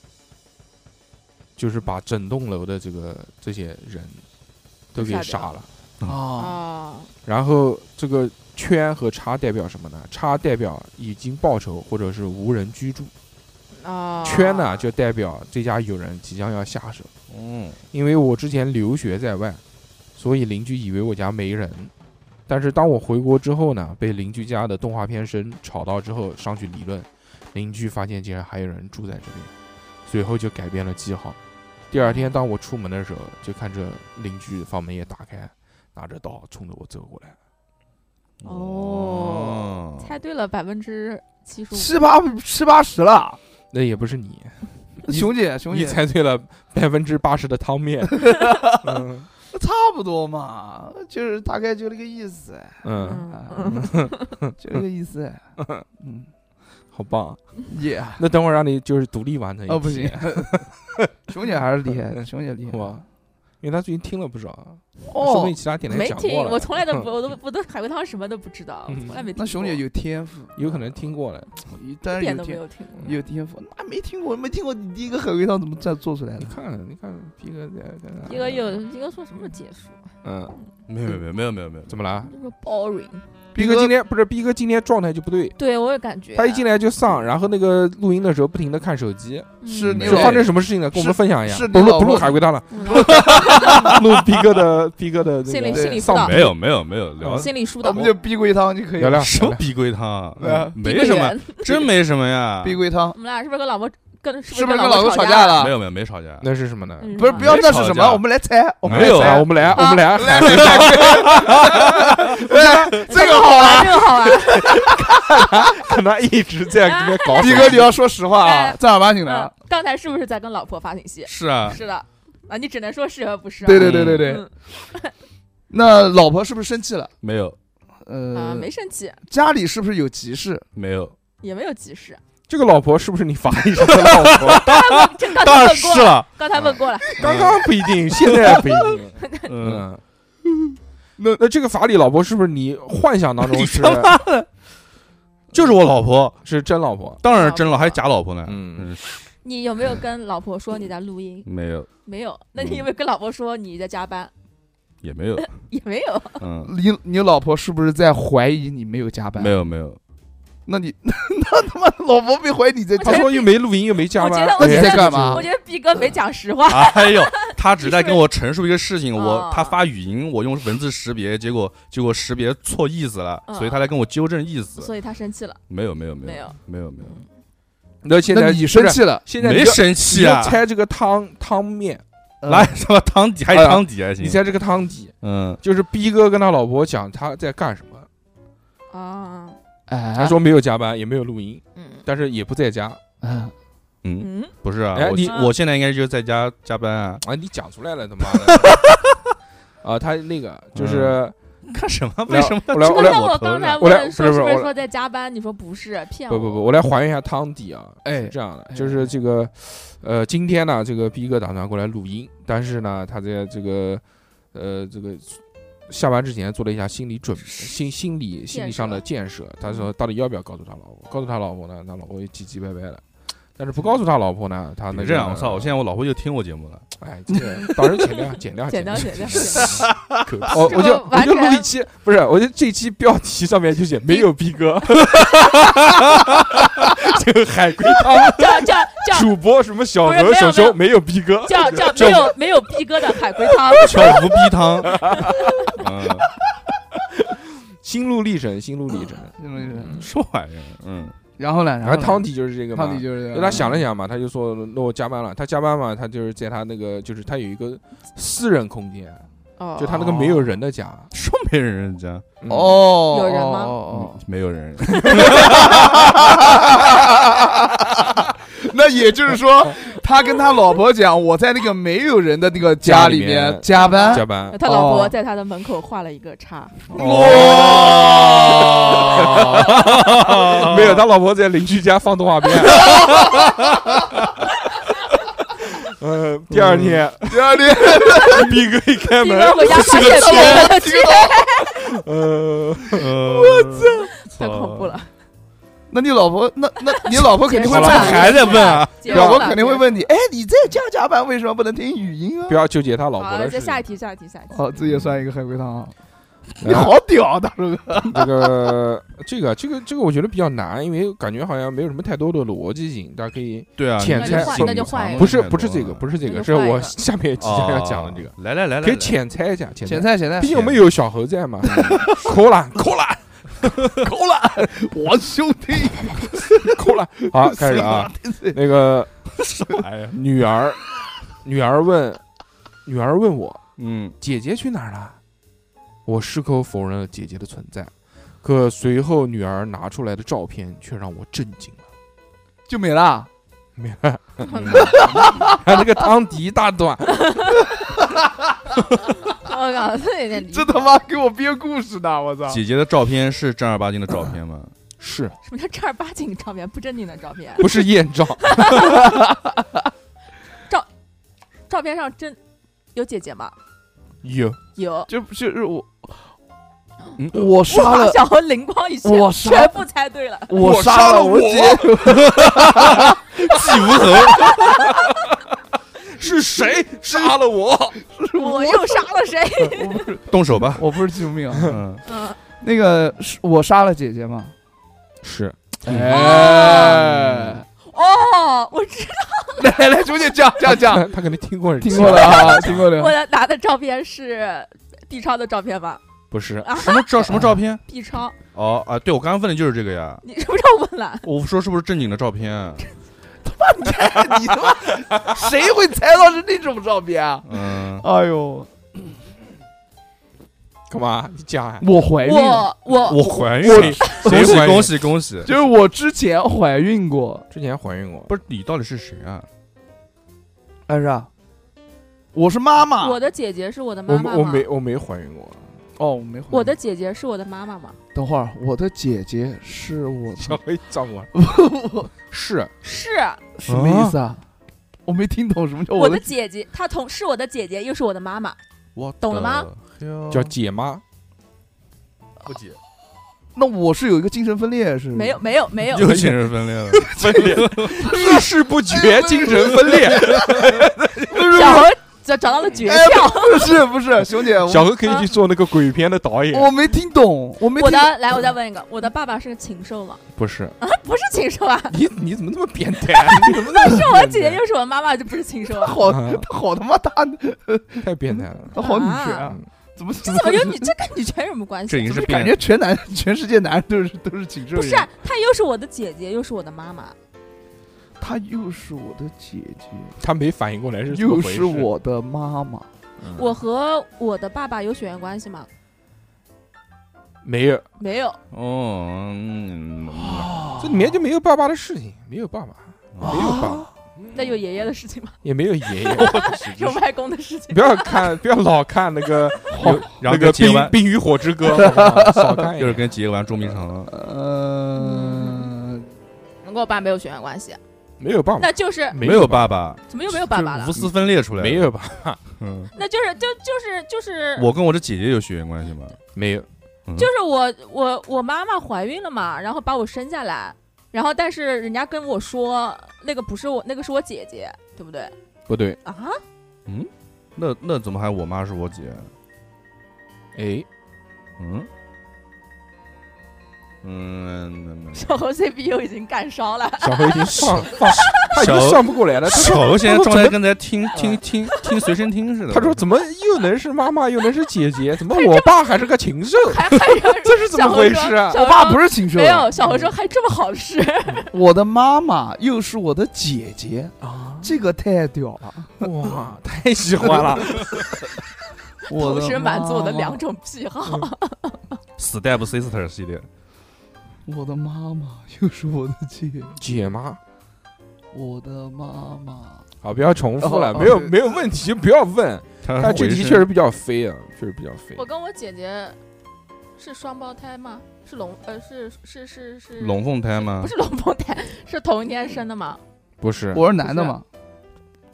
[SPEAKER 1] 就是把整栋楼的这个这些人都给
[SPEAKER 4] 都杀
[SPEAKER 1] 杀
[SPEAKER 4] 掉了
[SPEAKER 1] 了，
[SPEAKER 2] 啊，
[SPEAKER 4] 啊，
[SPEAKER 1] 然后这个圈和叉代表什么呢？叉代表已经报仇或者是无人居住，
[SPEAKER 4] 啊，
[SPEAKER 1] 圈呢就代表这家有人即将要下手。
[SPEAKER 3] 嗯，
[SPEAKER 1] 因为我之前留学在外，所以邻居以为我家没人。但是当我回国之后呢，被邻居家的动画片声吵到之后，上去理论，邻居发现竟然还有人住在这边，随后就改变了记号。第二天当我出门的时候，就看着邻居房门也打开，拿着刀冲着我走过来。
[SPEAKER 4] 哦
[SPEAKER 3] 哦
[SPEAKER 4] 猜对了百分之七十五，
[SPEAKER 2] 七八七八十了，
[SPEAKER 1] 那也不是你，你
[SPEAKER 2] 熊姐，熊
[SPEAKER 1] 你
[SPEAKER 2] 姐，
[SPEAKER 1] 猜对了百分之八十的汤面。嗯
[SPEAKER 2] 差不多嘛，就是大概就那个意思，
[SPEAKER 1] 嗯，
[SPEAKER 4] 嗯
[SPEAKER 2] 啊
[SPEAKER 4] 嗯，
[SPEAKER 2] 就那个意思，
[SPEAKER 1] [LAUGHS]
[SPEAKER 2] 嗯，
[SPEAKER 1] 好棒。
[SPEAKER 2] 耶、
[SPEAKER 1] [LAUGHS] 那等会儿让你就是独立完成一
[SPEAKER 2] 哦，不
[SPEAKER 1] 题 [LAUGHS]
[SPEAKER 2] 行，熊姐还是厉害，熊姐厉害
[SPEAKER 1] 好。吧？因为他最近听了不少，说
[SPEAKER 4] 哦
[SPEAKER 1] 明，其他电台
[SPEAKER 4] 没
[SPEAKER 1] 讲
[SPEAKER 4] 听，
[SPEAKER 1] 过
[SPEAKER 4] 我
[SPEAKER 1] 了，
[SPEAKER 4] 从来都
[SPEAKER 1] [LAUGHS]
[SPEAKER 4] 不，我都我都海龟汤什么都不知道，我从来没
[SPEAKER 2] 嗯
[SPEAKER 4] 听过。
[SPEAKER 2] 那熊姐有天赋，
[SPEAKER 1] 有可能听过了。
[SPEAKER 4] 一
[SPEAKER 2] 但是
[SPEAKER 4] 点
[SPEAKER 2] 有嗯
[SPEAKER 4] 都没
[SPEAKER 2] 天
[SPEAKER 4] 有听过。
[SPEAKER 2] 有天赋，那没听过，没听过你第一个海龟汤怎么这做出来
[SPEAKER 1] 你
[SPEAKER 2] 的？
[SPEAKER 1] 看，你
[SPEAKER 4] 嗯
[SPEAKER 1] 看，逼哥在在哪？
[SPEAKER 4] 一个有一个说什么结束，
[SPEAKER 1] 嗯，
[SPEAKER 3] 没有没有没有没有没有，
[SPEAKER 1] 怎么了？
[SPEAKER 4] 就说 boring。
[SPEAKER 1] 逼哥今天不是逼哥今天状态就不对，
[SPEAKER 4] 对啊我也感觉
[SPEAKER 1] 他一进来就丧，然后那个录音的时候不停的看手机，
[SPEAKER 4] 嗯
[SPEAKER 2] 是你
[SPEAKER 1] 是
[SPEAKER 2] 老
[SPEAKER 1] 发生什么事情了？跟我们
[SPEAKER 2] 是
[SPEAKER 1] 分享一下。
[SPEAKER 2] 是
[SPEAKER 1] 不
[SPEAKER 2] 你
[SPEAKER 1] 录
[SPEAKER 2] 老
[SPEAKER 1] 不录
[SPEAKER 2] 婆
[SPEAKER 1] 海龟汤了，
[SPEAKER 4] [LAUGHS] 嗯
[SPEAKER 1] 录逼哥的逼哥的
[SPEAKER 4] 心
[SPEAKER 1] 那
[SPEAKER 4] 理
[SPEAKER 1] 个
[SPEAKER 4] 心理辅
[SPEAKER 1] 丧
[SPEAKER 4] 导
[SPEAKER 1] 逼，
[SPEAKER 3] 没有没有没有聊
[SPEAKER 1] 嗯
[SPEAKER 4] 心理疏导
[SPEAKER 2] 我，们就逼龟汤就可以
[SPEAKER 1] 聊聊
[SPEAKER 2] 了。
[SPEAKER 3] 什么
[SPEAKER 1] 聊
[SPEAKER 3] 逼龟汤
[SPEAKER 2] 对啊，
[SPEAKER 3] 没什么，真没什么呀。
[SPEAKER 2] 逼龟汤
[SPEAKER 4] 我，们俩是不是跟老婆跟是不
[SPEAKER 2] 是不是跟
[SPEAKER 4] 老
[SPEAKER 2] 婆
[SPEAKER 4] 吵
[SPEAKER 2] 吵架
[SPEAKER 4] 了？
[SPEAKER 3] 没
[SPEAKER 2] 了？
[SPEAKER 3] 有没有没吵架，
[SPEAKER 1] 那是什么呢？
[SPEAKER 4] 嗯
[SPEAKER 2] 不是，不要
[SPEAKER 3] 没
[SPEAKER 2] 那是
[SPEAKER 3] 吵
[SPEAKER 2] 什
[SPEAKER 3] 架
[SPEAKER 2] 么？我们来猜，我们来
[SPEAKER 3] 没有
[SPEAKER 2] 猜
[SPEAKER 1] 啊，我们来，我们来海龟汤。
[SPEAKER 4] 啊
[SPEAKER 1] [LAUGHS]
[SPEAKER 2] 哎这个好
[SPEAKER 4] 玩，
[SPEAKER 2] 玩。
[SPEAKER 4] 这个好玩。
[SPEAKER 1] 看他一直在里面
[SPEAKER 4] [LAUGHS]
[SPEAKER 1] 搞
[SPEAKER 2] 逼哥，你要说实话啊
[SPEAKER 4] 哎，
[SPEAKER 2] 正儿八经
[SPEAKER 4] 嗯
[SPEAKER 2] 的。，
[SPEAKER 4] 刚才是不是在跟老婆发信息？
[SPEAKER 3] 是啊，
[SPEAKER 4] [LAUGHS] 是的，啊，你只能说是和不是啊。
[SPEAKER 2] 对对对对对，
[SPEAKER 4] 嗯
[SPEAKER 2] 那老婆是不是生气了？
[SPEAKER 3] 没有
[SPEAKER 4] 啊，
[SPEAKER 1] 嗯
[SPEAKER 2] 呃，
[SPEAKER 4] 没生气，
[SPEAKER 2] 家里是不是有急事？
[SPEAKER 3] 没有，
[SPEAKER 4] 也没有急事。 [LAUGHS]
[SPEAKER 1] 这个老婆是不是你法医生的老婆？
[SPEAKER 4] 这刚
[SPEAKER 3] 当
[SPEAKER 4] 才
[SPEAKER 3] 然
[SPEAKER 4] 问
[SPEAKER 3] 是
[SPEAKER 4] 过了，
[SPEAKER 3] 了。
[SPEAKER 4] 刚才问过了，
[SPEAKER 1] [LAUGHS] 刚刚不一定，现在不一定。
[SPEAKER 3] 嗯，
[SPEAKER 1] 嗯，那那这个法理老婆是不是你幻想当中是
[SPEAKER 3] 就是我老婆，
[SPEAKER 1] [LAUGHS] 是真老婆？
[SPEAKER 3] 当然是真了，还有假老婆呢。
[SPEAKER 1] 嗯，
[SPEAKER 3] 嗯，
[SPEAKER 4] 你有没有跟老婆说你在录音？
[SPEAKER 3] 没有，
[SPEAKER 4] 没有。那你有没有跟老婆说你在加班？
[SPEAKER 3] 也没 [LAUGHS] 有，
[SPEAKER 4] 也没有。
[SPEAKER 3] 嗯，
[SPEAKER 2] 你你老婆是不是在怀疑你没有加班？
[SPEAKER 3] 没。有没 [LAUGHS] 有，
[SPEAKER 2] 那你 [LAUGHS] 那他妈老婆没怀疑你在加
[SPEAKER 1] 他
[SPEAKER 2] 班？
[SPEAKER 1] 说又没录音又没哎加
[SPEAKER 4] 我觉
[SPEAKER 1] 班
[SPEAKER 4] 得，
[SPEAKER 2] 那
[SPEAKER 4] 我
[SPEAKER 2] 你
[SPEAKER 4] 觉
[SPEAKER 2] 在
[SPEAKER 4] 得，
[SPEAKER 2] 干嘛
[SPEAKER 4] 我？觉得毕哥没讲实
[SPEAKER 1] [LAUGHS]
[SPEAKER 4] 话。
[SPEAKER 3] 哎呦，他只在跟我陈述一个事情，我
[SPEAKER 4] 哦
[SPEAKER 3] 他发语音，我用文字识别，结果结果识别错意思了，
[SPEAKER 4] 嗯
[SPEAKER 3] 所以他来跟我纠正意思。
[SPEAKER 4] 所以他生气了，
[SPEAKER 3] 没有没有没
[SPEAKER 4] 没
[SPEAKER 3] 有
[SPEAKER 4] 有。
[SPEAKER 3] 没有没有，
[SPEAKER 1] 那现在
[SPEAKER 2] 那你生
[SPEAKER 1] 不是？
[SPEAKER 2] 气了？
[SPEAKER 1] 现在你
[SPEAKER 3] 没
[SPEAKER 1] 要
[SPEAKER 3] 生
[SPEAKER 1] 你
[SPEAKER 3] 气
[SPEAKER 1] 要
[SPEAKER 3] 啊，
[SPEAKER 1] 猜这个汤汤面，
[SPEAKER 3] 来什么汤底还
[SPEAKER 1] 哎
[SPEAKER 3] 有
[SPEAKER 1] 呀
[SPEAKER 3] 汤底还
[SPEAKER 1] 你
[SPEAKER 3] 行，
[SPEAKER 1] 猜这个汤底，
[SPEAKER 3] 嗯，
[SPEAKER 1] 就是逼哥跟他老婆讲他在干什么。
[SPEAKER 4] 啊，
[SPEAKER 2] 哎，
[SPEAKER 1] 他说没有加班，也没有录音，
[SPEAKER 4] 嗯
[SPEAKER 1] 但是也不在家。
[SPEAKER 2] 嗯，
[SPEAKER 3] 嗯，
[SPEAKER 4] 嗯，
[SPEAKER 3] 不是啊
[SPEAKER 1] 哎，
[SPEAKER 3] 我
[SPEAKER 1] 你
[SPEAKER 3] 我现在应该就是在家加班啊，
[SPEAKER 1] 啊，你讲出来了，他妈的！啊，他那个就是
[SPEAKER 3] 干什么？
[SPEAKER 1] 来
[SPEAKER 3] 为什么要
[SPEAKER 1] 我来
[SPEAKER 3] 扯
[SPEAKER 1] 啊我
[SPEAKER 4] 刚
[SPEAKER 1] 来
[SPEAKER 4] 才
[SPEAKER 3] 我头
[SPEAKER 4] 刚才
[SPEAKER 3] 上？
[SPEAKER 1] 我来
[SPEAKER 4] 问
[SPEAKER 1] 不是不是
[SPEAKER 4] 说是不是
[SPEAKER 1] 我来
[SPEAKER 4] 说在加班？你说不是，骗我。
[SPEAKER 1] 不不不，我来还原一下汤底啊。
[SPEAKER 2] 哎
[SPEAKER 1] 是，这样的，
[SPEAKER 2] 哎
[SPEAKER 1] 就是这个，呃，今天呢，这个逼哥打算过来录音，但是呢，他在这个，呃，这个下班之前做了一下心理准心心理心理上的建设。嗯他说到底要不要告诉他老婆？告诉他老婆呢，他老婆也唧唧歪歪的。但是不告诉他老婆呢，他啊那
[SPEAKER 3] 你
[SPEAKER 1] 个
[SPEAKER 3] 这样，我操！我现在我老婆又听我节目了，
[SPEAKER 1] 哎，这个到时候减
[SPEAKER 4] [LAUGHS]
[SPEAKER 1] 量减量
[SPEAKER 4] 剪掉
[SPEAKER 1] 量
[SPEAKER 4] 剪掉，
[SPEAKER 1] [LAUGHS]
[SPEAKER 4] [LAUGHS]
[SPEAKER 1] 可我我就我
[SPEAKER 4] 完
[SPEAKER 1] 就录
[SPEAKER 4] 全
[SPEAKER 1] 一期，不是，我就这期标题上面就写没有逼哥， [LAUGHS] 这个海龟汤。
[SPEAKER 4] 叫啊叫叫
[SPEAKER 1] [LAUGHS] 主播什么小
[SPEAKER 4] 不是
[SPEAKER 1] 何、
[SPEAKER 4] 没有
[SPEAKER 1] 小
[SPEAKER 4] 没
[SPEAKER 1] 熊
[SPEAKER 4] 有
[SPEAKER 1] 没有逼哥，
[SPEAKER 4] 叫叫没有没有逼哥的海龟汤，
[SPEAKER 3] 小无逼汤， [LAUGHS] 嗯，
[SPEAKER 1] 心路历程，心路历
[SPEAKER 4] 嗯
[SPEAKER 1] 程。
[SPEAKER 3] 什么玩意儿？嗯，
[SPEAKER 2] 嗯然后呢？
[SPEAKER 1] 然后
[SPEAKER 2] 呢
[SPEAKER 1] 汤底就是这个嘛
[SPEAKER 2] 汤，底就是这
[SPEAKER 1] 因
[SPEAKER 2] 样
[SPEAKER 1] 为他想了想嘛，他就说那我加班了。他加班嘛，他就是在他那个就是他有一个私人空间，
[SPEAKER 4] 哦
[SPEAKER 1] 就他那个没有人的家。
[SPEAKER 3] 说没人家，
[SPEAKER 1] 嗯，
[SPEAKER 2] 哦，
[SPEAKER 4] 有人吗
[SPEAKER 2] 哦？哦
[SPEAKER 3] 没有人，
[SPEAKER 2] 哦 [LAUGHS] 那也就是说，他跟他老婆讲，我在那个没有人的那个家里
[SPEAKER 1] 家里
[SPEAKER 2] 面
[SPEAKER 1] 面
[SPEAKER 2] 加班
[SPEAKER 1] 嗯加。班
[SPEAKER 4] 他老
[SPEAKER 2] 哦
[SPEAKER 4] 婆在他的门口画了一个叉，
[SPEAKER 2] [LAUGHS] 哦，
[SPEAKER 1] 没有，他老婆在邻居家放动画片。呃，第二天，
[SPEAKER 2] 第二天
[SPEAKER 1] 逼哥一
[SPEAKER 4] [LAUGHS]
[SPEAKER 1] 开
[SPEAKER 4] 逼
[SPEAKER 1] 门，
[SPEAKER 4] 哥回家发现没 [LAUGHS] 了鸡，
[SPEAKER 1] 呃，
[SPEAKER 3] 我操，
[SPEAKER 4] 太恐怖！了。
[SPEAKER 2] 那你老婆，那那你老婆肯定会
[SPEAKER 3] 好了，
[SPEAKER 2] 问
[SPEAKER 3] 还在问啊？
[SPEAKER 4] 结
[SPEAKER 2] 你，
[SPEAKER 4] 束
[SPEAKER 2] 老婆
[SPEAKER 4] 了
[SPEAKER 2] 肯定会。问你，哎，你在家加班为什么不能听语音啊
[SPEAKER 1] 不？要纠结他老
[SPEAKER 4] 结束好
[SPEAKER 1] 婆
[SPEAKER 4] 了，
[SPEAKER 1] 的
[SPEAKER 4] 再
[SPEAKER 1] 事
[SPEAKER 4] 下一
[SPEAKER 1] 情。
[SPEAKER 4] 题，下一题，下一题。 [LAUGHS]
[SPEAKER 2] 哦，这也算一个海龟汤啊！你
[SPEAKER 1] 然后
[SPEAKER 2] 好屌啊，大叔 [LAUGHS] 哥！
[SPEAKER 1] 这个这个这个这个我觉得比较难，因为感觉好像没有什么太多的逻辑性，大家可以
[SPEAKER 3] 对啊，
[SPEAKER 1] 浅猜
[SPEAKER 4] 那就换一个
[SPEAKER 1] 不是不是这个不是这
[SPEAKER 4] 那
[SPEAKER 1] 个，
[SPEAKER 4] 就
[SPEAKER 1] 这
[SPEAKER 4] 换一
[SPEAKER 1] 我
[SPEAKER 4] 个
[SPEAKER 1] 下面即将要讲的这个，，哦
[SPEAKER 3] 来来来哦来，
[SPEAKER 1] 可以浅猜一下，浅
[SPEAKER 2] 咸
[SPEAKER 1] 猜，
[SPEAKER 2] 菜，咸菜
[SPEAKER 1] 毕，竟我们有小猴在嘛，扣了扣了
[SPEAKER 2] 够了！ [LAUGHS] 我兄弟，
[SPEAKER 1] 扣了，好，
[SPEAKER 2] [LAUGHS]
[SPEAKER 1] 开始啊，那个
[SPEAKER 3] 什么玩意儿？
[SPEAKER 1] 女儿，女儿问，女儿问我
[SPEAKER 3] 嗯，
[SPEAKER 1] 姐姐去哪儿了，我矢口否认了姐姐的存在，可随后女儿拿出来的照片却让我震惊了，
[SPEAKER 2] 就没了。啊
[SPEAKER 1] 没了。
[SPEAKER 2] 嗯
[SPEAKER 4] 嗯
[SPEAKER 1] 还有那个汤迪大短，
[SPEAKER 4] 我靠，这有点离谱
[SPEAKER 2] 这他妈给我编故事呢！我操！
[SPEAKER 3] 姐姐的照片是正儿八经的照片吗？
[SPEAKER 1] 是
[SPEAKER 4] 什么叫正儿八经的照片，不正经的照片？
[SPEAKER 1] 不是艳照？
[SPEAKER 4] 照片上真有姐姐吗？
[SPEAKER 1] 有
[SPEAKER 4] 有，
[SPEAKER 2] 就就是我，
[SPEAKER 3] 嗯
[SPEAKER 2] 我杀
[SPEAKER 4] 哇
[SPEAKER 2] 了，
[SPEAKER 4] 小何灵光一现，
[SPEAKER 2] 我杀
[SPEAKER 4] 全部猜对了。
[SPEAKER 2] 我
[SPEAKER 3] 杀
[SPEAKER 2] 了
[SPEAKER 3] 了
[SPEAKER 2] 我
[SPEAKER 3] 我
[SPEAKER 2] 姐，
[SPEAKER 3] 季无痕是谁杀了我？
[SPEAKER 4] 我又杀了谁？
[SPEAKER 2] 我 [LAUGHS] 不是
[SPEAKER 3] 动手吧。
[SPEAKER 2] 我不是救命啊！
[SPEAKER 3] 嗯，
[SPEAKER 4] 嗯，
[SPEAKER 2] 那个是我杀了姐姐嘛？
[SPEAKER 1] 是
[SPEAKER 2] 嗯哎，
[SPEAKER 4] 哦，我知
[SPEAKER 2] [LAUGHS] 来来，兄弟，这样这样这 [LAUGHS] 样，
[SPEAKER 1] 他他肯定啊听过人
[SPEAKER 2] 听过了啊，听过
[SPEAKER 4] 我
[SPEAKER 2] 了。
[SPEAKER 4] 拿的照片是 B 超的照片吧
[SPEAKER 1] 不是
[SPEAKER 4] 啊
[SPEAKER 3] 什么照什么照片？
[SPEAKER 4] ？B 超，
[SPEAKER 3] 哦啊，对我刚刚问的就是这个呀。
[SPEAKER 4] 你是 [LAUGHS] 不是要问了？
[SPEAKER 3] 我说是不是正经的照片？啊
[SPEAKER 2] 你他妈 [LAUGHS] 谁会猜到是那种照片啊？
[SPEAKER 3] 嗯，
[SPEAKER 2] 哎呦，
[SPEAKER 1] 干嘛？你讲啊？
[SPEAKER 2] 我怀孕，
[SPEAKER 4] 我我
[SPEAKER 3] 我怀孕
[SPEAKER 2] 我
[SPEAKER 3] 了，恭喜
[SPEAKER 1] 怀孕
[SPEAKER 3] 恭喜恭喜！
[SPEAKER 2] 就是我之前怀孕过，
[SPEAKER 1] 之前怀孕过，
[SPEAKER 3] 不是你到底是谁啊？
[SPEAKER 2] 但是啊，我是妈妈。
[SPEAKER 4] 我的姐姐是我的妈
[SPEAKER 1] 我
[SPEAKER 4] 妈吗？
[SPEAKER 1] 我没我没怀孕过，
[SPEAKER 2] 哦，我没怀孕。
[SPEAKER 4] 我的姐姐是我的妈妈吗？
[SPEAKER 2] 等会儿，我的姐姐是 [LAUGHS] 我
[SPEAKER 1] 小
[SPEAKER 2] 的，
[SPEAKER 1] 黑长过来是
[SPEAKER 4] 是
[SPEAKER 2] 什么意思啊？
[SPEAKER 1] 哦
[SPEAKER 2] 哦我没听懂什么叫
[SPEAKER 4] 我
[SPEAKER 2] 的
[SPEAKER 4] 的姐姐，她同是我的姐姐，又是我的妈妈。
[SPEAKER 3] 我
[SPEAKER 4] 懂了吗？
[SPEAKER 1] 叫姐妈，
[SPEAKER 3] 不解，
[SPEAKER 2] 那我是有一个精神分裂是？
[SPEAKER 4] 没有，没有没有，
[SPEAKER 3] [LAUGHS] [LAUGHS] 又精神分裂了。
[SPEAKER 1] 分 [LAUGHS] 裂，遇事不 [LAUGHS] 决，精神分裂。
[SPEAKER 4] 小何找找到了诀
[SPEAKER 2] 哎
[SPEAKER 4] 窍。
[SPEAKER 2] 不是不是，兄弟，
[SPEAKER 1] 小
[SPEAKER 2] 我
[SPEAKER 1] 何可以去做那个鬼片的导演，
[SPEAKER 2] 我没听懂，我没
[SPEAKER 4] 我
[SPEAKER 2] 听懂。
[SPEAKER 4] 的来，我再问一个，我的爸爸是个禽兽吗？
[SPEAKER 1] 不是？
[SPEAKER 4] 不是禽兽啊，
[SPEAKER 1] 你你怎么那么变态啊？你怎么那么
[SPEAKER 4] 是 [LAUGHS] 我姐姐又是我妈妈，就不是禽
[SPEAKER 2] [LAUGHS]
[SPEAKER 4] 兽啊。
[SPEAKER 2] 好，
[SPEAKER 1] 啊
[SPEAKER 2] 他好他妈大，
[SPEAKER 1] 太变态了。
[SPEAKER 2] 他好女权啊
[SPEAKER 1] 啊嗯！
[SPEAKER 2] 怎么
[SPEAKER 4] 这怎么跟女这跟女权有什么关
[SPEAKER 3] 这已
[SPEAKER 4] 系？啊
[SPEAKER 3] 经是
[SPEAKER 2] 感
[SPEAKER 3] 变
[SPEAKER 2] 觉全男全世界男人都是都是禽兽
[SPEAKER 4] 不
[SPEAKER 2] 人？
[SPEAKER 4] 是啊，她又是我的姐姐，又是我的妈妈。
[SPEAKER 2] 她又是我的姐姐，
[SPEAKER 1] 他没反应过来是怎么
[SPEAKER 2] 又
[SPEAKER 1] 回事
[SPEAKER 2] 是，我的妈妈。
[SPEAKER 1] 嗯
[SPEAKER 4] 我和我的爸爸有血缘关系吗？
[SPEAKER 1] 没有，
[SPEAKER 4] 没有。
[SPEAKER 3] 哦，嗯，
[SPEAKER 1] 这里面就没有爸爸的事情，没有爸爸，
[SPEAKER 3] 哦
[SPEAKER 1] 没有爸爸，
[SPEAKER 4] 那有爷爷的事情吗？
[SPEAKER 1] 也没有爷爷。
[SPEAKER 3] 嗯
[SPEAKER 4] 有外公的事情
[SPEAKER 1] 不？要看，不要老看那个有那
[SPEAKER 3] 然后
[SPEAKER 1] 个冰
[SPEAKER 3] 跟结
[SPEAKER 1] 《
[SPEAKER 3] 完，哦
[SPEAKER 1] 冰与火
[SPEAKER 3] [LAUGHS]
[SPEAKER 1] 之歌》好不好，少看一
[SPEAKER 3] 就
[SPEAKER 1] 点。
[SPEAKER 3] 是跟结完捉迷藏了。
[SPEAKER 2] 呃，
[SPEAKER 4] 跟我爸没有血缘关系，啊
[SPEAKER 1] 没有爸爸
[SPEAKER 4] 那，就是
[SPEAKER 1] 没
[SPEAKER 3] 没有爸爸，
[SPEAKER 4] 怎么又没有爸爸了
[SPEAKER 3] 无？私分裂出来。
[SPEAKER 1] 没，有吧？
[SPEAKER 3] 嗯，
[SPEAKER 4] 那就是就就是就是
[SPEAKER 3] 我跟我的姐姐有血缘关系吗？
[SPEAKER 1] 没有，
[SPEAKER 4] 就是我我我妈妈怀孕了嘛，然后把我生下来，然后但是人家跟我说那个不是我，那个是我姐姐，对不对
[SPEAKER 1] 不对，
[SPEAKER 4] 啊？
[SPEAKER 3] 那那怎么还我妈是我姐？
[SPEAKER 1] 哎，
[SPEAKER 3] 嗯，嗯，那那
[SPEAKER 4] 小猴 CPU 已经干烧了，
[SPEAKER 1] 小何已经算放，他已经
[SPEAKER 3] 小
[SPEAKER 1] 算不过来了。他说
[SPEAKER 3] 小猴现在
[SPEAKER 1] 他说
[SPEAKER 3] 状
[SPEAKER 1] 怎
[SPEAKER 3] 态
[SPEAKER 1] 么
[SPEAKER 3] 跟
[SPEAKER 1] [LAUGHS]
[SPEAKER 3] 在听听听听随身听似的。
[SPEAKER 1] 他说：“怎么又能是妈妈，又能是姐姐？怎么我爸还是个禽兽？
[SPEAKER 4] 还还有
[SPEAKER 1] 这是怎么回事啊？
[SPEAKER 2] 我爸不
[SPEAKER 4] 是
[SPEAKER 2] 是禽兽
[SPEAKER 4] 没
[SPEAKER 2] 人，
[SPEAKER 4] 有小猴说还这么好吃，
[SPEAKER 2] 我的妈妈又是我的姐姐，
[SPEAKER 1] 啊，
[SPEAKER 2] 这个太屌了！
[SPEAKER 1] 哇，太喜欢了！
[SPEAKER 2] 我
[SPEAKER 4] 同 [LAUGHS]
[SPEAKER 2] 的
[SPEAKER 4] 时满足我的
[SPEAKER 2] 妈
[SPEAKER 4] 两，种癖好。
[SPEAKER 3] Step Sister 系列，
[SPEAKER 2] 我的妈妈 [LAUGHS] 又是我的姐，
[SPEAKER 1] [LAUGHS] 姐妈，
[SPEAKER 2] 我的妈妈。
[SPEAKER 1] 好，不要重复了，
[SPEAKER 2] 哦哦
[SPEAKER 1] 没有
[SPEAKER 2] 对
[SPEAKER 1] 没有问题，不要问。
[SPEAKER 3] 他
[SPEAKER 1] 但这题确实比较飞啊，确实比较飞。
[SPEAKER 4] 跟我姐姐是双胞胎吗？是龙呃是是是是
[SPEAKER 3] 龙凤胎吗？
[SPEAKER 4] 是龙凤胎，是同一天生的吗？
[SPEAKER 1] 不是，啊
[SPEAKER 2] 我是男的嘛？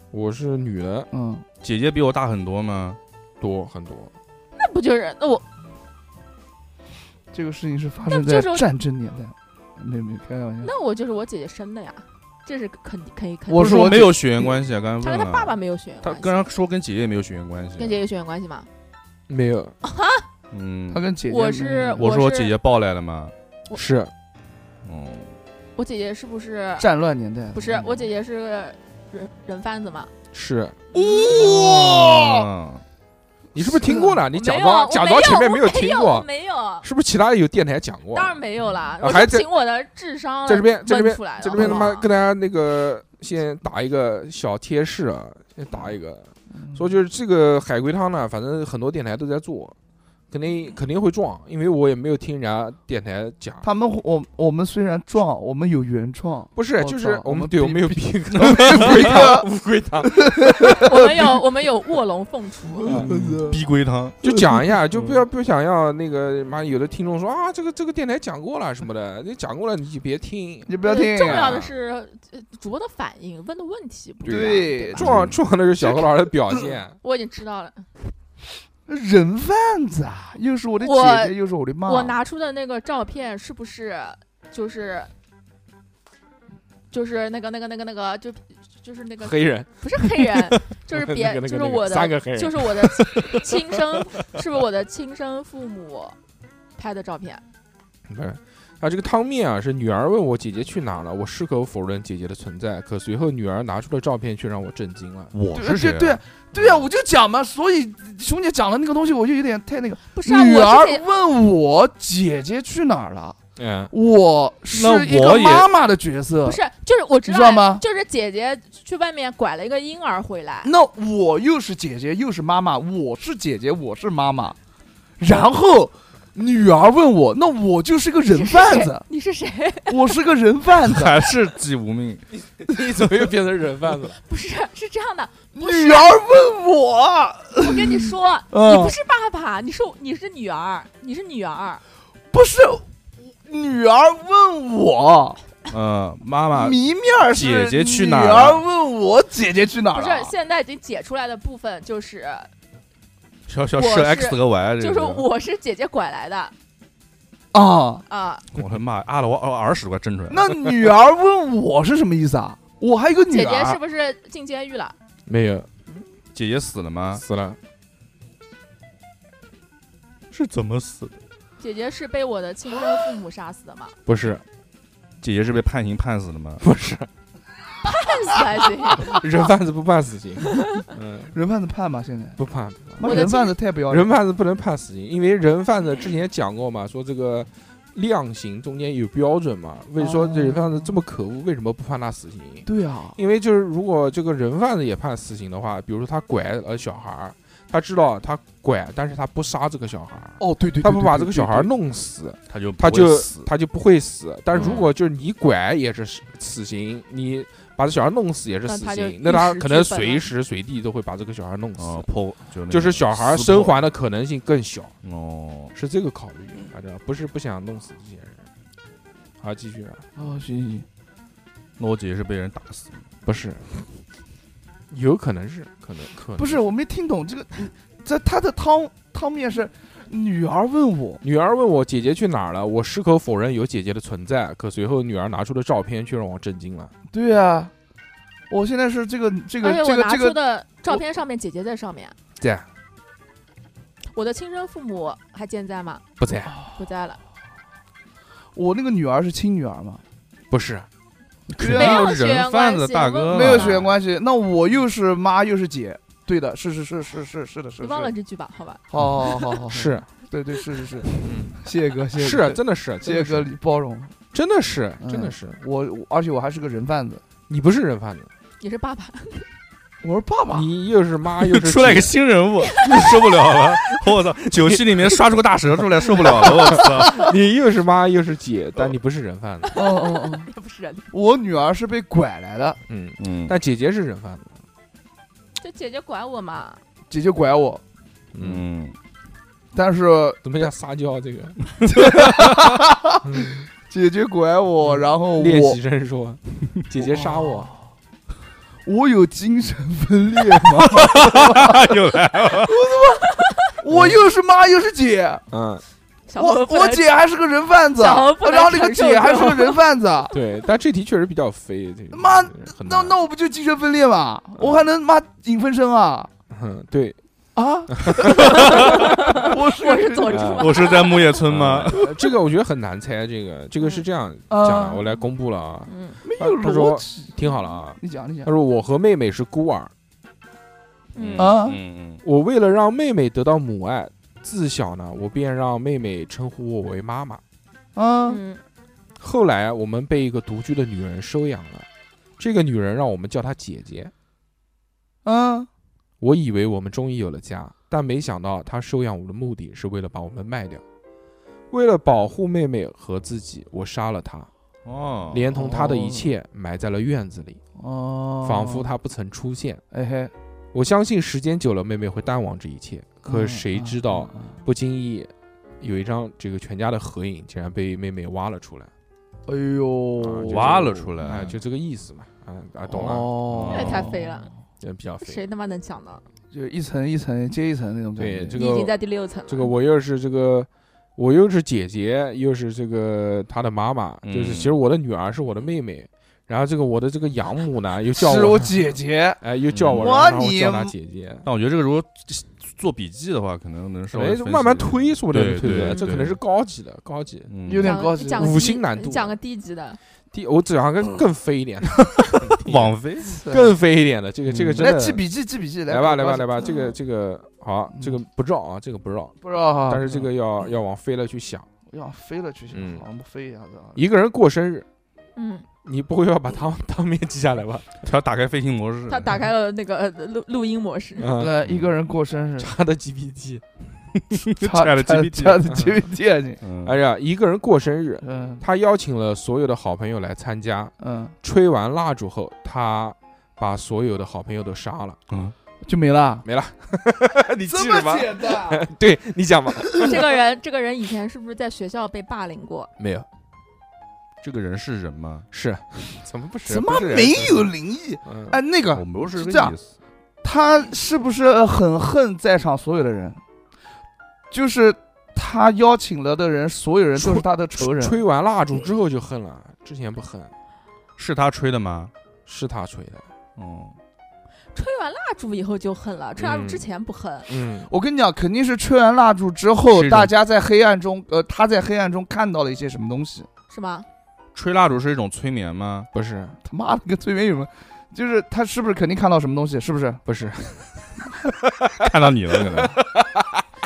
[SPEAKER 1] 我是女的
[SPEAKER 4] 啊
[SPEAKER 2] 嗯，
[SPEAKER 3] 姐姐比我大很多吗？
[SPEAKER 1] 多很多，
[SPEAKER 4] 那不就是那我
[SPEAKER 2] 这个事情是发
[SPEAKER 4] 那
[SPEAKER 2] 生
[SPEAKER 4] 不
[SPEAKER 2] 在
[SPEAKER 4] 就是
[SPEAKER 2] 战争年代，没没开玩笑。
[SPEAKER 4] 那我就是我姐姐生的呀，这是肯定可以肯定。
[SPEAKER 2] 我是
[SPEAKER 3] 说
[SPEAKER 2] 我
[SPEAKER 3] 没
[SPEAKER 2] 姐
[SPEAKER 3] 有血缘关系啊，
[SPEAKER 1] 嗯
[SPEAKER 3] 刚才
[SPEAKER 4] 他跟
[SPEAKER 3] 问
[SPEAKER 4] 他
[SPEAKER 3] 了。
[SPEAKER 4] 爸爸没有血缘
[SPEAKER 3] 他
[SPEAKER 4] 关系，
[SPEAKER 3] 刚刚说跟姐姐没有血缘关系。
[SPEAKER 4] 跟姐姐有血缘关系吗？
[SPEAKER 1] 没有
[SPEAKER 3] 嗯
[SPEAKER 2] 他，跟姐姐
[SPEAKER 4] 我
[SPEAKER 2] 没
[SPEAKER 4] 是
[SPEAKER 3] 我说
[SPEAKER 4] 我
[SPEAKER 3] 我
[SPEAKER 4] 是
[SPEAKER 3] 姐姐抱来了嘛。
[SPEAKER 4] 我
[SPEAKER 1] 是
[SPEAKER 3] 嗯，
[SPEAKER 4] 我姐姐是不是
[SPEAKER 2] 战乱年代，嗯
[SPEAKER 4] 不
[SPEAKER 1] 嗯
[SPEAKER 4] 是？我姐姐是个人人贩子嘛？
[SPEAKER 1] 是，
[SPEAKER 3] 哦哇，
[SPEAKER 1] 你是不是听过了？你假
[SPEAKER 4] 没有啊，
[SPEAKER 1] 装假
[SPEAKER 4] 我
[SPEAKER 1] 装前面
[SPEAKER 4] 没
[SPEAKER 1] 没
[SPEAKER 4] 有我
[SPEAKER 1] 听
[SPEAKER 4] 我
[SPEAKER 1] 过，
[SPEAKER 4] 没有，
[SPEAKER 1] 是不是其他的有电台讲过？
[SPEAKER 4] 当然没有啦。我
[SPEAKER 1] 还
[SPEAKER 4] 就
[SPEAKER 1] 在
[SPEAKER 4] 凭我的智商
[SPEAKER 1] 在这边，在这
[SPEAKER 4] 问
[SPEAKER 1] 边
[SPEAKER 4] 出来，的
[SPEAKER 1] 在这边他
[SPEAKER 4] 好
[SPEAKER 1] 妈
[SPEAKER 4] 不好
[SPEAKER 1] 跟大家那个先打一个小贴士啊，先打一个，
[SPEAKER 2] 嗯
[SPEAKER 1] 说就是这个海龟汤呢，反正很多电台都在做，肯定肯定会撞，因为我也没有听人家电台讲。
[SPEAKER 2] 他们我我们虽然撞，我们有原创，
[SPEAKER 1] 不是，
[SPEAKER 2] 我
[SPEAKER 1] 就是
[SPEAKER 2] 操我
[SPEAKER 1] 我们
[SPEAKER 2] 们
[SPEAKER 1] 对我
[SPEAKER 2] 比
[SPEAKER 1] 们有逼
[SPEAKER 2] [LAUGHS]
[SPEAKER 1] 格，乌龟汤，乌龟汤， [LAUGHS]
[SPEAKER 4] 我们有我们有卧龙凤雏，
[SPEAKER 1] 嗯
[SPEAKER 3] 逼龟汤，
[SPEAKER 1] 就讲一下，就
[SPEAKER 4] 嗯
[SPEAKER 1] 不要不要想要那个妈有的听众说啊，这个这个电台讲过了什么的，你讲过了你就别听。啊
[SPEAKER 2] 你不要听啊
[SPEAKER 4] [LAUGHS] 重要的是呃主播的反应，问的问题不一样。
[SPEAKER 2] 对
[SPEAKER 1] 重
[SPEAKER 4] 嗯
[SPEAKER 1] 要重要的是小何老师的表现，
[SPEAKER 4] 我已经知道了，
[SPEAKER 2] 人贩子啊，又是我的
[SPEAKER 4] 我
[SPEAKER 2] 姐姐，又是我的妈，
[SPEAKER 4] 我拿出的那个照片是不是就是就是那个那个那个那个就就是那个
[SPEAKER 1] 黑人
[SPEAKER 4] 不是黑人， [LAUGHS] 就是别
[SPEAKER 1] 那个那个
[SPEAKER 4] 就是
[SPEAKER 1] 那个
[SPEAKER 4] 我
[SPEAKER 1] 三
[SPEAKER 4] 的
[SPEAKER 1] 个黑人，
[SPEAKER 4] 就是我的亲亲生是不是我的亲生父母拍的照片？
[SPEAKER 1] 对，啊，这个汤面啊，是女儿问我姐姐去哪了，我矢口否认姐姐的存在，可随后女儿拿出了照片，却让我震惊了。
[SPEAKER 3] 我
[SPEAKER 2] 对
[SPEAKER 3] 是谁
[SPEAKER 2] 对
[SPEAKER 3] 啊？
[SPEAKER 2] 对对啊，我就讲嘛，所以熊姐讲了那个东西，我就有点太那个。
[SPEAKER 4] 不是啊，
[SPEAKER 2] 女
[SPEAKER 4] 我
[SPEAKER 2] 儿
[SPEAKER 4] 之前
[SPEAKER 2] 问我姐姐去哪儿了，
[SPEAKER 1] 嗯，
[SPEAKER 2] 我是
[SPEAKER 3] 那
[SPEAKER 2] 一
[SPEAKER 3] 我
[SPEAKER 2] 个
[SPEAKER 3] 也
[SPEAKER 2] 妈妈的角色
[SPEAKER 4] 不，是就是我知
[SPEAKER 2] 你
[SPEAKER 4] 道
[SPEAKER 2] 知道吗
[SPEAKER 4] 就是姐姐去外面拐了一个婴儿回来，
[SPEAKER 2] 那我又是姐姐又是妈妈，我是姐姐我是妈妈，然后女儿问我，那我就是个人贩子，
[SPEAKER 4] [LAUGHS] 你是谁？
[SPEAKER 2] 我是个人贩
[SPEAKER 3] [LAUGHS]
[SPEAKER 2] 子。
[SPEAKER 3] 还是姬无命？
[SPEAKER 1] [LAUGHS] 你怎么又变成人贩子
[SPEAKER 4] [LAUGHS]
[SPEAKER 1] 了？
[SPEAKER 4] 不是，是这样的，不是
[SPEAKER 2] 女儿问我，
[SPEAKER 4] 我跟你说，
[SPEAKER 2] 嗯
[SPEAKER 4] 你不是爸爸，你是你是女儿，你是女儿，
[SPEAKER 2] 不是女儿问我，
[SPEAKER 3] 嗯，妈妈，
[SPEAKER 2] 谜面儿是
[SPEAKER 3] 姐姐去哪儿
[SPEAKER 2] 女
[SPEAKER 3] 了
[SPEAKER 2] 儿问我姐姐去哪
[SPEAKER 4] 不
[SPEAKER 2] 儿
[SPEAKER 4] 是
[SPEAKER 2] 了？
[SPEAKER 4] 现在已经解出来的部分就是，
[SPEAKER 3] 小小
[SPEAKER 4] 我
[SPEAKER 3] 是
[SPEAKER 4] 是
[SPEAKER 3] X 和 Y，这啊
[SPEAKER 4] 就
[SPEAKER 3] 个
[SPEAKER 4] 是我是姐姐拐来的
[SPEAKER 2] 啊，
[SPEAKER 4] 啊，
[SPEAKER 3] 我的妈，阿拉我哦耳屎都快震出来了。
[SPEAKER 2] 那女儿问我是什么意思啊？我还有个女
[SPEAKER 4] 姐姐是
[SPEAKER 2] 儿，
[SPEAKER 4] 不是进监狱了？
[SPEAKER 1] 没有，
[SPEAKER 3] 姐姐死了
[SPEAKER 1] 啊
[SPEAKER 3] 吗？
[SPEAKER 1] 死了。
[SPEAKER 3] 是怎么死的？
[SPEAKER 4] 姐姐是被我的亲生父母杀死的 [LAUGHS] 吗？
[SPEAKER 1] 不是，
[SPEAKER 3] 姐姐是被判刑判死的吗？
[SPEAKER 1] 不是，
[SPEAKER 4] 恨死还行，
[SPEAKER 1] 人贩子不判死
[SPEAKER 4] [LAUGHS]
[SPEAKER 1] 刑，嗯，
[SPEAKER 2] 人贩子判吗？现在
[SPEAKER 1] 不判，
[SPEAKER 2] 妈
[SPEAKER 4] 我的
[SPEAKER 2] 人贩子太不要脸
[SPEAKER 1] 人贩子不能判死刑，因为人贩子之前讲过嘛，说这个量刑中间有标准嘛，为说这人贩子这么可恶，为什么不判他死刑？
[SPEAKER 2] 对啊，
[SPEAKER 1] 因为就是如果这个人贩子也判死刑的话，比如说他拐了小孩儿，他知道他拐，但是他不杀这个小孩儿，
[SPEAKER 2] 哦对对，对
[SPEAKER 1] 他不把这个小孩儿，
[SPEAKER 2] 对
[SPEAKER 1] 弄死，
[SPEAKER 3] 他就不
[SPEAKER 1] 他
[SPEAKER 3] 会
[SPEAKER 1] 就
[SPEAKER 3] 死。
[SPEAKER 1] 他就不会死。但如
[SPEAKER 3] 嗯
[SPEAKER 1] 果就是你拐也是死死刑，你把这小孩弄死也是死
[SPEAKER 4] 那他就
[SPEAKER 1] 刑，那他
[SPEAKER 4] 一时
[SPEAKER 1] 可能
[SPEAKER 4] 之本了
[SPEAKER 1] 随时随地都会把这个小孩弄死，
[SPEAKER 3] 哦，破就那个
[SPEAKER 1] 就是小孩
[SPEAKER 3] 撕
[SPEAKER 1] 生
[SPEAKER 3] 破
[SPEAKER 1] 还的可能性更小，
[SPEAKER 3] 哦，
[SPEAKER 1] 是这个考虑。反正不是不想弄死这些人。好，继续啊，
[SPEAKER 2] 对哦行行行，
[SPEAKER 3] 那我姐姐是被人打死的。
[SPEAKER 1] 不是，有可能是，可能可能
[SPEAKER 2] 不是我没听懂这个，这他的汤汤面是女儿问我，
[SPEAKER 1] 女儿问我姐姐去哪儿了，我矢口否认有姐姐的存在。可随后女儿拿出的照片却让我震惊了。
[SPEAKER 2] 对啊，我现在是这个这个
[SPEAKER 4] 而且
[SPEAKER 2] 这
[SPEAKER 4] 我
[SPEAKER 2] 个
[SPEAKER 4] 拿
[SPEAKER 2] 这
[SPEAKER 4] 出
[SPEAKER 2] 个
[SPEAKER 4] 的照片上面姐姐在上面，
[SPEAKER 1] 在
[SPEAKER 4] 我的亲生父母还健在吗？
[SPEAKER 1] 不在？
[SPEAKER 4] 不在了，
[SPEAKER 2] 我那个女儿是亲女儿嘛，
[SPEAKER 1] 不是，
[SPEAKER 3] 肯
[SPEAKER 4] 没
[SPEAKER 3] 定
[SPEAKER 4] 有
[SPEAKER 3] 都是
[SPEAKER 4] 血缘
[SPEAKER 3] 人贩
[SPEAKER 4] 关
[SPEAKER 3] 子
[SPEAKER 4] 系
[SPEAKER 3] 大哥
[SPEAKER 4] 问
[SPEAKER 3] 了，
[SPEAKER 2] 没有血
[SPEAKER 4] 血
[SPEAKER 2] 缘关系，那我又是妈又是姐，对的，是是是是是是的，是
[SPEAKER 4] 你
[SPEAKER 2] 是
[SPEAKER 4] 忘了这句吧？好吧，
[SPEAKER 2] 好好好好好，
[SPEAKER 1] 是
[SPEAKER 2] 对对是是嗯啊是，谢谢哥，谢谢
[SPEAKER 1] 是，啊
[SPEAKER 2] 哥
[SPEAKER 1] 真的是，
[SPEAKER 2] 谢
[SPEAKER 1] 真
[SPEAKER 2] 谢
[SPEAKER 1] 的
[SPEAKER 2] 哥
[SPEAKER 1] 是，
[SPEAKER 2] 包容
[SPEAKER 1] 真的是，
[SPEAKER 2] 嗯
[SPEAKER 1] 真的是，
[SPEAKER 2] 我，我而且我还是个人贩子，
[SPEAKER 1] 你不是人贩子，
[SPEAKER 4] 你是爸爸，
[SPEAKER 2] 我是爸爸，
[SPEAKER 1] 你又是妈又 [LAUGHS] 是
[SPEAKER 3] 出来个
[SPEAKER 1] 姐
[SPEAKER 3] 新人物， [LAUGHS] 受不了了！我操，九七里面刷出个大蛇出来，受不了了！我操，
[SPEAKER 1] [LAUGHS] 你又是妈又是姐，但你不是人贩子。
[SPEAKER 2] 哦哦哦，
[SPEAKER 4] [LAUGHS] 也不是人，
[SPEAKER 2] [LAUGHS] 我女儿是被拐来的，
[SPEAKER 1] 嗯，
[SPEAKER 3] 嗯，
[SPEAKER 1] 但姐姐是人贩子。
[SPEAKER 4] [LAUGHS] 就姐姐管我嘛。
[SPEAKER 2] 姐姐拐我，
[SPEAKER 1] 嗯，
[SPEAKER 3] 嗯，
[SPEAKER 2] 但是
[SPEAKER 1] 怎么像撒娇啊这个？嗯
[SPEAKER 2] 姐姐拐我，然后
[SPEAKER 1] 练
[SPEAKER 2] 我
[SPEAKER 1] 习
[SPEAKER 2] [LAUGHS]
[SPEAKER 1] 生说，姐姐杀我，
[SPEAKER 2] 我有精神分裂吗？
[SPEAKER 3] 又来了，
[SPEAKER 2] [LAUGHS] 我又是妈又是姐，
[SPEAKER 1] 嗯，
[SPEAKER 4] 小
[SPEAKER 2] 我
[SPEAKER 4] 红不能
[SPEAKER 2] 我姐还是个人贩子，
[SPEAKER 4] 小红不能
[SPEAKER 2] 然后那个
[SPEAKER 4] 承受
[SPEAKER 2] 姐还是个人贩
[SPEAKER 4] [LAUGHS]
[SPEAKER 2] 子，
[SPEAKER 1] 对，但这题确实比较飞，这个
[SPEAKER 2] 妈
[SPEAKER 1] 很
[SPEAKER 2] 那
[SPEAKER 1] 难
[SPEAKER 2] 那我不就精神分裂吗？我还能妈影分身啊？
[SPEAKER 1] 嗯对，
[SPEAKER 2] 啊！ [LAUGHS] 我是
[SPEAKER 4] [LAUGHS] 我是左
[SPEAKER 1] 嗯
[SPEAKER 4] 助吧。
[SPEAKER 3] 我是在木叶村吗？
[SPEAKER 1] 呃这个我觉得很难猜，这个这个是这样
[SPEAKER 2] 嗯
[SPEAKER 1] 讲
[SPEAKER 2] 啊
[SPEAKER 1] 的，我来公布了啊，
[SPEAKER 4] 嗯，
[SPEAKER 2] 没有
[SPEAKER 1] 他说
[SPEAKER 2] 逻辑，
[SPEAKER 1] 听好了啊。
[SPEAKER 2] 你讲你
[SPEAKER 1] 他
[SPEAKER 2] 讲
[SPEAKER 1] 说：“我和妹妹是孤儿，
[SPEAKER 4] 嗯
[SPEAKER 3] [LAUGHS]
[SPEAKER 2] 啊
[SPEAKER 3] 嗯嗯，
[SPEAKER 1] 我为了让妹妹得到母爱，自小呢，我便让妹妹称呼我为妈妈。
[SPEAKER 2] 啊！
[SPEAKER 4] 嗯，
[SPEAKER 1] 后来我们被一个独居的女人收养了，这个女人让我们叫她姐姐。
[SPEAKER 2] 嗯，
[SPEAKER 1] 我以为我们终于有了家，但没想到他收养我的目的是为了把我们卖掉，为了保护妹妹和自己，我杀了他，
[SPEAKER 3] 哦，
[SPEAKER 1] 连同他的一切埋在了院子里，
[SPEAKER 2] 哦，
[SPEAKER 1] 仿佛他不曾出现。
[SPEAKER 2] 哎嘿，
[SPEAKER 1] 我相信时间久了，妹妹会淡忘这一切。可谁知道，
[SPEAKER 2] 嗯？嗯
[SPEAKER 1] 不经意有一张这个全家的合影，竟然被妹妹挖了出来，
[SPEAKER 2] 嗯哎
[SPEAKER 1] 啊
[SPEAKER 2] 呦
[SPEAKER 1] 就，
[SPEAKER 3] 挖了出
[SPEAKER 1] 哎，
[SPEAKER 3] 来，哦
[SPEAKER 1] 就这个意思嘛，啊啊，懂了，
[SPEAKER 2] 了
[SPEAKER 3] 那
[SPEAKER 4] 太肥了，
[SPEAKER 1] 人比较肥。
[SPEAKER 4] 谁他妈能想到？
[SPEAKER 2] 哦就一层一层接一层那种感觉。
[SPEAKER 1] 对这
[SPEAKER 4] 你已
[SPEAKER 1] 个
[SPEAKER 4] 经在第六层了。
[SPEAKER 1] 这个我又是这个，我又是姐姐，又是这个她的妈妈，
[SPEAKER 3] 嗯
[SPEAKER 1] 就是其实我的女儿是我的妹妹，然后这个我的这个养母呢又叫
[SPEAKER 2] 是我
[SPEAKER 1] 我，
[SPEAKER 2] 姐
[SPEAKER 1] [LAUGHS]
[SPEAKER 2] 姐，
[SPEAKER 1] 哎，又叫我，
[SPEAKER 3] 嗯
[SPEAKER 1] 然后让我
[SPEAKER 2] 你
[SPEAKER 1] 叫她姐姐。
[SPEAKER 3] 但我觉得这个如果做笔记的话，可能能稍微
[SPEAKER 1] 哎，
[SPEAKER 3] 分析
[SPEAKER 1] 慢慢
[SPEAKER 3] 一点
[SPEAKER 1] 推，说不定
[SPEAKER 3] 对
[SPEAKER 1] 推出来，
[SPEAKER 3] 对
[SPEAKER 1] 这可能
[SPEAKER 3] 对
[SPEAKER 1] 是高级的，高级。
[SPEAKER 3] 嗯
[SPEAKER 2] 有点
[SPEAKER 4] 讲
[SPEAKER 2] 高
[SPEAKER 4] 个
[SPEAKER 2] 级
[SPEAKER 4] 讲个
[SPEAKER 1] 五
[SPEAKER 4] 低
[SPEAKER 1] 星难度
[SPEAKER 4] 讲个低级的，
[SPEAKER 1] 第，我只想更更飞一点的， [LAUGHS]
[SPEAKER 3] 网飞
[SPEAKER 1] 更飞一点的，这个这个
[SPEAKER 3] 嗯
[SPEAKER 1] 真
[SPEAKER 2] 来
[SPEAKER 1] 的
[SPEAKER 2] 记笔记，记笔记，
[SPEAKER 1] 来吧，来吧，
[SPEAKER 2] 高兴
[SPEAKER 1] 来吧，这个这个好，这个不绕啊，这个不绕，
[SPEAKER 2] 不知道哈，
[SPEAKER 1] 但是这个要要往飞了去想。
[SPEAKER 2] 我想飞了去，
[SPEAKER 1] 嗯
[SPEAKER 2] 好像不飞一下子啊。
[SPEAKER 1] 一个人过生日，
[SPEAKER 4] 嗯，
[SPEAKER 1] 你不会要把当 [LAUGHS] 当面记下来吧？
[SPEAKER 3] 他打开飞行模式，
[SPEAKER 4] 他打开了那个呃录录音
[SPEAKER 2] [LAUGHS]
[SPEAKER 4] 模式，
[SPEAKER 1] 嗯，，
[SPEAKER 2] 对，一个人过生日
[SPEAKER 1] [LAUGHS] 他的 GPT。
[SPEAKER 2] 差
[SPEAKER 3] ChatGPT
[SPEAKER 2] 差的 GPT 啊你，
[SPEAKER 3] 嗯，
[SPEAKER 1] 哎呀，一个人过生日，
[SPEAKER 2] 嗯
[SPEAKER 1] 他邀请了所有的好朋友来参加。
[SPEAKER 2] 嗯，
[SPEAKER 1] 吹完蜡烛后，他把所有的好朋友都杀了。
[SPEAKER 3] 嗯，
[SPEAKER 2] 就没了。
[SPEAKER 1] 没了， [LAUGHS] 你记
[SPEAKER 2] 这么
[SPEAKER 1] 什么？
[SPEAKER 2] 简单，
[SPEAKER 1] [LAUGHS] 对你讲吧。
[SPEAKER 4] 这个人这个人以前是不是在学校被霸凌过？
[SPEAKER 1] [LAUGHS] 没有，
[SPEAKER 3] 这个人是人吗？
[SPEAKER 1] 是， [LAUGHS] 怎么不是？
[SPEAKER 2] 怎么
[SPEAKER 1] 不是人
[SPEAKER 2] 没有？灵异？
[SPEAKER 1] 嗯，
[SPEAKER 2] 哎，那个
[SPEAKER 3] 我们不是
[SPEAKER 2] 这
[SPEAKER 3] 这个
[SPEAKER 2] 样
[SPEAKER 3] 意思，
[SPEAKER 2] 他是不是很恨在场所有的人？就是他邀请了的人，所有人都是他的仇人。
[SPEAKER 1] 吹完蜡烛之后就恨了，之前不恨，
[SPEAKER 3] 是他吹的吗？
[SPEAKER 1] 是他吹 [LAUGHS] 的。
[SPEAKER 3] 嗯，
[SPEAKER 4] 吹完蜡烛以后就恨了，吹蜡烛之前不恨，
[SPEAKER 1] 嗯，
[SPEAKER 2] 我跟你讲，肯定是吹完蜡烛之后
[SPEAKER 3] 是，的
[SPEAKER 2] 大家在黑暗中，呃，他在黑暗中看到了一些什么东西。
[SPEAKER 4] 是吗？
[SPEAKER 3] 吹蜡烛是一种催眠吗？
[SPEAKER 1] 不是，
[SPEAKER 2] 他妈的，跟催眠有什么？就是他是不是肯定看到什么东西？是不是？
[SPEAKER 1] 不是，
[SPEAKER 3] 看到你了， [LAUGHS] 可能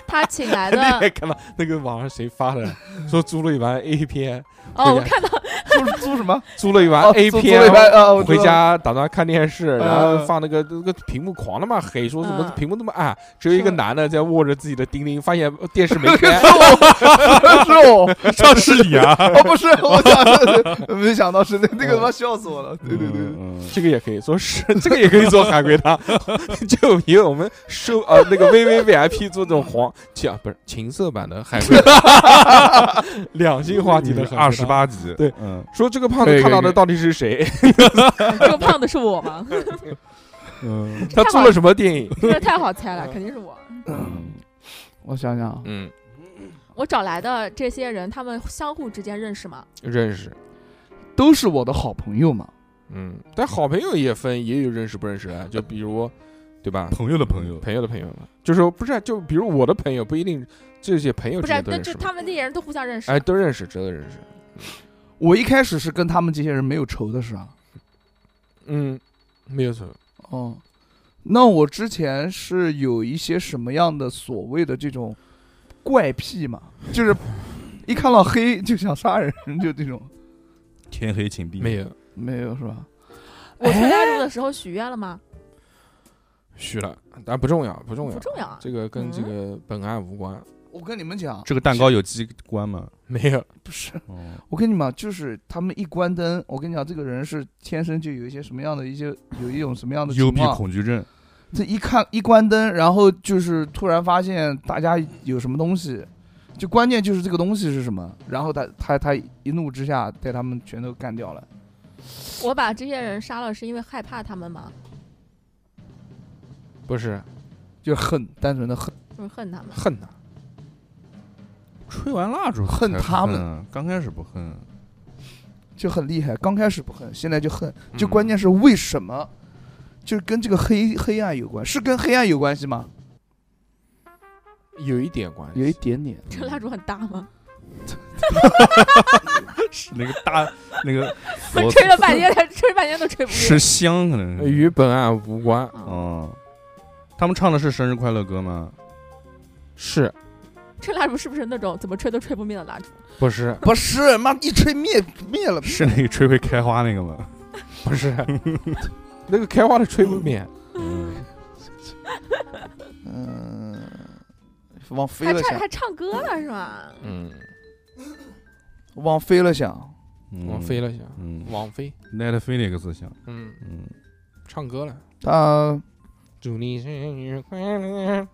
[SPEAKER 4] 他请
[SPEAKER 1] [LAUGHS]
[SPEAKER 4] 来
[SPEAKER 1] 那
[SPEAKER 4] 的
[SPEAKER 1] 天看到那个网上谁发的，说租了一盘 A 片，
[SPEAKER 4] 哦，
[SPEAKER 1] 回
[SPEAKER 4] 我
[SPEAKER 1] 家
[SPEAKER 4] 看到
[SPEAKER 2] 租租什么？
[SPEAKER 1] 租了一盘
[SPEAKER 2] 哦
[SPEAKER 1] A
[SPEAKER 2] 租
[SPEAKER 1] 片
[SPEAKER 2] 租了一，半啊，我知
[SPEAKER 1] 回
[SPEAKER 2] 道
[SPEAKER 1] 家打算看电视，然后
[SPEAKER 2] 呃
[SPEAKER 1] 放那个那个屏幕狂他妈黑，说什么
[SPEAKER 4] 嗯
[SPEAKER 1] 屏幕那么暗，只有一
[SPEAKER 2] 是，
[SPEAKER 1] 个男的在握着自己的钉钉，发现呃电 [LAUGHS] 视没开
[SPEAKER 2] 了 [LAUGHS] 是我，
[SPEAKER 3] 上是你啊！
[SPEAKER 2] 哦不是，我想没想到是那那个他妈笑死我了，对对对，
[SPEAKER 3] 嗯，
[SPEAKER 1] [LAUGHS] 这个也可以说是，这个也可以做海龟汤， [LAUGHS] 就比我们收呃那个 VVVIP 做这种黄啊不是情色版的海嗯龟汤， [LAUGHS] 两性话题的海龟汤
[SPEAKER 3] 嗯二十。八集，
[SPEAKER 1] 对，
[SPEAKER 3] 嗯
[SPEAKER 1] 说这个胖子
[SPEAKER 2] 可以
[SPEAKER 1] 看到
[SPEAKER 2] 可以
[SPEAKER 1] 的到底是谁？
[SPEAKER 4] 这个胖子是我吗？
[SPEAKER 3] 嗯
[SPEAKER 1] 他做了什么电影？
[SPEAKER 4] 这个太好猜了，肯定是我。
[SPEAKER 3] 嗯
[SPEAKER 2] 我想想，啊，
[SPEAKER 1] 嗯，
[SPEAKER 4] 我找来的这些人，他们相互之间认识吗？
[SPEAKER 1] 嗯认识。
[SPEAKER 2] 都是我的好朋友嘛，
[SPEAKER 1] 嗯，但好朋友也分，也有认识不认识的，就比如，对吧？
[SPEAKER 3] 朋友的嗯朋友，
[SPEAKER 1] 朋友的朋友嘛，就说不是，啊就比如我的朋友不一定这些朋友
[SPEAKER 4] 不
[SPEAKER 1] 之
[SPEAKER 4] 是，啊
[SPEAKER 1] 间都
[SPEAKER 4] 那
[SPEAKER 1] 认
[SPEAKER 4] 就
[SPEAKER 1] 识嘛，
[SPEAKER 4] 他们那些人都互相认识。
[SPEAKER 1] 哎，都认识，真的认识。
[SPEAKER 2] 我一开始是跟他们这些人没有仇的啊是吧？
[SPEAKER 1] 嗯，没有错。
[SPEAKER 2] 哦，那我之前是有一些什么样的所谓的这种怪癖嘛，就是一看到黑就想杀人，就这种
[SPEAKER 3] 天黑请闭眼
[SPEAKER 1] 没有，
[SPEAKER 2] 没有是吧？
[SPEAKER 4] 我吹蜡烛的时候许愿了吗？
[SPEAKER 1] 虚了，但不重要，不重要，
[SPEAKER 4] 不重要啊
[SPEAKER 1] 这个跟这个本案无关，
[SPEAKER 2] 我跟你们讲，
[SPEAKER 3] 这个蛋糕有机关吗？
[SPEAKER 1] 没有。
[SPEAKER 2] 不是
[SPEAKER 3] 哦，
[SPEAKER 2] 我跟你们讲，就是他们一关灯，我跟你讲，这个人是天生就有一些什么样的一些，有一种什么样的
[SPEAKER 3] 幽
[SPEAKER 2] 情
[SPEAKER 3] 闭
[SPEAKER 2] 况。
[SPEAKER 3] 恐惧症，
[SPEAKER 2] 这一看一关灯，然后就是突然发现大家有什么东西，就关键就是这个东西是什么，然后他他他一怒之下带他们全都干掉了。
[SPEAKER 4] 我把这些人杀了是因为害怕他们吗？
[SPEAKER 1] 不是
[SPEAKER 2] 就是恨，单纯的恨，
[SPEAKER 4] 就是恨他们。
[SPEAKER 1] 恨呐，
[SPEAKER 3] 吹完蜡烛
[SPEAKER 2] 恨
[SPEAKER 3] 才
[SPEAKER 2] 他们
[SPEAKER 3] 恨，嗯刚开始不恨，
[SPEAKER 2] 就很厉害。刚开始不恨，现在就恨，就关键是为什么？就是跟这个黑黑暗有关，是跟黑暗有关系吗？
[SPEAKER 1] 有一点关系，
[SPEAKER 2] 有一点点，
[SPEAKER 4] 这蜡烛很大吗？
[SPEAKER 3] 是那个大 [LAUGHS] 那个佛
[SPEAKER 4] [LAUGHS] 吹了半天，吹了半天都吹不灭。
[SPEAKER 3] 是香，可能是
[SPEAKER 1] 与本案无关，
[SPEAKER 4] 嗯
[SPEAKER 3] 哦。他们唱的是生日快乐歌吗？
[SPEAKER 1] 是
[SPEAKER 4] 吹蜡烛是不是那种怎么吹都吹不灭的蜡烛？
[SPEAKER 1] 不是？
[SPEAKER 2] [LAUGHS] 不是，妈一吹灭灭了，
[SPEAKER 3] 是那个吹会开花那个吗？
[SPEAKER 1] 不
[SPEAKER 3] [LAUGHS]
[SPEAKER 1] 是，那个开花的吹不灭，
[SPEAKER 3] 嗯，
[SPEAKER 2] 嗯，往飞
[SPEAKER 4] 还
[SPEAKER 2] 了
[SPEAKER 4] 唱
[SPEAKER 2] 想，
[SPEAKER 4] 还唱歌了是吧？
[SPEAKER 1] 嗯，
[SPEAKER 2] 往飞了想，
[SPEAKER 1] 我飞了一下，
[SPEAKER 3] 嗯
[SPEAKER 1] 王菲，
[SPEAKER 3] ，Netflix 想，
[SPEAKER 1] 嗯，
[SPEAKER 3] 嗯，
[SPEAKER 1] 唱歌了。
[SPEAKER 2] 他
[SPEAKER 1] 祝你生日快乐！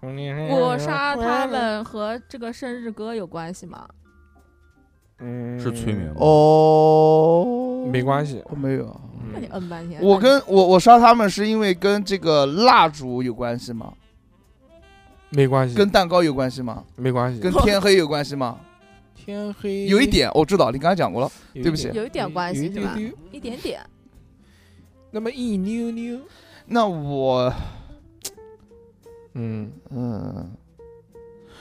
[SPEAKER 4] 我杀他，们和这个生日歌有关系吗？
[SPEAKER 1] 嗯，
[SPEAKER 3] 是催眠吗？，
[SPEAKER 2] 哦，
[SPEAKER 1] 没关系。
[SPEAKER 2] 哦，没有。
[SPEAKER 4] 那你
[SPEAKER 1] 嗯，
[SPEAKER 4] 嗯半天。
[SPEAKER 2] 我跟我我杀他们是因为跟这个蜡烛有关系吗？
[SPEAKER 1] 没关系，
[SPEAKER 2] 跟蛋糕有关系吗？
[SPEAKER 1] 没关系，
[SPEAKER 2] 跟天黑有关系 [LAUGHS] 吗？
[SPEAKER 1] 天黑
[SPEAKER 2] 有一，点，我知道，你刚才讲过了。
[SPEAKER 1] 有一
[SPEAKER 2] 对不起
[SPEAKER 4] 有一点关系
[SPEAKER 1] 有一丢
[SPEAKER 4] 是吧
[SPEAKER 1] 丢
[SPEAKER 4] 一点点，
[SPEAKER 1] 那么一妞妞，
[SPEAKER 2] 那我，
[SPEAKER 1] 嗯，
[SPEAKER 2] 嗯，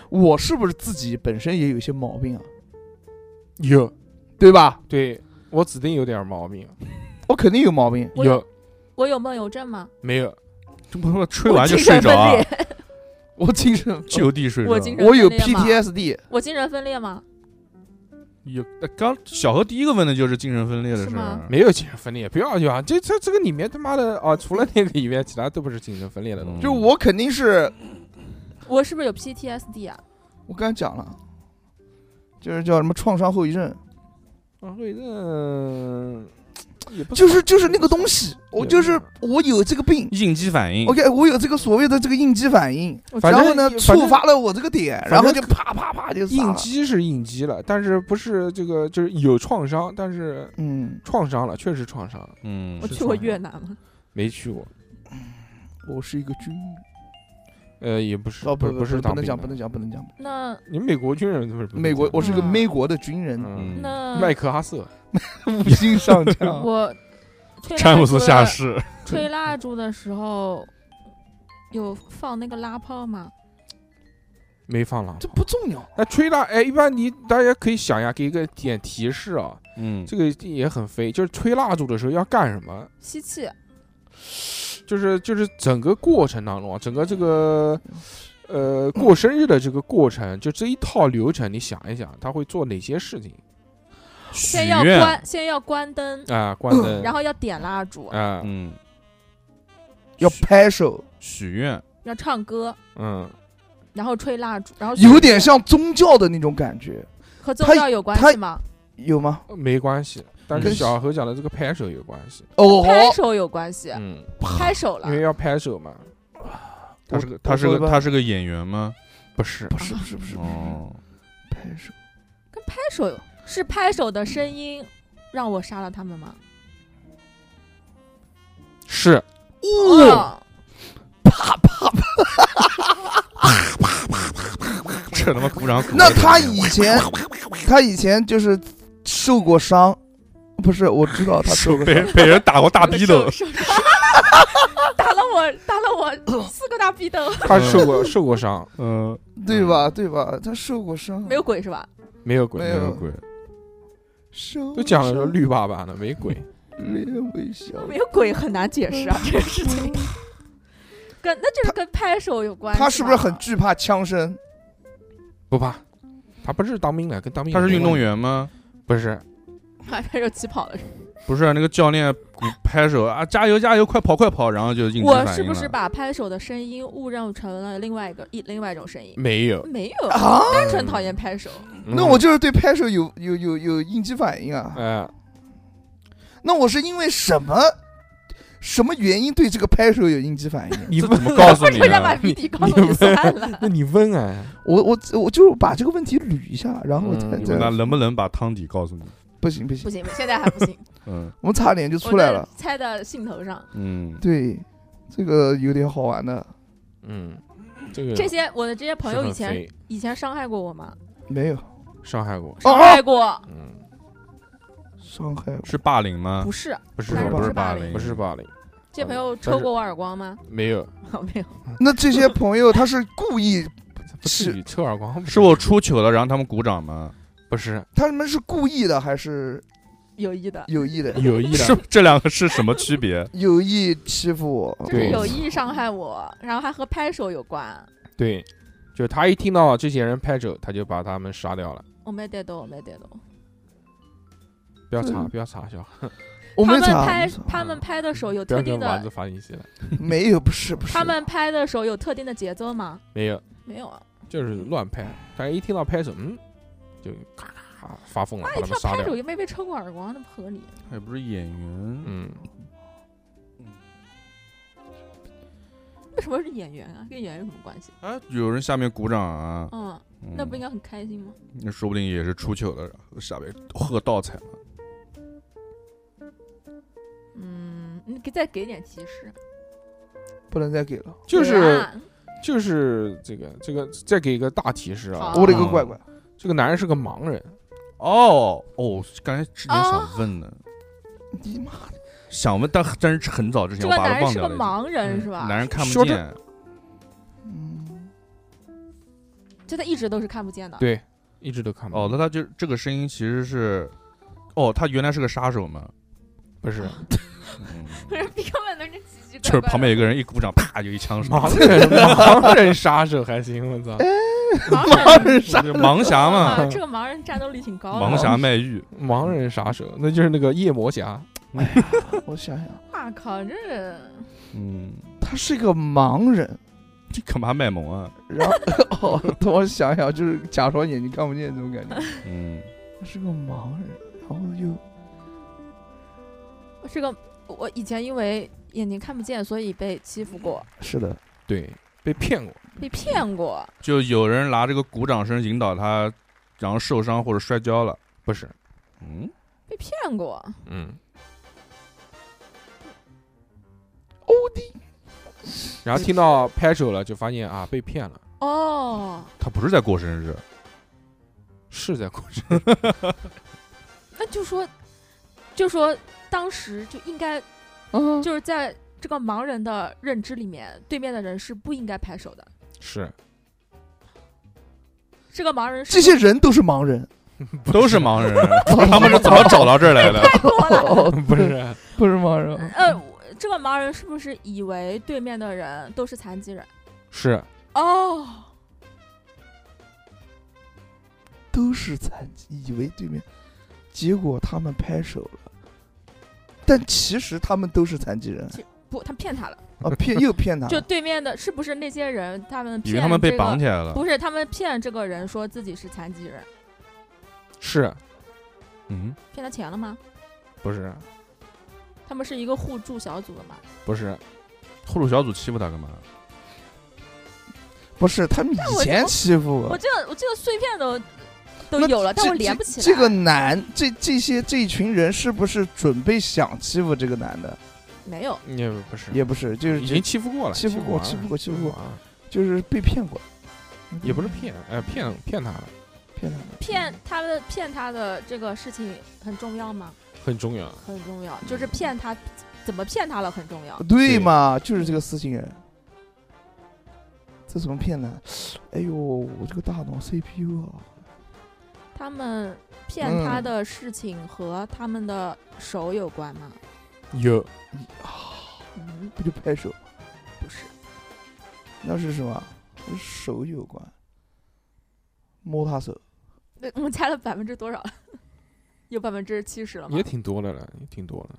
[SPEAKER 2] 我是不是自己本身也有一些毛病啊？
[SPEAKER 1] 有，
[SPEAKER 2] 对吧？
[SPEAKER 1] 对我指定有点毛病，
[SPEAKER 2] 我肯定有毛病。
[SPEAKER 4] 我
[SPEAKER 1] 有
[SPEAKER 4] 我有梦游症吗？
[SPEAKER 1] 没有？
[SPEAKER 3] 这不他妈吹完就睡着啊
[SPEAKER 4] 我精神，
[SPEAKER 2] 我精神，
[SPEAKER 3] 就地睡着。
[SPEAKER 4] 我精神
[SPEAKER 2] 我有
[SPEAKER 4] 分裂吗
[SPEAKER 2] PTSD。
[SPEAKER 4] 我精神分裂吗？
[SPEAKER 3] 有呃刚小何第一个问的就是精神分裂的事
[SPEAKER 4] 是吗
[SPEAKER 3] 儿，
[SPEAKER 1] 没有精神分裂，不要讲，这这这个里面他妈的啊，除了那个以外，其他都不是精神分裂的东西。
[SPEAKER 2] 就我肯定是，
[SPEAKER 4] 我是不是有 PTSD 啊？
[SPEAKER 2] 我刚才讲了，就是叫什么创伤后遗症，
[SPEAKER 1] 王慧正啊也
[SPEAKER 2] 嗯
[SPEAKER 1] 不
[SPEAKER 2] 就是就是那个东西，我
[SPEAKER 1] 对
[SPEAKER 2] 就是我有这个病。
[SPEAKER 3] 应激反应。
[SPEAKER 2] OK，我有这个所谓的这个应激反应，
[SPEAKER 1] 嗯反
[SPEAKER 2] 然
[SPEAKER 1] 正
[SPEAKER 2] 后呢，
[SPEAKER 1] 反
[SPEAKER 2] 触
[SPEAKER 1] 正
[SPEAKER 2] 发了我这个点，
[SPEAKER 1] 反
[SPEAKER 2] 然后
[SPEAKER 1] 正
[SPEAKER 2] 就啪啪啪就杀
[SPEAKER 1] 应
[SPEAKER 2] 了。
[SPEAKER 1] 激是应激了，但是不是这个就是有创伤，但是
[SPEAKER 2] 嗯，
[SPEAKER 1] 创伤了，确实创伤了，
[SPEAKER 3] 嗯
[SPEAKER 4] 我，
[SPEAKER 1] 是
[SPEAKER 4] 去过
[SPEAKER 1] 创伤
[SPEAKER 4] 越南吗？
[SPEAKER 1] 没去过，
[SPEAKER 2] 我是一个军人。
[SPEAKER 1] 呃，也不是，
[SPEAKER 2] 哦，
[SPEAKER 1] 不
[SPEAKER 2] 不
[SPEAKER 1] 是
[SPEAKER 2] 不
[SPEAKER 1] 当
[SPEAKER 2] 能
[SPEAKER 1] 兵
[SPEAKER 2] 讲，
[SPEAKER 1] 的
[SPEAKER 2] 不能讲，不能讲。
[SPEAKER 4] 那
[SPEAKER 1] 你美国军人不是不能
[SPEAKER 2] 美国，
[SPEAKER 1] 讲
[SPEAKER 2] 我是个
[SPEAKER 4] 嗯
[SPEAKER 2] 美国的军人，
[SPEAKER 1] 嗯，
[SPEAKER 4] 那
[SPEAKER 1] 麦克哈瑟，嗯
[SPEAKER 2] [LAUGHS] 五星上
[SPEAKER 1] [LAUGHS]
[SPEAKER 2] 将。
[SPEAKER 4] 我吹蜡
[SPEAKER 3] 詹姆斯
[SPEAKER 4] 烛
[SPEAKER 3] 下
[SPEAKER 4] 的
[SPEAKER 3] 士，
[SPEAKER 4] 吹蜡烛的时候有放那个拉炮吗？
[SPEAKER 1] 没放了。
[SPEAKER 2] 这不重要，
[SPEAKER 1] 哎，吹蜡，哎，一般你大家可以想一下，给一个点提示啊，
[SPEAKER 3] 嗯，
[SPEAKER 1] 这个也很飞，就是吹蜡烛的时候要干什么？
[SPEAKER 4] 吸气，
[SPEAKER 1] 就是就是整个过程当中啊，整个这个呃过生日的这个过程，就这一套流程，你想一想，他会做哪些事情
[SPEAKER 3] 许
[SPEAKER 4] 先要
[SPEAKER 3] 愿，啊
[SPEAKER 4] 关，先要关灯，
[SPEAKER 1] 啊、关灯，
[SPEAKER 4] 然后要点蜡烛，
[SPEAKER 1] 啊，
[SPEAKER 3] 嗯，
[SPEAKER 2] 要拍手，
[SPEAKER 3] 许愿，
[SPEAKER 4] 要唱歌，
[SPEAKER 1] 嗯，
[SPEAKER 4] 然后吹蜡烛，然后
[SPEAKER 2] 有点像宗教的那种感觉，
[SPEAKER 4] 和宗
[SPEAKER 2] 他
[SPEAKER 4] 教有关
[SPEAKER 2] 他
[SPEAKER 4] 系吗？
[SPEAKER 2] 有吗？
[SPEAKER 1] 没关系，但是
[SPEAKER 3] 跟
[SPEAKER 1] 小何讲的这个拍手有关系，
[SPEAKER 2] 哦
[SPEAKER 4] 拍手有关系，
[SPEAKER 1] 嗯，
[SPEAKER 4] 拍手了
[SPEAKER 1] 因，为要拍手嘛。
[SPEAKER 3] 他
[SPEAKER 2] 我
[SPEAKER 3] 是个
[SPEAKER 2] 我
[SPEAKER 3] 他是
[SPEAKER 2] 说一
[SPEAKER 3] 个
[SPEAKER 2] 半
[SPEAKER 3] 他是个演员吗？
[SPEAKER 1] 不是，
[SPEAKER 2] 不是不是不是不是
[SPEAKER 3] 哦，
[SPEAKER 2] 拍手，
[SPEAKER 4] 跟拍手有是拍手的声音让我杀了他们吗？
[SPEAKER 1] 是
[SPEAKER 4] 哦，
[SPEAKER 3] [LAUGHS] 这他妈鼓掌鼓得
[SPEAKER 2] 那他
[SPEAKER 3] 怎么
[SPEAKER 2] 以
[SPEAKER 3] 样 [LAUGHS]
[SPEAKER 2] 前他以前就是受过伤，不是？我知道他受过伤，
[SPEAKER 3] 被被人打过 [LAUGHS] 大逼斗，
[SPEAKER 4] 手，手 [LAUGHS] 打了我，打了我四个大逼斗，
[SPEAKER 1] 他受过受过伤，
[SPEAKER 3] 嗯，
[SPEAKER 2] 对吧？对吧？他受过伤，
[SPEAKER 4] 没有鬼是吧？
[SPEAKER 1] 没有鬼
[SPEAKER 2] 没，
[SPEAKER 3] 没有鬼，
[SPEAKER 2] 受
[SPEAKER 1] 都讲的是
[SPEAKER 2] 伤
[SPEAKER 1] 绿爸爸的，没鬼。
[SPEAKER 2] 脸微笑，
[SPEAKER 4] 没有鬼很难解释啊，这个事情跟那就是跟拍手有关系吧。
[SPEAKER 2] 他是不是很惧怕枪声？
[SPEAKER 1] 不怕，他不是当兵的，跟当兵
[SPEAKER 3] 他是运动
[SPEAKER 1] 员，
[SPEAKER 3] 员吗？
[SPEAKER 1] 不是
[SPEAKER 4] 把 [LAUGHS] 拍手起跑了？是吧
[SPEAKER 3] 不是啊，那个教练鼓拍手啊，加油加油，快跑快跑，然后就应激
[SPEAKER 4] 我
[SPEAKER 3] 反
[SPEAKER 4] 是
[SPEAKER 3] 应
[SPEAKER 4] 不是
[SPEAKER 3] 了。
[SPEAKER 4] 把拍手的声音误认成了另外一个一另外一种声音？
[SPEAKER 1] 没有。嗯
[SPEAKER 4] 没有，
[SPEAKER 2] 啊
[SPEAKER 4] 单纯讨厌拍手。
[SPEAKER 2] 那我就是对拍手有有有有应激反应啊！
[SPEAKER 1] 呃，
[SPEAKER 2] 那我是因为什么什么原因对这个拍手有应激反应？
[SPEAKER 1] 你
[SPEAKER 3] 这
[SPEAKER 1] 问
[SPEAKER 3] 怎么告诉你啊
[SPEAKER 4] 突然把
[SPEAKER 3] 的？
[SPEAKER 4] 谜底告诉你算了。
[SPEAKER 1] 那你问啊，
[SPEAKER 2] [LAUGHS] 我我我就把这个问题捋一下，然后我再
[SPEAKER 1] 嗯
[SPEAKER 3] 你
[SPEAKER 2] 再
[SPEAKER 3] 们那能不能把汤底告诉你？
[SPEAKER 2] 不行不行
[SPEAKER 4] 不，行，现在还不行，
[SPEAKER 3] 嗯
[SPEAKER 2] 我们差点就
[SPEAKER 4] 我
[SPEAKER 2] 出来
[SPEAKER 4] 在
[SPEAKER 2] 了。
[SPEAKER 4] 猜的兴头上，
[SPEAKER 3] 嗯，
[SPEAKER 2] 对，这个有点好玩的，
[SPEAKER 1] 嗯，这个
[SPEAKER 4] 这些我的这些朋友
[SPEAKER 1] 是
[SPEAKER 4] 以
[SPEAKER 1] 很
[SPEAKER 4] 前
[SPEAKER 1] 肥
[SPEAKER 4] 以前伤害过我吗？
[SPEAKER 2] 没有
[SPEAKER 1] 伤害过，
[SPEAKER 2] 哦
[SPEAKER 4] 伤害过？
[SPEAKER 1] 嗯，
[SPEAKER 2] 伤害我。
[SPEAKER 3] 是霸凌吗
[SPEAKER 4] 不？是，
[SPEAKER 1] 不是
[SPEAKER 4] 但
[SPEAKER 2] 是
[SPEAKER 1] 不
[SPEAKER 4] 不
[SPEAKER 1] 是
[SPEAKER 4] 是霸
[SPEAKER 3] 凌
[SPEAKER 1] 不是霸凌，
[SPEAKER 4] 这朋友
[SPEAKER 1] 但
[SPEAKER 4] 抽
[SPEAKER 1] 是
[SPEAKER 4] 过我耳光吗？
[SPEAKER 1] 没有，
[SPEAKER 4] [LAUGHS] 没有，
[SPEAKER 2] 那这些朋友他是故意，
[SPEAKER 1] 不至于抽耳光，
[SPEAKER 3] 是我出糗了，然后他们鼓掌吗？
[SPEAKER 1] 不是
[SPEAKER 2] 他们是故意的还是
[SPEAKER 4] 有意的，
[SPEAKER 2] 有意的？
[SPEAKER 1] 有意
[SPEAKER 3] 是
[SPEAKER 1] 的，
[SPEAKER 3] 这两个是什么区别？
[SPEAKER 2] 有意欺负我，
[SPEAKER 4] 就
[SPEAKER 1] 对
[SPEAKER 4] 是有意伤害我，然后还和拍手有关。
[SPEAKER 1] 对，就是他一听到这些人拍手，他就把他们杀掉了。
[SPEAKER 4] 我没得到，我没得到。
[SPEAKER 1] 不要查，
[SPEAKER 2] 嗯
[SPEAKER 1] 不要查，小孩，
[SPEAKER 2] 我
[SPEAKER 4] 他
[SPEAKER 2] 没
[SPEAKER 4] 们
[SPEAKER 2] 查，
[SPEAKER 4] 拍
[SPEAKER 2] 我没查
[SPEAKER 4] 他们拍的时候有
[SPEAKER 1] 不要
[SPEAKER 4] 特定
[SPEAKER 1] 跟丸子
[SPEAKER 4] 的，
[SPEAKER 1] 发信息了。
[SPEAKER 2] 没有，不是不是，
[SPEAKER 4] 他们拍的时候有特定的节奏吗？
[SPEAKER 1] 没有，
[SPEAKER 4] 没有啊，
[SPEAKER 1] 就是乱拍。但一听到拍手，嗯，就咔咔发疯了，
[SPEAKER 4] 那
[SPEAKER 1] 把
[SPEAKER 4] 你
[SPEAKER 1] 他们
[SPEAKER 4] 听到
[SPEAKER 1] 杀
[SPEAKER 4] 拍
[SPEAKER 1] 掉
[SPEAKER 4] 手。又没被抽过耳光，那不合理。
[SPEAKER 3] 他也不是演员，
[SPEAKER 1] 嗯，
[SPEAKER 4] 为什么是演员啊？跟演员有什么关系？
[SPEAKER 3] 啊，有人下面鼓掌啊，
[SPEAKER 4] 嗯，
[SPEAKER 3] 嗯
[SPEAKER 4] 那不应该很开心吗？
[SPEAKER 3] 那说不定也是出糗的，下面喝倒彩了。
[SPEAKER 4] 嗯，你给再给点提示。
[SPEAKER 2] 不能再给了。
[SPEAKER 1] 就是
[SPEAKER 4] 啊
[SPEAKER 1] 就是这个这个，再给一个大提示 [LAUGHS] 啊！
[SPEAKER 4] 好
[SPEAKER 2] 我勒个乖乖！
[SPEAKER 1] 这个男人是个盲人，
[SPEAKER 3] 哦哦，刚才之前想问呢，
[SPEAKER 2] 你妈，
[SPEAKER 3] 想问，但真是很早之前
[SPEAKER 4] 这
[SPEAKER 3] 我
[SPEAKER 4] 个
[SPEAKER 3] 把
[SPEAKER 4] 男
[SPEAKER 3] 它
[SPEAKER 4] 人
[SPEAKER 3] 忘
[SPEAKER 4] 是
[SPEAKER 3] 掉
[SPEAKER 4] 个
[SPEAKER 3] 了。
[SPEAKER 4] 盲人
[SPEAKER 1] 嗯
[SPEAKER 4] 是
[SPEAKER 3] 男
[SPEAKER 4] 吧？
[SPEAKER 3] 人看不
[SPEAKER 1] 说这
[SPEAKER 3] 见，
[SPEAKER 2] 嗯，
[SPEAKER 4] 就他一直都是看不见的。
[SPEAKER 1] 对，一直都看不
[SPEAKER 3] 哦，
[SPEAKER 1] 见。
[SPEAKER 3] 那他就这个声音其实是，哦，他原来是个杀手嘛，
[SPEAKER 1] 不是
[SPEAKER 4] [LAUGHS]
[SPEAKER 3] 嗯
[SPEAKER 4] [LAUGHS] 不是，别问的这奇奇
[SPEAKER 3] 就是
[SPEAKER 4] 怪怪。
[SPEAKER 3] 旁边有个人一鼓掌，啪就一枪手，
[SPEAKER 1] 盲人，盲人杀手还行，我操！
[SPEAKER 4] [LAUGHS] 盲人
[SPEAKER 3] 就 [LAUGHS] 盲侠
[SPEAKER 4] 啊，
[SPEAKER 3] 嘛，
[SPEAKER 4] [LAUGHS] 这个盲人战斗力挺高的。
[SPEAKER 3] 盲侠卖玉，
[SPEAKER 1] 盲人杀手，那就是那个夜魔侠，
[SPEAKER 2] 我想想，
[SPEAKER 4] 哇靠，这
[SPEAKER 3] 嗯，
[SPEAKER 2] 他是个盲人，
[SPEAKER 3] 这干嘛卖萌啊？
[SPEAKER 2] 然后 [LAUGHS] 哦，等我想想，就是假装眼睛看不见这种感觉。
[SPEAKER 3] 嗯，
[SPEAKER 2] 他是个盲人，然后又
[SPEAKER 4] 这个我以前因为眼睛看不见，所以被欺负过，
[SPEAKER 2] 是的，
[SPEAKER 1] 对，被骗过。
[SPEAKER 4] 被骗过。
[SPEAKER 3] 就有人拿这个鼓掌声引导他，然后受伤或者摔跤了，
[SPEAKER 1] 不是，
[SPEAKER 3] 嗯，
[SPEAKER 4] 被骗过，
[SPEAKER 1] 嗯，
[SPEAKER 2] 欧哦弟，
[SPEAKER 1] 然后听到拍手了，就发现啊被骗了，
[SPEAKER 4] 哦，
[SPEAKER 3] 他不是在过 [LAUGHS] 生日，
[SPEAKER 1] 是在过生
[SPEAKER 4] 那就说，就说当时就应该
[SPEAKER 2] 嗯，
[SPEAKER 4] 就是在这个盲人的认知里面，对面的人是不应该拍手的。
[SPEAKER 1] 是
[SPEAKER 4] 这个盲人是
[SPEAKER 2] 这些人都是盲人，
[SPEAKER 3] 都是盲人，不 [LAUGHS] 是他们是怎么找到这儿 [LAUGHS] 来的？
[SPEAKER 4] 多了。
[SPEAKER 2] 哦，
[SPEAKER 1] [LAUGHS] 不是？
[SPEAKER 2] 不是盲人，
[SPEAKER 4] 呃，我这个盲人是不是以为对面的人都是残疾人？
[SPEAKER 1] 是
[SPEAKER 4] 哦，
[SPEAKER 2] 都是残疾，以为对面，结果他们拍手了，但其实他们都是残疾人
[SPEAKER 4] 不，他骗他了。
[SPEAKER 2] 啊，骗又骗他了，
[SPEAKER 4] 就对面的是不是那些人，他们
[SPEAKER 3] 以
[SPEAKER 4] 骗、
[SPEAKER 3] 为
[SPEAKER 4] 这个、
[SPEAKER 3] 他们被绑起来
[SPEAKER 2] 啊
[SPEAKER 3] 了，
[SPEAKER 4] 不是他们骗这个人说自己是残疾人，
[SPEAKER 1] 是，
[SPEAKER 3] 嗯，
[SPEAKER 4] 骗他钱了吗？
[SPEAKER 1] 不是
[SPEAKER 4] 他们是一个互助小组的嘛？
[SPEAKER 1] 不是
[SPEAKER 3] 后路小组欺负他干嘛？
[SPEAKER 2] 不是他们
[SPEAKER 4] 但
[SPEAKER 2] 以
[SPEAKER 4] 我
[SPEAKER 2] 前
[SPEAKER 4] 我
[SPEAKER 2] 欺负我
[SPEAKER 4] 我记得我记得碎片都都
[SPEAKER 2] 那
[SPEAKER 4] 有了，但
[SPEAKER 2] 这
[SPEAKER 4] 我连不起来。
[SPEAKER 2] 这个男，这这些这一群人是不是准备想欺负这个男的？
[SPEAKER 4] 没有，
[SPEAKER 1] 也不是，
[SPEAKER 2] 也不是，就是
[SPEAKER 1] 已经欺负过了，
[SPEAKER 2] 欺负过
[SPEAKER 1] 完
[SPEAKER 2] 欺
[SPEAKER 1] 了
[SPEAKER 2] 负过欺负过
[SPEAKER 1] 完了
[SPEAKER 2] 就是被骗过，嗯
[SPEAKER 1] 也不是骗，哎骗骗他了，
[SPEAKER 2] 骗他的，
[SPEAKER 4] 骗他的骗他的这个事情很重要吗？
[SPEAKER 1] 很重要。
[SPEAKER 4] 很重
[SPEAKER 2] 嗯
[SPEAKER 4] 要，就是骗他怎么骗他了很重要。
[SPEAKER 2] 对嘛，就是这个私信人。这怎么骗呢？哎呦，我这个大脑 CPU 啊，
[SPEAKER 4] 他们骗他的事情和他们的手有关吗？
[SPEAKER 1] 有
[SPEAKER 4] 嗯，
[SPEAKER 2] 不就拍手？
[SPEAKER 4] 不是，
[SPEAKER 2] 那是什么？跟手有关，摸他手，
[SPEAKER 4] 那我们猜了 [LAUGHS] 百分之多少？有百分之七十了吗
[SPEAKER 1] 也？挺多的了，也挺多了。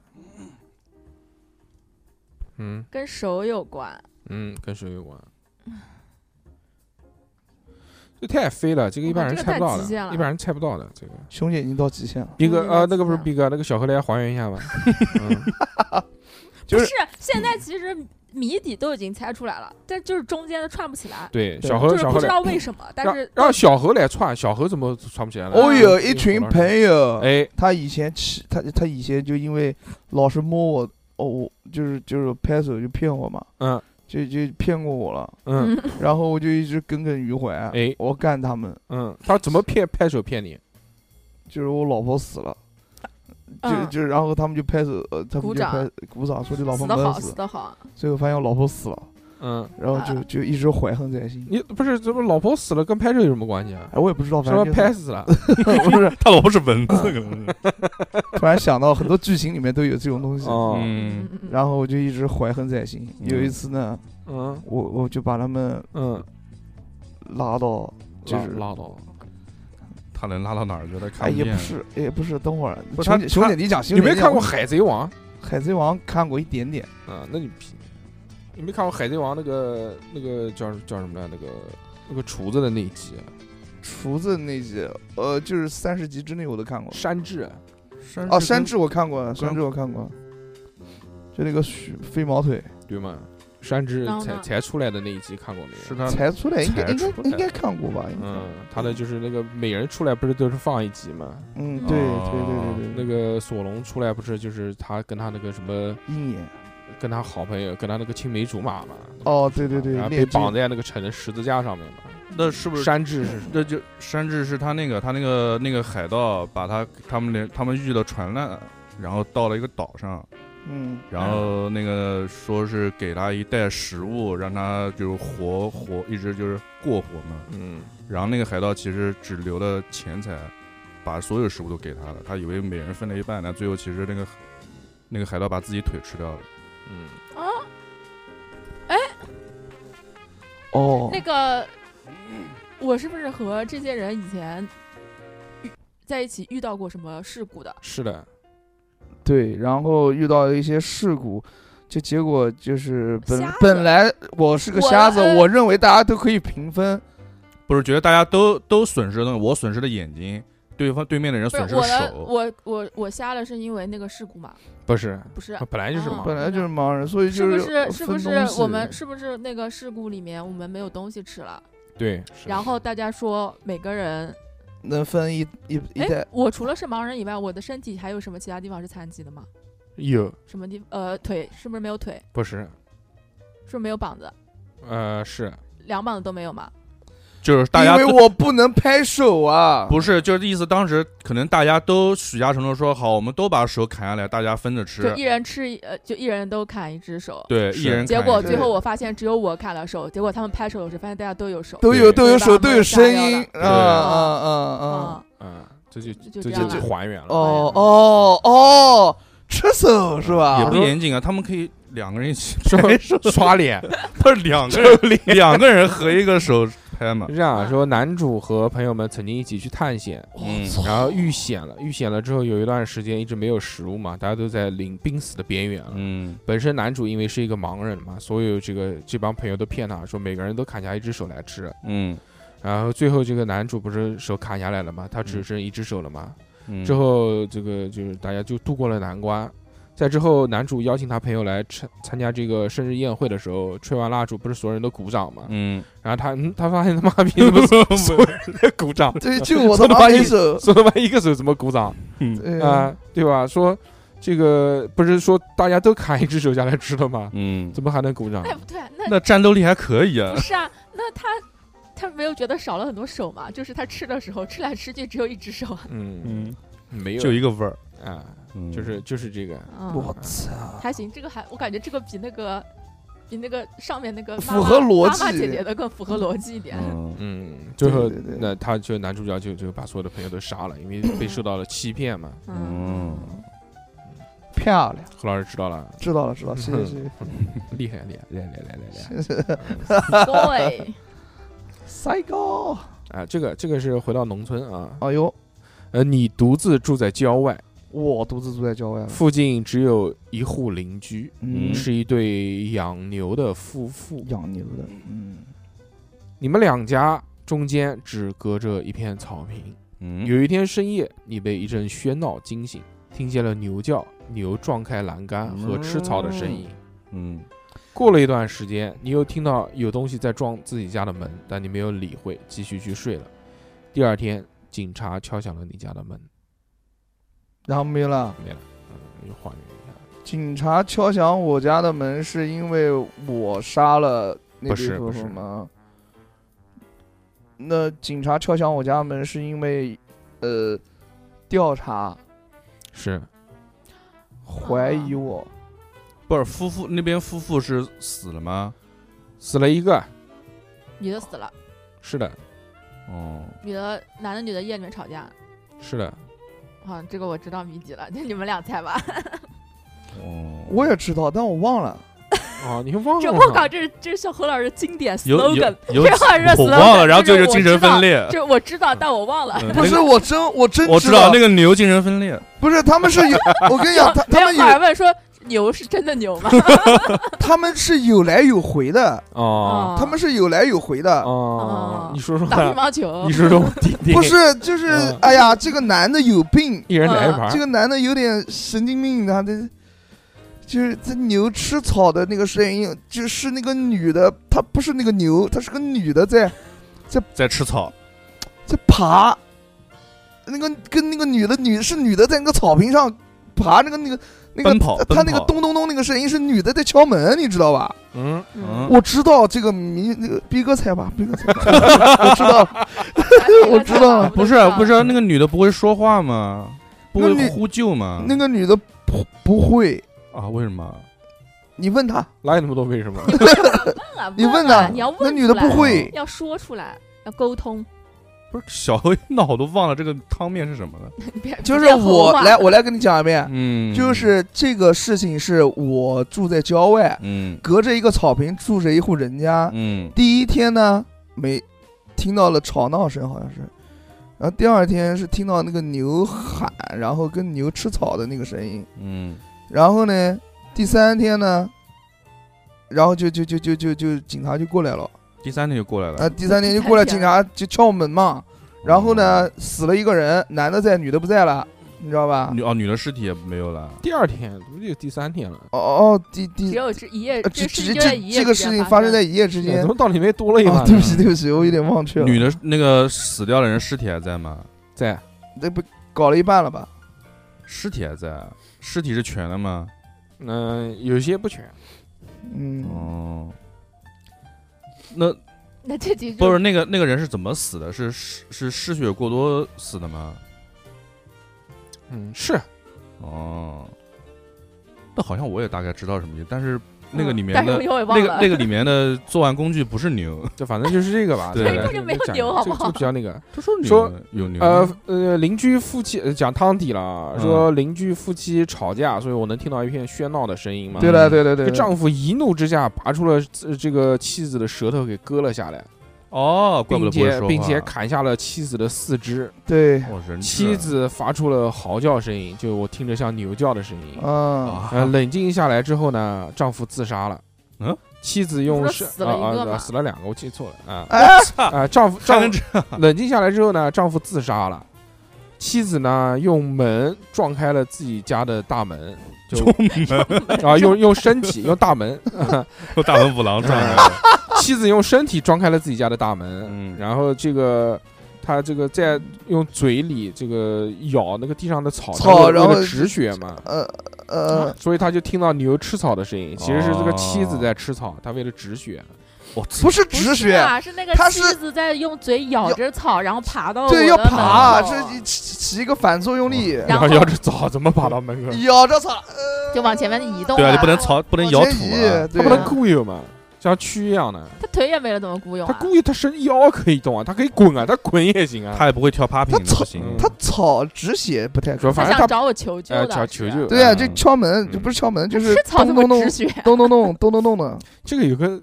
[SPEAKER 1] 嗯
[SPEAKER 4] 跟手有关，
[SPEAKER 1] 嗯，跟谁有关？这太飞了，这个一般人
[SPEAKER 4] 这个
[SPEAKER 1] 猜不
[SPEAKER 4] 太
[SPEAKER 1] 到
[SPEAKER 4] 极限
[SPEAKER 1] 的，
[SPEAKER 4] 了
[SPEAKER 1] 一般人猜不到的这个。
[SPEAKER 2] 熊姐已经到极限了。
[SPEAKER 1] 逼哥
[SPEAKER 4] 嗯
[SPEAKER 1] 呃，那个不是
[SPEAKER 4] 嗯
[SPEAKER 1] 逼哥，那个小何来还原一下吧。嗯
[SPEAKER 2] 就是
[SPEAKER 4] 不是现在其实谜底都已经猜出来了，但就是中间的串不起来，
[SPEAKER 1] [LAUGHS] 对，
[SPEAKER 2] 对
[SPEAKER 1] 小
[SPEAKER 4] 就
[SPEAKER 1] 何
[SPEAKER 4] 是
[SPEAKER 1] 小
[SPEAKER 4] 不
[SPEAKER 1] 何
[SPEAKER 4] 知
[SPEAKER 2] 嗯
[SPEAKER 1] 来，
[SPEAKER 4] 道为什么，但
[SPEAKER 1] 让
[SPEAKER 4] 是
[SPEAKER 1] 让小何来串，小何怎么串不起来了？
[SPEAKER 2] 哦哟，
[SPEAKER 1] 嗯
[SPEAKER 2] 一群朋友，
[SPEAKER 1] 哎，
[SPEAKER 2] 他以前欺他他以前就因为老是摸我，哦，我就是就是拍手就骗我嘛，
[SPEAKER 1] 嗯
[SPEAKER 2] 就就骗过我了，
[SPEAKER 1] 嗯
[SPEAKER 2] 然后我就一直耿耿于怀，
[SPEAKER 1] 哎
[SPEAKER 2] 我干他们，
[SPEAKER 1] 嗯，他怎么骗拍手骗你？
[SPEAKER 2] 就是我老婆死了， [LAUGHS] 就
[SPEAKER 4] 嗯
[SPEAKER 2] 就然后他们就拍手，呃，他们
[SPEAKER 4] 鼓
[SPEAKER 2] 就
[SPEAKER 4] 掌
[SPEAKER 2] 拍鼓掌说你老婆没
[SPEAKER 4] 死得好，
[SPEAKER 2] 有
[SPEAKER 4] 死
[SPEAKER 2] 死，
[SPEAKER 4] 得啊好，
[SPEAKER 2] 最后发现我老婆死了，
[SPEAKER 1] 嗯，
[SPEAKER 2] 然后就就一直怀恨在
[SPEAKER 1] [LAUGHS]
[SPEAKER 2] 心，
[SPEAKER 1] 你不是怎么老婆死了跟拍手有什么关系啊？
[SPEAKER 2] 哎，我也不知道，
[SPEAKER 1] 什
[SPEAKER 2] 反
[SPEAKER 1] 么
[SPEAKER 2] 正
[SPEAKER 1] 拍死了？
[SPEAKER 2] 就是不是，
[SPEAKER 3] 他老婆是蚊子，可能是。
[SPEAKER 2] 突然想到很多剧情里面都有这种东西，
[SPEAKER 1] 哦，
[SPEAKER 3] 嗯，
[SPEAKER 4] 嗯
[SPEAKER 2] 然后我就一直怀恨在心，
[SPEAKER 3] 嗯
[SPEAKER 2] 有一次呢，
[SPEAKER 1] 嗯
[SPEAKER 2] 我我就把他们
[SPEAKER 1] 嗯，
[SPEAKER 2] 拉到。就是
[SPEAKER 1] 拉拉倒。
[SPEAKER 3] 他能拉到哪儿去？他
[SPEAKER 2] 哎，
[SPEAKER 3] 看
[SPEAKER 2] 也
[SPEAKER 3] 见
[SPEAKER 2] 不。是，也不是，等会儿，
[SPEAKER 1] 不是
[SPEAKER 2] 熊
[SPEAKER 1] 他
[SPEAKER 2] 姐，熊
[SPEAKER 1] 他
[SPEAKER 2] 姐，你讲，熊
[SPEAKER 1] 你
[SPEAKER 2] 姐
[SPEAKER 1] 没
[SPEAKER 2] 你
[SPEAKER 1] 看
[SPEAKER 2] 讲
[SPEAKER 1] 过《海贼王》
[SPEAKER 2] 《海贼王》？看过一点点，
[SPEAKER 1] 啊？那你屁！你没看过《海贼王》那个那个叫叫什么来？那个那个厨子的那一集，啊
[SPEAKER 2] 厨子那集，呃，就是三十集之内我都看过。
[SPEAKER 1] 山治，啊
[SPEAKER 3] 山
[SPEAKER 2] 哦，
[SPEAKER 3] 治
[SPEAKER 2] 山
[SPEAKER 3] 跟
[SPEAKER 2] 治我看过，山治我看过，就那个许飞毛腿
[SPEAKER 1] 对吗？山治
[SPEAKER 4] 然后
[SPEAKER 1] 才
[SPEAKER 4] 呢
[SPEAKER 1] 才出来的那一集看过没有？
[SPEAKER 3] 是他
[SPEAKER 2] 才出来，应该
[SPEAKER 3] 才
[SPEAKER 2] 应
[SPEAKER 3] 出
[SPEAKER 2] 该
[SPEAKER 3] 来
[SPEAKER 2] 应该看过吧？应该
[SPEAKER 1] 嗯，他的就是那个每人出来不是都是放一集吗？
[SPEAKER 2] 嗯，对
[SPEAKER 3] 哦
[SPEAKER 2] 对对对
[SPEAKER 1] 那
[SPEAKER 2] 对，
[SPEAKER 1] 个索隆出来不是就是他跟他那个什么
[SPEAKER 2] 鹰眼，
[SPEAKER 1] 跟他好朋友跟他那个青梅竹马嘛？
[SPEAKER 2] 哦，对对对
[SPEAKER 1] 然，后被
[SPEAKER 2] 猎
[SPEAKER 1] 绑
[SPEAKER 2] 金，
[SPEAKER 1] 在那个城的十字架上面嘛。
[SPEAKER 3] 那是不是？
[SPEAKER 1] 山治是什么？
[SPEAKER 3] 那就山治是他那个他那个那个海盗把他他们连他们遇了船难，然后到了一个岛上，
[SPEAKER 2] 嗯，
[SPEAKER 3] 然后那个说是给他一袋食物，让他就是活活一直就是过活嘛。
[SPEAKER 1] 嗯，
[SPEAKER 3] 然后那个海盗其实只留了钱财，把所有食物都给他了，他以为每人分了一半呢，最后其实那个那个海盗把自己腿吃掉了。
[SPEAKER 1] 嗯，
[SPEAKER 2] 哦
[SPEAKER 4] 那，个，我是不是和这些人以前遇在一起遇到过什么事故的？
[SPEAKER 1] 是的，
[SPEAKER 2] 对，然后遇到了一些事故。就结果就是本
[SPEAKER 4] 瞎子
[SPEAKER 2] 本来我是个
[SPEAKER 4] 我
[SPEAKER 2] 瞎子，
[SPEAKER 4] 呃
[SPEAKER 2] 我认为大家都可以平分，
[SPEAKER 3] 不是觉得大家都都损失了，我损失了眼睛，对方对面的人
[SPEAKER 4] 不
[SPEAKER 3] 损
[SPEAKER 4] 是
[SPEAKER 3] 失了
[SPEAKER 4] 我的，
[SPEAKER 3] 手，
[SPEAKER 4] 我我我瞎了是因为那个事故嘛？
[SPEAKER 1] 不是，
[SPEAKER 4] 不是，
[SPEAKER 1] 本来就是嘛
[SPEAKER 4] 哦。
[SPEAKER 2] 本来就是盲人，所以
[SPEAKER 4] 是
[SPEAKER 2] 啊就
[SPEAKER 4] 不
[SPEAKER 2] 是呃
[SPEAKER 4] 是是不
[SPEAKER 2] 分
[SPEAKER 4] 是
[SPEAKER 2] 东西
[SPEAKER 4] 我们是不是那个事故里面我们没有东西吃了？
[SPEAKER 1] 对，
[SPEAKER 4] 然后大家说每个人，
[SPEAKER 2] 能分一一一
[SPEAKER 4] 哎
[SPEAKER 2] 代，，
[SPEAKER 4] 我除了是盲人以外，我的身体还有什么其他地方是残疾的吗？
[SPEAKER 1] 有
[SPEAKER 4] 什么地呃腿是不是没有腿？
[SPEAKER 1] 不是？
[SPEAKER 4] 是不是没有膀子？
[SPEAKER 1] 呃，是
[SPEAKER 4] 两膀子都没有吗？
[SPEAKER 3] 就是大家
[SPEAKER 2] 因
[SPEAKER 3] 都
[SPEAKER 2] 为我不能拍手啊，
[SPEAKER 3] 不是就是意思，当时可能大家都许下承诺说好，我们都把手砍下来，大家分着
[SPEAKER 4] 就
[SPEAKER 3] 吃
[SPEAKER 4] 一，人吃一呃，就一人都砍一只手。
[SPEAKER 3] 对，
[SPEAKER 1] 是
[SPEAKER 3] 一人砍一
[SPEAKER 4] 结果
[SPEAKER 3] 只
[SPEAKER 4] 最后我发现只有我砍了手，结果他们拍手的时候发现大家都有手。
[SPEAKER 2] 都有都有手
[SPEAKER 4] 对
[SPEAKER 2] 都
[SPEAKER 4] 吧
[SPEAKER 2] 有声音，
[SPEAKER 4] 我
[SPEAKER 2] 啊啊
[SPEAKER 3] 们
[SPEAKER 4] 杀
[SPEAKER 2] 啊啊！
[SPEAKER 4] 啊，
[SPEAKER 1] 嗯，这就
[SPEAKER 4] 就
[SPEAKER 1] 这
[SPEAKER 4] 这样
[SPEAKER 1] 就
[SPEAKER 4] 了
[SPEAKER 1] 还原了。
[SPEAKER 2] 哦哦哦，吃手是吧？
[SPEAKER 3] 也不严谨啊，他们可以两个人一 [LAUGHS] 起拍手，
[SPEAKER 1] 刷刷脸，
[SPEAKER 3] 不是两个人两个人合一个手拍嘛
[SPEAKER 1] 是，这样啊说，男主和朋友们曾经一起去探险，
[SPEAKER 3] 嗯
[SPEAKER 2] 我操
[SPEAKER 1] 然后遇险了，遇险了之后有一段时间一直没有食物嘛，大家都在临濒死的边缘了。
[SPEAKER 3] [LAUGHS] 嗯，
[SPEAKER 1] 本身男主因为是一个盲人嘛，所有这个这帮朋友都骗他说每个人都砍下一只手来吃，
[SPEAKER 3] 嗯
[SPEAKER 1] 然后最后这个男主不是手砍下来了嘛，他只剩一只手了嘛，
[SPEAKER 3] 嗯，
[SPEAKER 1] 之后这个就是大家就度过了难关。在之后，男主邀请他朋友来参参加这个生日宴会的时候，吹完蜡烛，不是所有人都鼓掌嘛？
[SPEAKER 3] 嗯，
[SPEAKER 1] 然后他嗯，他发现他妈逼怎么所有人在鼓
[SPEAKER 3] [LAUGHS]
[SPEAKER 1] 掌，
[SPEAKER 2] 对，就我
[SPEAKER 1] 说
[SPEAKER 2] 他妈
[SPEAKER 1] 他妈
[SPEAKER 2] 拍
[SPEAKER 1] 一
[SPEAKER 2] 手，
[SPEAKER 1] 说他妈一个手怎么鼓掌
[SPEAKER 2] 对
[SPEAKER 1] 啊，？对吧？说这个不是说大家都砍一只手下来吃的吗？
[SPEAKER 3] 嗯，
[SPEAKER 1] 怎么还能鼓掌
[SPEAKER 4] 那？也不对啊，那
[SPEAKER 3] 那战斗力还可以啊 [LAUGHS]
[SPEAKER 4] 不，是啊，那他他没有觉得少了很多手嘛？就是他吃的时候吃来吃去只有一只手啊。
[SPEAKER 1] 嗯，
[SPEAKER 3] 嗯，
[SPEAKER 1] 没有
[SPEAKER 3] 就一个味儿，
[SPEAKER 1] 啊，
[SPEAKER 3] 嗯
[SPEAKER 1] 就是就是这个，
[SPEAKER 2] [LAUGHS]
[SPEAKER 4] 嗯，
[SPEAKER 2] 我操！
[SPEAKER 4] 还行，这个还我感觉这个比那个比那个上面那个
[SPEAKER 2] 符
[SPEAKER 4] 妈妈
[SPEAKER 2] 合逻
[SPEAKER 4] 妈妈
[SPEAKER 2] 辑
[SPEAKER 4] 姐姐的更符合逻辑一点。
[SPEAKER 3] 嗯
[SPEAKER 1] 嗯，最后
[SPEAKER 2] 对对对
[SPEAKER 1] 那他就男主角就就把所有的朋友都杀了，因为被受到了欺骗嘛。
[SPEAKER 4] 嗯，
[SPEAKER 2] 漂亮，
[SPEAKER 1] 何老师知道了，
[SPEAKER 2] 知道了知道了，谢谢
[SPEAKER 3] 嗯
[SPEAKER 2] 谢
[SPEAKER 1] 厉害厉害厉害厉害厉害厉害！
[SPEAKER 2] 谢谢谢，
[SPEAKER 4] 对，
[SPEAKER 2] 塞高，
[SPEAKER 1] 啊，这个这个是回到农村啊，
[SPEAKER 2] 哎呦，
[SPEAKER 1] 呃，你独自住在郊外，
[SPEAKER 2] 我独自住在郊外了，
[SPEAKER 1] 附近只有一户邻居，
[SPEAKER 2] 嗯，
[SPEAKER 1] 是一对养牛的夫妇，
[SPEAKER 2] 养牛的，嗯，
[SPEAKER 1] 你们两家中间只隔着一片草坪。
[SPEAKER 3] 嗯，
[SPEAKER 1] 有一天深夜，你被一阵喧闹惊醒，听见了牛叫、牛撞开栏杆和吃草的声音。
[SPEAKER 3] 嗯
[SPEAKER 1] 过了一段时间，你又听到有东西在撞自己家的门，但你没有理会，继续去睡了。第二天，警察敲响了你家的门，
[SPEAKER 2] 然后没了。
[SPEAKER 1] 没了，嗯，又还原一下，
[SPEAKER 2] 警察敲响我家的门，是因为我杀了那
[SPEAKER 1] 不是
[SPEAKER 2] 对夫
[SPEAKER 1] 不是
[SPEAKER 2] 妇吗？那警察敲响我家门，是因为呃调查
[SPEAKER 1] 是
[SPEAKER 2] 怀疑我，
[SPEAKER 3] 不是夫妇那边夫妇是死了吗？
[SPEAKER 1] 死了一个，
[SPEAKER 4] 女的死了，
[SPEAKER 1] 是的，
[SPEAKER 3] 哦，
[SPEAKER 4] 女的男的女的夜里面吵架。
[SPEAKER 1] 是的，
[SPEAKER 4] 好，这个我知道谜底了，那 [LAUGHS] 你们俩猜吧。
[SPEAKER 3] 哦，
[SPEAKER 2] 我也知道，但我忘了。
[SPEAKER 1] 哦，你忘
[SPEAKER 4] 这
[SPEAKER 1] 了？
[SPEAKER 4] 我靠，这是这是小何老师经典
[SPEAKER 3] 有
[SPEAKER 4] slogan，
[SPEAKER 3] 有有
[SPEAKER 4] 这话是 slogan，
[SPEAKER 3] 我忘了，然后就
[SPEAKER 4] 就
[SPEAKER 3] 是是精神分裂
[SPEAKER 4] 就。是我知道，但我忘了。
[SPEAKER 3] 嗯
[SPEAKER 2] 不是，
[SPEAKER 3] 那个
[SPEAKER 2] 我真我真
[SPEAKER 3] 我
[SPEAKER 2] 知
[SPEAKER 3] 知道那个牛精神分裂，
[SPEAKER 1] [LAUGHS]
[SPEAKER 3] 哎
[SPEAKER 4] [LAUGHS]
[SPEAKER 2] 哎不是他们是有，我跟你讲，他
[SPEAKER 4] 没
[SPEAKER 2] 他
[SPEAKER 4] 有
[SPEAKER 2] 们
[SPEAKER 4] 后来
[SPEAKER 2] 有
[SPEAKER 4] 问说牛是真的牛吗？
[SPEAKER 2] 他们是有来有回的，
[SPEAKER 3] 啊
[SPEAKER 4] [LAUGHS]
[SPEAKER 1] 哦
[SPEAKER 2] 他们是有来有回的，
[SPEAKER 1] 哦
[SPEAKER 4] 哦，
[SPEAKER 1] 你说说
[SPEAKER 4] 打乒
[SPEAKER 1] 看，
[SPEAKER 4] 乓球
[SPEAKER 1] 你，说说
[SPEAKER 4] [LAUGHS]
[SPEAKER 1] 我听听，
[SPEAKER 2] 不是就是
[SPEAKER 1] 嗯
[SPEAKER 2] 哎呀，这个男的有病，
[SPEAKER 1] 一人来一
[SPEAKER 2] 啊
[SPEAKER 3] 啊
[SPEAKER 2] 这
[SPEAKER 1] 盘，
[SPEAKER 2] 个男的有点神经病，他的就是他牛吃草的那个声音，就是那个女的，她不是那个牛，她是个女的在
[SPEAKER 3] 在吃草，
[SPEAKER 2] 在爬，那个跟那个女的女是女的在那个草坪上爬，那个那个那个
[SPEAKER 3] 奔跑
[SPEAKER 2] 她
[SPEAKER 3] 奔
[SPEAKER 2] 那个
[SPEAKER 3] 跑
[SPEAKER 2] 咚咚咚那个声音是女的在敲门，你知道吧？
[SPEAKER 1] 嗯，
[SPEAKER 4] 嗯，
[SPEAKER 2] 我知道这个迷那个逼哥猜吧，逼哥猜吧，我知道
[SPEAKER 4] 哎
[SPEAKER 2] [LAUGHS] 我知道
[SPEAKER 4] 我
[SPEAKER 3] 不是不是那个女的不会说话吗？不
[SPEAKER 2] 那
[SPEAKER 3] 会
[SPEAKER 2] 女
[SPEAKER 3] 呼救吗？
[SPEAKER 2] 那个女的不不会，
[SPEAKER 3] 啊，为什么？
[SPEAKER 2] 你问她，
[SPEAKER 1] 哪有那么多为
[SPEAKER 2] [LAUGHS]
[SPEAKER 1] 什么？
[SPEAKER 4] 问啊，
[SPEAKER 2] 你问
[SPEAKER 4] 啊，
[SPEAKER 2] 她，
[SPEAKER 4] 你要问
[SPEAKER 2] 那女的
[SPEAKER 4] 出来
[SPEAKER 2] 不会，
[SPEAKER 4] 要说出来，要沟通， [LAUGHS]
[SPEAKER 3] 不是小黑脑都忘了这个汤面是什么了。
[SPEAKER 4] 你别
[SPEAKER 2] 就是
[SPEAKER 4] 别
[SPEAKER 2] 我
[SPEAKER 4] 胡话
[SPEAKER 2] 来我来跟你讲一遍，
[SPEAKER 3] 嗯
[SPEAKER 2] 就是这个事情是我住在郊外，
[SPEAKER 3] 嗯
[SPEAKER 2] 隔着一个草坪住着一户人家。
[SPEAKER 3] 嗯
[SPEAKER 2] 第一天呢，没听到了吵闹声，好像是。然后第二天是听到那个牛喊，然后跟牛吃草的那个声音。
[SPEAKER 3] 嗯
[SPEAKER 2] 然后呢，第三天呢，然后就就就就就就警察就过来了。
[SPEAKER 3] 第三天就过来了。
[SPEAKER 2] 啊，第三天就过来，警察就敲门嘛。
[SPEAKER 3] 嗯
[SPEAKER 2] 然后呢，死了一个人，男的在，女的不在了，你知道吧？
[SPEAKER 3] 女哦，女的尸体也没有了。
[SPEAKER 1] 第二天怎么就第三天了？
[SPEAKER 2] 哦哦，第第
[SPEAKER 4] 只有这一夜，
[SPEAKER 2] 呃
[SPEAKER 4] 这
[SPEAKER 2] 这这
[SPEAKER 4] 事情就在
[SPEAKER 2] 这
[SPEAKER 4] 一夜
[SPEAKER 2] 这个
[SPEAKER 4] 之
[SPEAKER 2] 事
[SPEAKER 4] 间
[SPEAKER 2] 情
[SPEAKER 4] 发
[SPEAKER 2] 发生在一夜之
[SPEAKER 1] 哎
[SPEAKER 2] 间
[SPEAKER 1] 怎。么到里面多了一
[SPEAKER 2] 哦
[SPEAKER 1] 碗？
[SPEAKER 2] 对不起，对不起，我有点忘却了。
[SPEAKER 3] 女的那个死掉的人尸体还在吗？
[SPEAKER 1] 在
[SPEAKER 2] 那不搞了一半了吧？
[SPEAKER 3] 尸体还在，啊尸体是全的吗？
[SPEAKER 1] 嗯，有些不全，
[SPEAKER 2] 嗯，
[SPEAKER 3] 哦，那
[SPEAKER 4] 那这集就
[SPEAKER 3] 不是那个那个人是怎么死的？是是是失血过多死的吗？
[SPEAKER 1] 嗯，是
[SPEAKER 3] 哦，那好像我也大概知道什么意思，但是那个
[SPEAKER 4] 嗯
[SPEAKER 3] 里面
[SPEAKER 4] 但是
[SPEAKER 3] 的
[SPEAKER 4] 我又给忘
[SPEAKER 3] 那个
[SPEAKER 4] 了
[SPEAKER 3] 那个里面的作案工具不是牛，
[SPEAKER 1] [LAUGHS] 就反正就是这个
[SPEAKER 2] [LAUGHS]
[SPEAKER 1] 吧。
[SPEAKER 3] 对
[SPEAKER 1] 这个
[SPEAKER 3] 这
[SPEAKER 4] 个没有
[SPEAKER 1] 讲
[SPEAKER 4] 牛好
[SPEAKER 1] 这
[SPEAKER 4] 不
[SPEAKER 1] 个这
[SPEAKER 4] 好
[SPEAKER 1] 个比较那个，
[SPEAKER 3] 这说
[SPEAKER 1] 说
[SPEAKER 3] 有牛
[SPEAKER 1] 呃呃，邻居夫妻呃讲汤底了啊，
[SPEAKER 3] 嗯
[SPEAKER 1] 说邻居夫妻吵架，所以我能听到一片喧闹的声音嘛。
[SPEAKER 2] 对了，对了，对
[SPEAKER 1] 这
[SPEAKER 2] 了，
[SPEAKER 1] 丈夫一怒之下拔出了自呃这个妻子的舌头给割了下来，
[SPEAKER 3] 哦，怪不
[SPEAKER 1] 并
[SPEAKER 3] 得不会
[SPEAKER 1] 且
[SPEAKER 3] 说话
[SPEAKER 1] 并且砍下了妻子的四肢，
[SPEAKER 2] 对，
[SPEAKER 3] 哦人质
[SPEAKER 1] 妻子发出了嚎叫声音，就我听着像牛叫的声音。
[SPEAKER 2] 嗯，
[SPEAKER 3] 啊
[SPEAKER 1] [LAUGHS] 呃，冷静下来之后呢，丈夫自杀了。
[SPEAKER 3] 嗯，
[SPEAKER 1] 妻子
[SPEAKER 4] 不
[SPEAKER 1] 用
[SPEAKER 4] 是
[SPEAKER 1] 是
[SPEAKER 4] 死
[SPEAKER 1] 啊
[SPEAKER 4] 了一个
[SPEAKER 1] 啊
[SPEAKER 4] 吗
[SPEAKER 1] 啊死了两个，我记错了啊
[SPEAKER 2] 哎，
[SPEAKER 1] 啊！丈夫
[SPEAKER 3] 看
[SPEAKER 1] 丈
[SPEAKER 3] 成
[SPEAKER 1] 夫
[SPEAKER 3] 这
[SPEAKER 1] 冷静下来之后呢，丈夫自杀了。妻子呢，用门撞开了自己家的大门，就
[SPEAKER 3] [LAUGHS]
[SPEAKER 1] 啊，
[SPEAKER 4] [LAUGHS]
[SPEAKER 1] 用用身体，用大门，
[SPEAKER 3] 种大文五郎撞上
[SPEAKER 1] [LAUGHS]
[SPEAKER 3] 了，
[SPEAKER 1] 妻子用身体撞开了自己家的大门，
[SPEAKER 3] 嗯
[SPEAKER 1] [LAUGHS] 然后这个他这个在用嘴里这个咬那个地上的草，
[SPEAKER 2] 草
[SPEAKER 1] 它为
[SPEAKER 2] 然后
[SPEAKER 1] 为了止血嘛，
[SPEAKER 2] 呃呃，
[SPEAKER 1] 所以他就听到牛吃草的声音，其实是这个
[SPEAKER 3] 哦
[SPEAKER 1] 妻子在吃草，他为了止血，
[SPEAKER 3] 我
[SPEAKER 2] 不是
[SPEAKER 4] 不是
[SPEAKER 2] 止血，
[SPEAKER 4] 啊，是那个
[SPEAKER 2] 他
[SPEAKER 4] 妻
[SPEAKER 2] 是
[SPEAKER 4] 子在用嘴咬着草，然后爬到
[SPEAKER 2] 对，
[SPEAKER 4] 我
[SPEAKER 2] 要
[SPEAKER 4] 的门
[SPEAKER 2] 爬，
[SPEAKER 4] 口
[SPEAKER 2] 这
[SPEAKER 1] [LAUGHS]
[SPEAKER 2] 起起一个反作用力，哎
[SPEAKER 4] 然后
[SPEAKER 1] 要着草怎么跑到门口？
[SPEAKER 2] 咬着草，呃
[SPEAKER 4] 就往前面移动
[SPEAKER 3] 对啊，
[SPEAKER 4] 了
[SPEAKER 3] 你不能朝不能
[SPEAKER 2] 往
[SPEAKER 3] 咬
[SPEAKER 2] 前
[SPEAKER 3] 土
[SPEAKER 2] 移
[SPEAKER 3] 啊，
[SPEAKER 1] 他
[SPEAKER 2] 对
[SPEAKER 1] 不能固有嘛，像蛆一样的，
[SPEAKER 4] 他腿也没了，怎么雇佣
[SPEAKER 1] 他
[SPEAKER 4] 啊？
[SPEAKER 1] 故意他伸腰可以动啊，他可以滚啊，他滚也行啊。
[SPEAKER 3] 他也不会跳 popping，
[SPEAKER 2] 他操
[SPEAKER 3] 不行，
[SPEAKER 1] 嗯
[SPEAKER 2] 他草止血不太
[SPEAKER 1] 主要
[SPEAKER 2] 可
[SPEAKER 1] 反
[SPEAKER 2] 能，
[SPEAKER 1] 正
[SPEAKER 4] 想
[SPEAKER 1] 他
[SPEAKER 4] 找我求救
[SPEAKER 1] 呃
[SPEAKER 4] 的，
[SPEAKER 1] 找
[SPEAKER 4] 是
[SPEAKER 1] 求救
[SPEAKER 2] 对啊，
[SPEAKER 3] 嗯
[SPEAKER 2] 就敲门，就
[SPEAKER 1] 嗯
[SPEAKER 2] 不是敲门，就
[SPEAKER 4] 吃
[SPEAKER 2] 是
[SPEAKER 4] 草怎
[SPEAKER 2] 咚咚咚
[SPEAKER 4] 么止血？
[SPEAKER 2] 咚咚咚咚咚咚的，
[SPEAKER 1] 这个有个，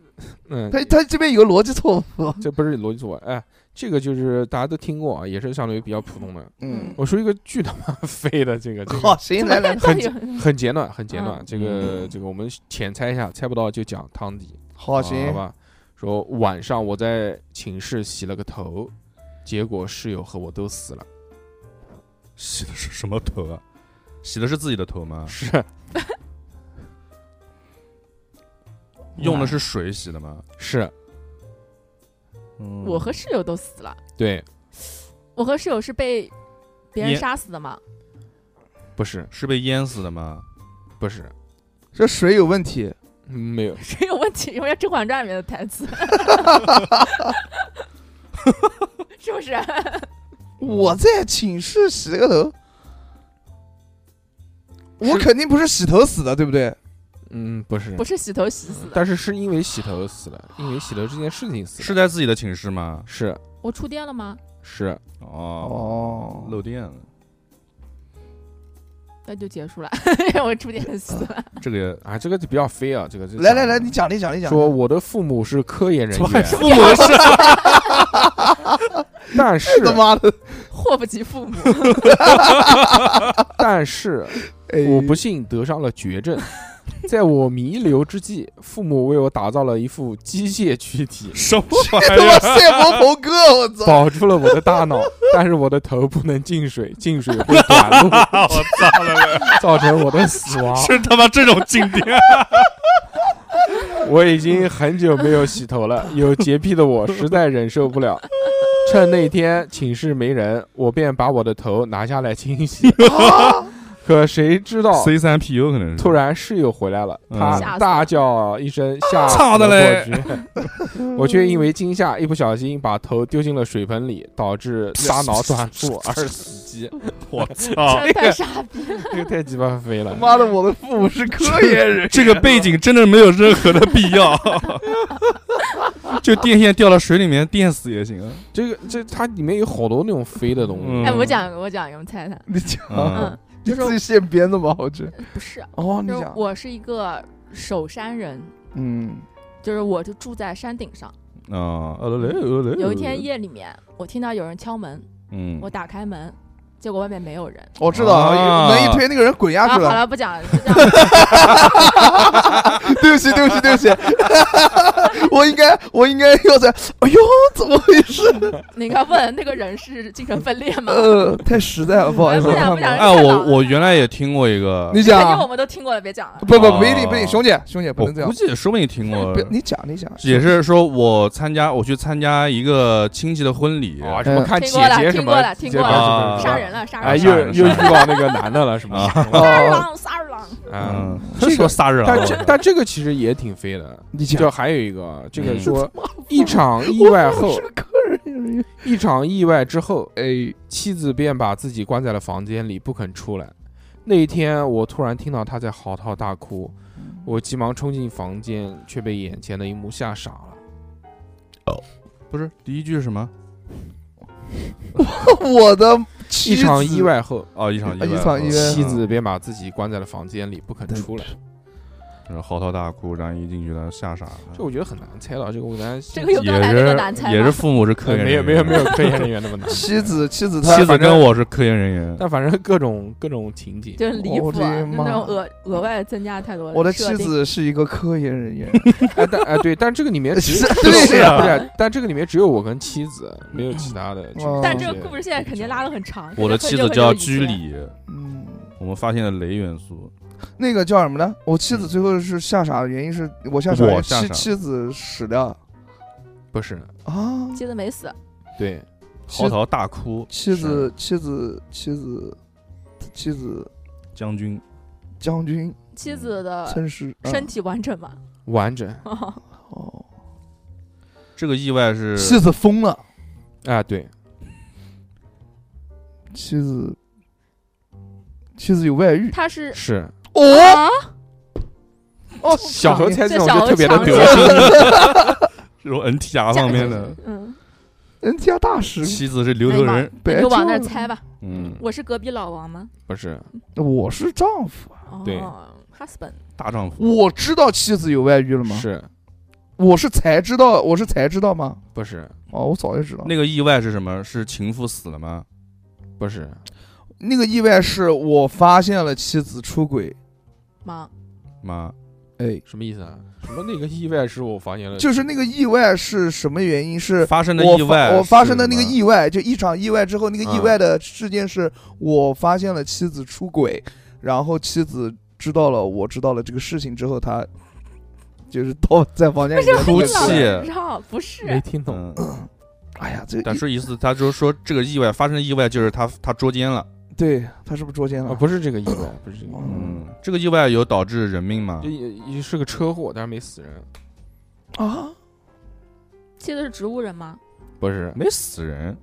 [SPEAKER 1] 嗯，
[SPEAKER 4] [LAUGHS]
[SPEAKER 2] 他他这边有个逻辑错误，
[SPEAKER 1] 这不是逻辑错误，哎，这个就是大家都听过啊，也是相对于比较普通的。
[SPEAKER 2] 嗯，
[SPEAKER 1] 我说一个巨他妈 [LAUGHS] 飞的这个，这
[SPEAKER 2] 好，
[SPEAKER 1] 个
[SPEAKER 2] 谁
[SPEAKER 4] [LAUGHS]
[SPEAKER 2] 来 [LAUGHS] 来，
[SPEAKER 4] 到底有
[SPEAKER 1] [LAUGHS] 很简短，很简短。
[SPEAKER 4] 嗯
[SPEAKER 1] 这个这个我们浅猜一下，猜不到就讲汤底，
[SPEAKER 2] 好
[SPEAKER 1] 好
[SPEAKER 2] 行，
[SPEAKER 1] 吧？说晚上我在寝室洗了个头，结果室友和我都死了，
[SPEAKER 3] 洗的是什么头啊？洗的是自己的头吗？
[SPEAKER 1] 是
[SPEAKER 3] 用的是水洗的吗？
[SPEAKER 1] 是，嗯
[SPEAKER 4] 我和室友都死了，
[SPEAKER 1] 对，
[SPEAKER 4] 我和室友是被别人
[SPEAKER 3] 也
[SPEAKER 4] 杀死的嘛？
[SPEAKER 1] 不是
[SPEAKER 3] 是被淹死的吗？
[SPEAKER 1] 不是，
[SPEAKER 2] 这水有问题，
[SPEAKER 1] 嗯没有，
[SPEAKER 4] 谁有问题？有没有《甄嬛传》里面的
[SPEAKER 1] [LAUGHS]
[SPEAKER 4] 台词？ [LAUGHS] 是不是？啊
[SPEAKER 2] 我在寝室洗了个头，我肯定不是洗头死的，对不对？
[SPEAKER 1] 嗯不是
[SPEAKER 4] 不，是洗头洗死的，
[SPEAKER 1] 但是是因为洗头死的，因为洗头这件事情死的，
[SPEAKER 3] 是在自己的寝室吗？
[SPEAKER 1] 是
[SPEAKER 4] 我触电了吗？
[SPEAKER 1] 是，
[SPEAKER 2] 哦
[SPEAKER 3] 漏电了，
[SPEAKER 4] 那就结
[SPEAKER 1] [LAUGHS]
[SPEAKER 4] 束了，我触电死了。
[SPEAKER 3] 这个
[SPEAKER 1] 啊，这个就比较飞啊，这个就
[SPEAKER 2] 来来
[SPEAKER 1] 讲
[SPEAKER 2] 来，你讲，你讲，你讲。
[SPEAKER 1] 说我的父母是科研人
[SPEAKER 3] 怎么还
[SPEAKER 1] 员，
[SPEAKER 3] 父母是
[SPEAKER 2] [LAUGHS]
[SPEAKER 1] 但是
[SPEAKER 2] 他妈的，
[SPEAKER 4] 祸不及父母，
[SPEAKER 1] 但是
[SPEAKER 2] 哎
[SPEAKER 1] [LAUGHS]
[SPEAKER 3] 哎 [LAUGHS]
[SPEAKER 1] 我不幸得上了绝症，在我弥留之际，父母为我打造了一副机械躯
[SPEAKER 3] [LAUGHS]
[SPEAKER 1] 体，
[SPEAKER 3] 什么
[SPEAKER 2] 他
[SPEAKER 3] 玩意
[SPEAKER 2] 妈
[SPEAKER 3] 儿？
[SPEAKER 2] 赛博朋克，我
[SPEAKER 1] [LAUGHS]
[SPEAKER 2] 操！
[SPEAKER 1] 保住了我的大
[SPEAKER 3] [LAUGHS]
[SPEAKER 1] 脑，但是我的头不能进水，进水会短路，
[SPEAKER 3] [LAUGHS] 我操了嘞！
[SPEAKER 1] 造成我的死亡。
[SPEAKER 3] 是他妈这种静电，
[SPEAKER 1] 我已经很久没有洗头了，有洁癖的我实在忍受不了。趁那天寝室没人，我便把我的头拿下来清
[SPEAKER 3] [LAUGHS]
[SPEAKER 1] 洗。可谁知道，
[SPEAKER 3] C 三 PU 可
[SPEAKER 4] 嗯
[SPEAKER 3] 能是
[SPEAKER 1] 突然室友回来了，
[SPEAKER 3] 嗯
[SPEAKER 4] 吓
[SPEAKER 1] 他
[SPEAKER 4] 死
[SPEAKER 1] 大叫一声，吓
[SPEAKER 4] [LAUGHS]
[SPEAKER 3] 操
[SPEAKER 1] 死
[SPEAKER 3] 的
[SPEAKER 1] 了
[SPEAKER 3] 嘞
[SPEAKER 1] 过去！我却因为惊吓，一不小心把头丢进了水盆里，导致大脑短
[SPEAKER 4] [LAUGHS]
[SPEAKER 1] 路而死机。
[SPEAKER 3] 我
[SPEAKER 1] 哦
[SPEAKER 3] 操！
[SPEAKER 4] 这太傻逼了，
[SPEAKER 1] 这个太鸡巴飞了！
[SPEAKER 6] 妈的，我的父母是科研人，
[SPEAKER 3] 这个背景真的没有任何的必要， [LAUGHS] 就电线掉到水里面电死也行啊。
[SPEAKER 1] 这个这它里面有好多那种飞的东西
[SPEAKER 3] 嗯。
[SPEAKER 4] 哎，我讲一个，我讲一个，我们猜猜，
[SPEAKER 2] 你讲，
[SPEAKER 4] 嗯
[SPEAKER 3] [LAUGHS] 嗯，，
[SPEAKER 2] 你
[SPEAKER 4] 就是
[SPEAKER 2] 自己现编的吗？我这
[SPEAKER 4] 不是，
[SPEAKER 2] 哦，你
[SPEAKER 4] 就是
[SPEAKER 2] 讲，
[SPEAKER 4] 我是一个守山人，
[SPEAKER 2] 嗯，
[SPEAKER 4] 就是我就住在山顶上。
[SPEAKER 3] 啊，呃嘞呃
[SPEAKER 2] 哎
[SPEAKER 3] 嘞
[SPEAKER 4] 有一天，夜里面，我听到有人敲门，
[SPEAKER 3] 嗯
[SPEAKER 4] 我，打开门，结果外面没有人。
[SPEAKER 2] 我知道，
[SPEAKER 3] 啊
[SPEAKER 2] 门一推，那个人滚
[SPEAKER 4] 啊，
[SPEAKER 2] 下去
[SPEAKER 4] 好
[SPEAKER 2] 了。 [LAUGHS]
[SPEAKER 4] 了，不讲了， [LAUGHS] 就这样。
[SPEAKER 2] 对不起，对不起， [LAUGHS] 对不起，我应该，我应该要在。哎呦，怎么回事？
[SPEAKER 4] 你刚问那个人是精神分裂吗？
[SPEAKER 2] 呃，太实在 [LAUGHS] 了，不好意思，啊
[SPEAKER 4] 哎
[SPEAKER 2] 我啊
[SPEAKER 4] 不讲
[SPEAKER 2] 看
[SPEAKER 4] 不讲
[SPEAKER 2] 过。
[SPEAKER 3] 哎，我我原来也听过一个，
[SPEAKER 2] 你
[SPEAKER 4] 肯定我
[SPEAKER 2] 讲，
[SPEAKER 4] 们都听过了，别讲了。
[SPEAKER 2] 不不，
[SPEAKER 3] 哦
[SPEAKER 2] 没理没理，熊姐，熊姐不
[SPEAKER 3] 我
[SPEAKER 2] 能这样
[SPEAKER 3] 估。计说不定听过
[SPEAKER 2] 不，，你讲，你讲，
[SPEAKER 3] 也是说我参加我去参加一个一个亲戚的婚礼
[SPEAKER 1] 啊，什么看姐
[SPEAKER 4] 听过了
[SPEAKER 1] 姐什
[SPEAKER 4] 听过
[SPEAKER 1] 么
[SPEAKER 4] 了
[SPEAKER 1] 姐
[SPEAKER 4] 听
[SPEAKER 1] 姐
[SPEAKER 4] 过了
[SPEAKER 2] 啊
[SPEAKER 1] 什么
[SPEAKER 4] 杀人了，杀
[SPEAKER 1] 哎，
[SPEAKER 4] 人
[SPEAKER 1] 又
[SPEAKER 4] 了！
[SPEAKER 3] 杀
[SPEAKER 4] 啊
[SPEAKER 3] 人
[SPEAKER 1] 又遇到那个男的了，什么？ [LAUGHS]
[SPEAKER 4] 二 [LAUGHS]
[SPEAKER 2] 哦，
[SPEAKER 4] 郎，杀二郎，
[SPEAKER 1] 嗯，
[SPEAKER 3] 嗯，这说仨人
[SPEAKER 1] 但这
[SPEAKER 3] 啊，
[SPEAKER 1] 但这个其实也挺飞的。
[SPEAKER 2] 你讲。
[SPEAKER 1] 就还有一个，这个
[SPEAKER 3] 嗯
[SPEAKER 1] 说一场意外后，
[SPEAKER 2] 客人，
[SPEAKER 1] 一场意外之后，
[SPEAKER 2] 哎，
[SPEAKER 1] 妻子便把自己关在了房间里，不肯出来。那一天，我突然听到她在嚎啕大哭，我急忙冲进房间，却被眼前的一幕吓傻了。
[SPEAKER 3] 不是第一句是什么？
[SPEAKER 2] [LAUGHS] 我的
[SPEAKER 1] 一
[SPEAKER 2] 妻
[SPEAKER 1] 场
[SPEAKER 2] 子
[SPEAKER 1] 意，外后，
[SPEAKER 3] 哦，一场
[SPEAKER 2] 啊
[SPEAKER 3] 意外，
[SPEAKER 2] 一场意外
[SPEAKER 1] 妻子便把自己关在了房间里，不肯出来。
[SPEAKER 3] 然后嚎啕大哭，然后一进去呢吓傻了。
[SPEAKER 1] 这我觉得很难猜到，这个我难。
[SPEAKER 4] 这个有
[SPEAKER 3] 也
[SPEAKER 4] 刚才那个难
[SPEAKER 3] 是
[SPEAKER 4] 猜
[SPEAKER 3] 也是
[SPEAKER 4] 吗？
[SPEAKER 3] 父母是科
[SPEAKER 1] 呃
[SPEAKER 3] 研人
[SPEAKER 1] 没有
[SPEAKER 3] 员，
[SPEAKER 1] 没有没有科研人员那么难。
[SPEAKER 2] [LAUGHS] 妻，子，妻子她，
[SPEAKER 3] 妻子
[SPEAKER 2] 反正
[SPEAKER 3] 跟我是科研人
[SPEAKER 2] 呃
[SPEAKER 3] 员，
[SPEAKER 1] 但反正各种各种情节，
[SPEAKER 4] 就是离谱
[SPEAKER 2] 我的
[SPEAKER 4] 啊，就那种
[SPEAKER 2] 妈
[SPEAKER 4] 额额外增加太多。
[SPEAKER 2] 我的妻，子是一个科研人
[SPEAKER 3] [LAUGHS]
[SPEAKER 2] 员，
[SPEAKER 1] 哎，但哎对，但这个里面只
[SPEAKER 2] 是
[SPEAKER 1] 不
[SPEAKER 2] 对
[SPEAKER 1] 是
[SPEAKER 2] 呀
[SPEAKER 1] 不是，但这个里面只有我跟妻子，没有其他的。
[SPEAKER 2] 哦
[SPEAKER 4] 但
[SPEAKER 1] 嗯
[SPEAKER 4] 这个故事线肯定拉得很长。
[SPEAKER 3] 我的
[SPEAKER 4] 这
[SPEAKER 3] 妻
[SPEAKER 4] 就
[SPEAKER 3] 子
[SPEAKER 4] 会
[SPEAKER 3] 叫
[SPEAKER 4] 有一
[SPEAKER 3] 居
[SPEAKER 4] 些，
[SPEAKER 3] 里，
[SPEAKER 2] 嗯，
[SPEAKER 3] 我们发现了雷元素，
[SPEAKER 2] 那个叫什么呢？我妻子最后是吓傻的原因是我吓傻，
[SPEAKER 3] 嗯我
[SPEAKER 2] 因为
[SPEAKER 3] 吓
[SPEAKER 2] 妻
[SPEAKER 3] 傻
[SPEAKER 2] 妻子死掉
[SPEAKER 1] 不是，
[SPEAKER 2] 啊，
[SPEAKER 4] 妻子没死，
[SPEAKER 1] 对，
[SPEAKER 3] 嚎啕大哭，
[SPEAKER 2] 妻子妻子妻子妻子
[SPEAKER 3] 将军
[SPEAKER 2] 将军
[SPEAKER 4] 妻子的
[SPEAKER 2] 曾是
[SPEAKER 4] 身体完整嘛？
[SPEAKER 1] 完整
[SPEAKER 2] 哦，
[SPEAKER 3] 这个意外是
[SPEAKER 2] 妻子疯了，
[SPEAKER 1] 啊，对，
[SPEAKER 2] 妻子妻子有外遇
[SPEAKER 4] [LAUGHS] 他是
[SPEAKER 1] 是
[SPEAKER 2] 哦
[SPEAKER 4] 啊，
[SPEAKER 2] 哦，
[SPEAKER 1] 小何猜这种就特别的
[SPEAKER 4] 这
[SPEAKER 1] 得
[SPEAKER 4] 小何
[SPEAKER 1] 瑟。
[SPEAKER 3] 这种 NTR 方面的，
[SPEAKER 4] 嗯，
[SPEAKER 2] 人家大师，
[SPEAKER 3] 妻子是刘德
[SPEAKER 4] 哎
[SPEAKER 3] 仁，
[SPEAKER 4] 你
[SPEAKER 2] 别
[SPEAKER 4] 就往那儿
[SPEAKER 2] 这样
[SPEAKER 4] 猜吧。
[SPEAKER 3] 嗯，
[SPEAKER 4] 我是隔壁老王吗？
[SPEAKER 1] 不是，
[SPEAKER 2] 我是丈夫啊，
[SPEAKER 4] 哦
[SPEAKER 1] 对
[SPEAKER 4] ，husband，
[SPEAKER 3] 大丈夫，
[SPEAKER 2] 我知道妻子有外遇了吗？
[SPEAKER 1] 是
[SPEAKER 2] 我是才知道，我是才知道吗？
[SPEAKER 1] 不是
[SPEAKER 2] 哦，我早就知道。
[SPEAKER 3] 那个意外是什么？是情妇死了吗？
[SPEAKER 1] 不是
[SPEAKER 2] 那个意外是我发现了妻子出轨，
[SPEAKER 4] 忙
[SPEAKER 3] 妈，
[SPEAKER 2] 哎，
[SPEAKER 1] 什么意思啊？什么那个意外是我发现了，
[SPEAKER 2] 就是那个意外是什么原因？是
[SPEAKER 3] 发生的
[SPEAKER 2] 我
[SPEAKER 3] 意
[SPEAKER 2] 发
[SPEAKER 3] 外是
[SPEAKER 2] 我发生的那个
[SPEAKER 3] 什么
[SPEAKER 2] 意外，就一场意外之后，那个意外的事件是我发现了妻子出轨，然后妻子知道了，我知道了这个事情之后，她就是到在房间里面那
[SPEAKER 3] 哭
[SPEAKER 2] 个
[SPEAKER 3] 泣
[SPEAKER 4] 啊绕不是
[SPEAKER 1] 没听懂。
[SPEAKER 3] 嗯，
[SPEAKER 2] 哎呀，这个
[SPEAKER 3] 但说意思，他就说这个意外发生的意外就是他他捉奸了，
[SPEAKER 2] 对他是不是捉奸
[SPEAKER 1] 啊，
[SPEAKER 2] 了？
[SPEAKER 1] 不是这个意外，不是这个意外，
[SPEAKER 2] 嗯
[SPEAKER 3] 嗯，这个意外有导致人命吗
[SPEAKER 1] 这？也是个车祸，但是没死人，
[SPEAKER 2] 啊，
[SPEAKER 4] 妻子是植物人吗？
[SPEAKER 1] 不是。
[SPEAKER 3] 没死人，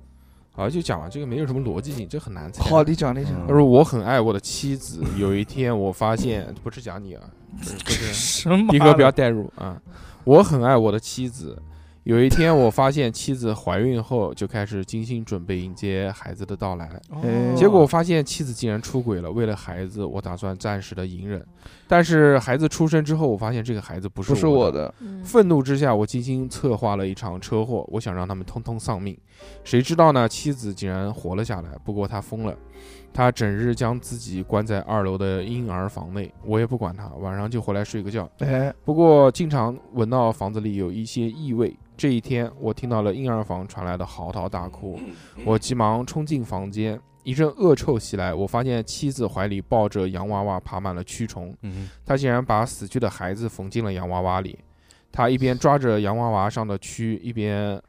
[SPEAKER 1] 啊，就讲吧，这个没有什么逻辑性，这很难猜。
[SPEAKER 2] 好，你
[SPEAKER 3] 嗯哎
[SPEAKER 2] 讲你讲，
[SPEAKER 1] 他说我很爱我的妻子，有一天我发现不是讲你啊，不是不
[SPEAKER 3] [LAUGHS]
[SPEAKER 1] 是。
[SPEAKER 3] 什么
[SPEAKER 1] 迪哥不要代入啊！我很爱我的妻子。有一天，我发现妻子怀孕后，就开始精心准备迎接孩子的到
[SPEAKER 3] 哦
[SPEAKER 1] 来。
[SPEAKER 2] 哎
[SPEAKER 1] 结果我发现妻子竟然出轨了。为了孩子，我打算暂时的隐忍。但是孩子出生之后，我发现这个孩子不
[SPEAKER 2] 不
[SPEAKER 1] 是
[SPEAKER 2] 是我
[SPEAKER 1] 的。
[SPEAKER 2] 的，
[SPEAKER 4] 嗯，
[SPEAKER 1] 愤怒之下，我精心策划了一场车祸，我想让他们通通丧命。谁知道呢？妻子竟然活了下来，不过她疯了。他整日将自己关在二楼的婴儿房内，我也不管他，晚上就回来睡个觉。
[SPEAKER 2] 哎，
[SPEAKER 1] 不过经常闻到房子里有一些异味。这一天，我听到了婴儿房传来的嚎啕大哭，我急忙冲进房间，一阵恶臭袭来，我发现妻子怀里抱着洋娃娃爬满了蛆虫，
[SPEAKER 3] 嗯，
[SPEAKER 1] 她竟然把死去的孩子缝进了洋娃娃里。她一边抓着洋娃娃上的蛆，一边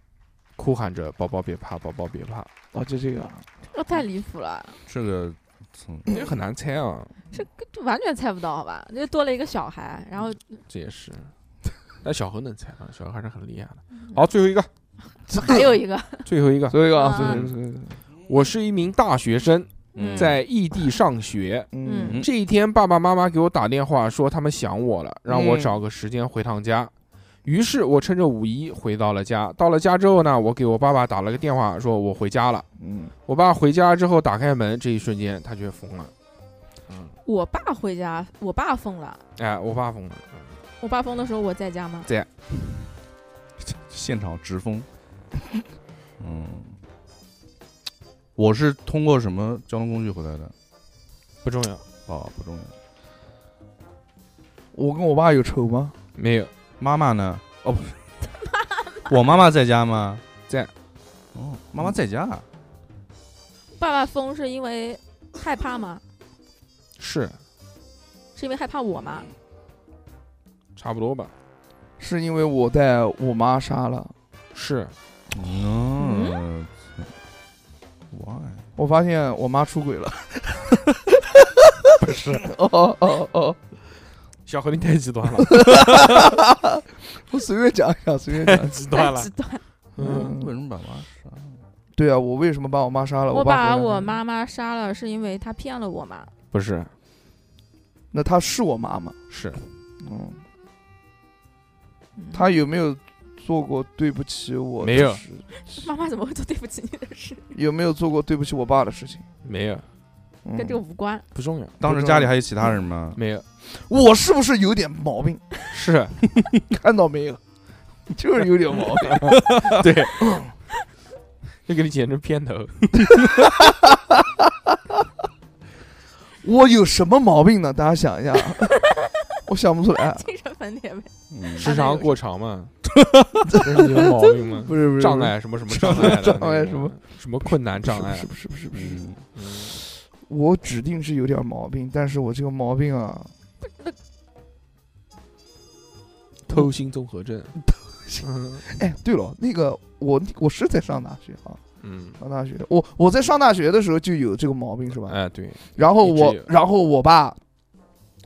[SPEAKER 1] 哭喊着：“宝宝别怕，宝宝别怕。
[SPEAKER 2] 哦，就这个啊，
[SPEAKER 4] 这太离谱了，
[SPEAKER 3] 这个，嗯”
[SPEAKER 1] 这 [LAUGHS] 很难猜啊，
[SPEAKER 4] 就完全猜不到，好吧？就多了一个小孩，然后
[SPEAKER 1] 这也是。但小何能猜啊，小何还是很厉害的。好，最后一个，
[SPEAKER 4] 还有一个，
[SPEAKER 1] 最后一个，
[SPEAKER 2] 最后一个啊，
[SPEAKER 4] 啊
[SPEAKER 2] 最后一个最后一个，
[SPEAKER 1] 我是一名大学生，
[SPEAKER 4] 嗯
[SPEAKER 1] 在异地上学。
[SPEAKER 4] 嗯
[SPEAKER 2] 嗯
[SPEAKER 1] 这一天，爸爸妈妈给我打电话说他们想我了，让我
[SPEAKER 2] 嗯
[SPEAKER 1] 找个时间回趟家。于是我趁着五一回到了家。到了家之后呢，我给我爸爸打了个电话，说我回家了。
[SPEAKER 2] 嗯，
[SPEAKER 1] 我爸回家之后打开门，这一瞬间他却疯了。嗯
[SPEAKER 4] 我爸回家，我爸疯了。
[SPEAKER 1] 哎，我爸疯了，
[SPEAKER 4] 我爸疯的时候我在家吗？
[SPEAKER 3] 现场直封。嗯，我是通过什么交通工具回来的？
[SPEAKER 1] 不重要，
[SPEAKER 3] 哦，不重要。
[SPEAKER 2] 我跟我爸有仇吗？
[SPEAKER 1] 没有。
[SPEAKER 3] 妈妈呢？哦，不是，我妈妈在家吗？
[SPEAKER 1] 在。
[SPEAKER 3] 哦，妈妈在家。
[SPEAKER 4] 爸爸疯是因为害怕吗？
[SPEAKER 1] 是
[SPEAKER 4] 是因为害怕我吗？
[SPEAKER 1] 差不多吧？
[SPEAKER 2] 是因为我带我妈杀了。
[SPEAKER 1] 是
[SPEAKER 3] 嗯。Why？
[SPEAKER 2] 我发现我妈出轨了， [LAUGHS] 不是？哦哦哦，
[SPEAKER 1] [LAUGHS] 小何，你太极端了， [LAUGHS]
[SPEAKER 2] 我 [LAUGHS] 随便讲一讲，随便
[SPEAKER 4] [LAUGHS]
[SPEAKER 2] 讲。
[SPEAKER 1] 极端了 [LAUGHS]
[SPEAKER 4] 知。道
[SPEAKER 2] 嗯
[SPEAKER 3] 为什么把妈杀了？
[SPEAKER 2] 对啊，我为什么把我妈杀了？
[SPEAKER 4] 我
[SPEAKER 2] 爸
[SPEAKER 4] 把
[SPEAKER 2] 回来
[SPEAKER 4] 我
[SPEAKER 2] 了，
[SPEAKER 4] 妈妈杀了，是因为她骗了我吗？
[SPEAKER 1] 不是，
[SPEAKER 2] 那她是我妈吗？
[SPEAKER 1] 是
[SPEAKER 2] 嗯，
[SPEAKER 4] 嗯
[SPEAKER 2] 她有没有做过对不起我的
[SPEAKER 1] 没有
[SPEAKER 2] 事？
[SPEAKER 4] [LAUGHS] 妈妈怎么会做对不起你的事？
[SPEAKER 2] [LAUGHS] 有没有做过对不起我爸的事情？
[SPEAKER 1] 没有，
[SPEAKER 2] 嗯
[SPEAKER 4] 跟这个无关。
[SPEAKER 1] 不重要，
[SPEAKER 3] 当时家里还有其他人吗？
[SPEAKER 1] 没有，
[SPEAKER 2] 我是不是有点毛病？ [LAUGHS]
[SPEAKER 1] 是
[SPEAKER 2] 看到没有？ [LAUGHS] 就是有点毛 [LAUGHS] 病。
[SPEAKER 1] [LAUGHS] 对，就给你剪成片头。
[SPEAKER 2] 我有什么毛病呢？大家想一下 [LAUGHS] 啊，我想不出来。哎
[SPEAKER 4] 精神分裂呗，
[SPEAKER 3] 嗯
[SPEAKER 1] 时长过长 [LAUGHS] 嘛，这是有毛病 [LAUGHS] 吗？
[SPEAKER 2] 不是不是
[SPEAKER 1] 障，碍什么什么障碍的那个
[SPEAKER 2] 障碍什么
[SPEAKER 1] 什么困难
[SPEAKER 2] 不是
[SPEAKER 1] 障碍
[SPEAKER 2] 不？是不是不是不是，
[SPEAKER 3] 嗯
[SPEAKER 2] 我指定是有点毛病，但是我这个毛病啊，
[SPEAKER 1] [LAUGHS] 偷心综合症。嗯
[SPEAKER 2] 哎，对了，那个我我是在上大学啊，
[SPEAKER 1] [LAUGHS] 嗯，
[SPEAKER 2] 上大学，我我在上大学的时候就有这个毛病是吧？
[SPEAKER 1] 哎对，
[SPEAKER 2] 然后
[SPEAKER 1] 一直
[SPEAKER 2] 我
[SPEAKER 1] 有
[SPEAKER 2] 然后我爸，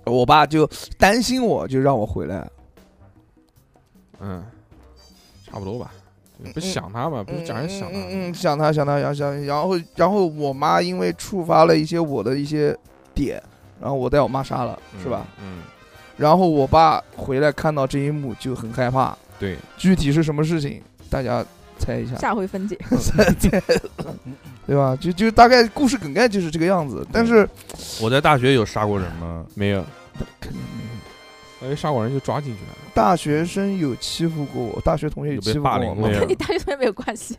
[SPEAKER 2] 我爸就担心我，就让我回来。
[SPEAKER 1] 嗯，差不多吧。不是想他嘛，不是讲人想
[SPEAKER 2] 嗯嗯，嗯
[SPEAKER 1] 他。
[SPEAKER 2] 想他想他想想，然后然后我妈因为触发了一些我的一些点，然后我带我妈杀了，是吧？？
[SPEAKER 1] 嗯，
[SPEAKER 2] 然后我爸回来看到这一幕就很害怕，
[SPEAKER 1] 对，
[SPEAKER 2] 具体是什么事情，大家猜一下，
[SPEAKER 4] 下回分解。 [LAUGHS]
[SPEAKER 2] 对吧？就就大概故事梗概就是这个样子，但是
[SPEAKER 3] 我在大学有杀过人吗？
[SPEAKER 1] 没有，
[SPEAKER 2] 肯定没有
[SPEAKER 1] 哎，杀过人就抓进去了。
[SPEAKER 2] 大学生有欺负过我，大学同学有
[SPEAKER 3] 有
[SPEAKER 2] 欺
[SPEAKER 3] 被
[SPEAKER 2] 负过
[SPEAKER 3] 霸
[SPEAKER 2] 我
[SPEAKER 3] 凌
[SPEAKER 2] 吗
[SPEAKER 3] 过？
[SPEAKER 1] 没有
[SPEAKER 4] 跟你大学同学没有关系，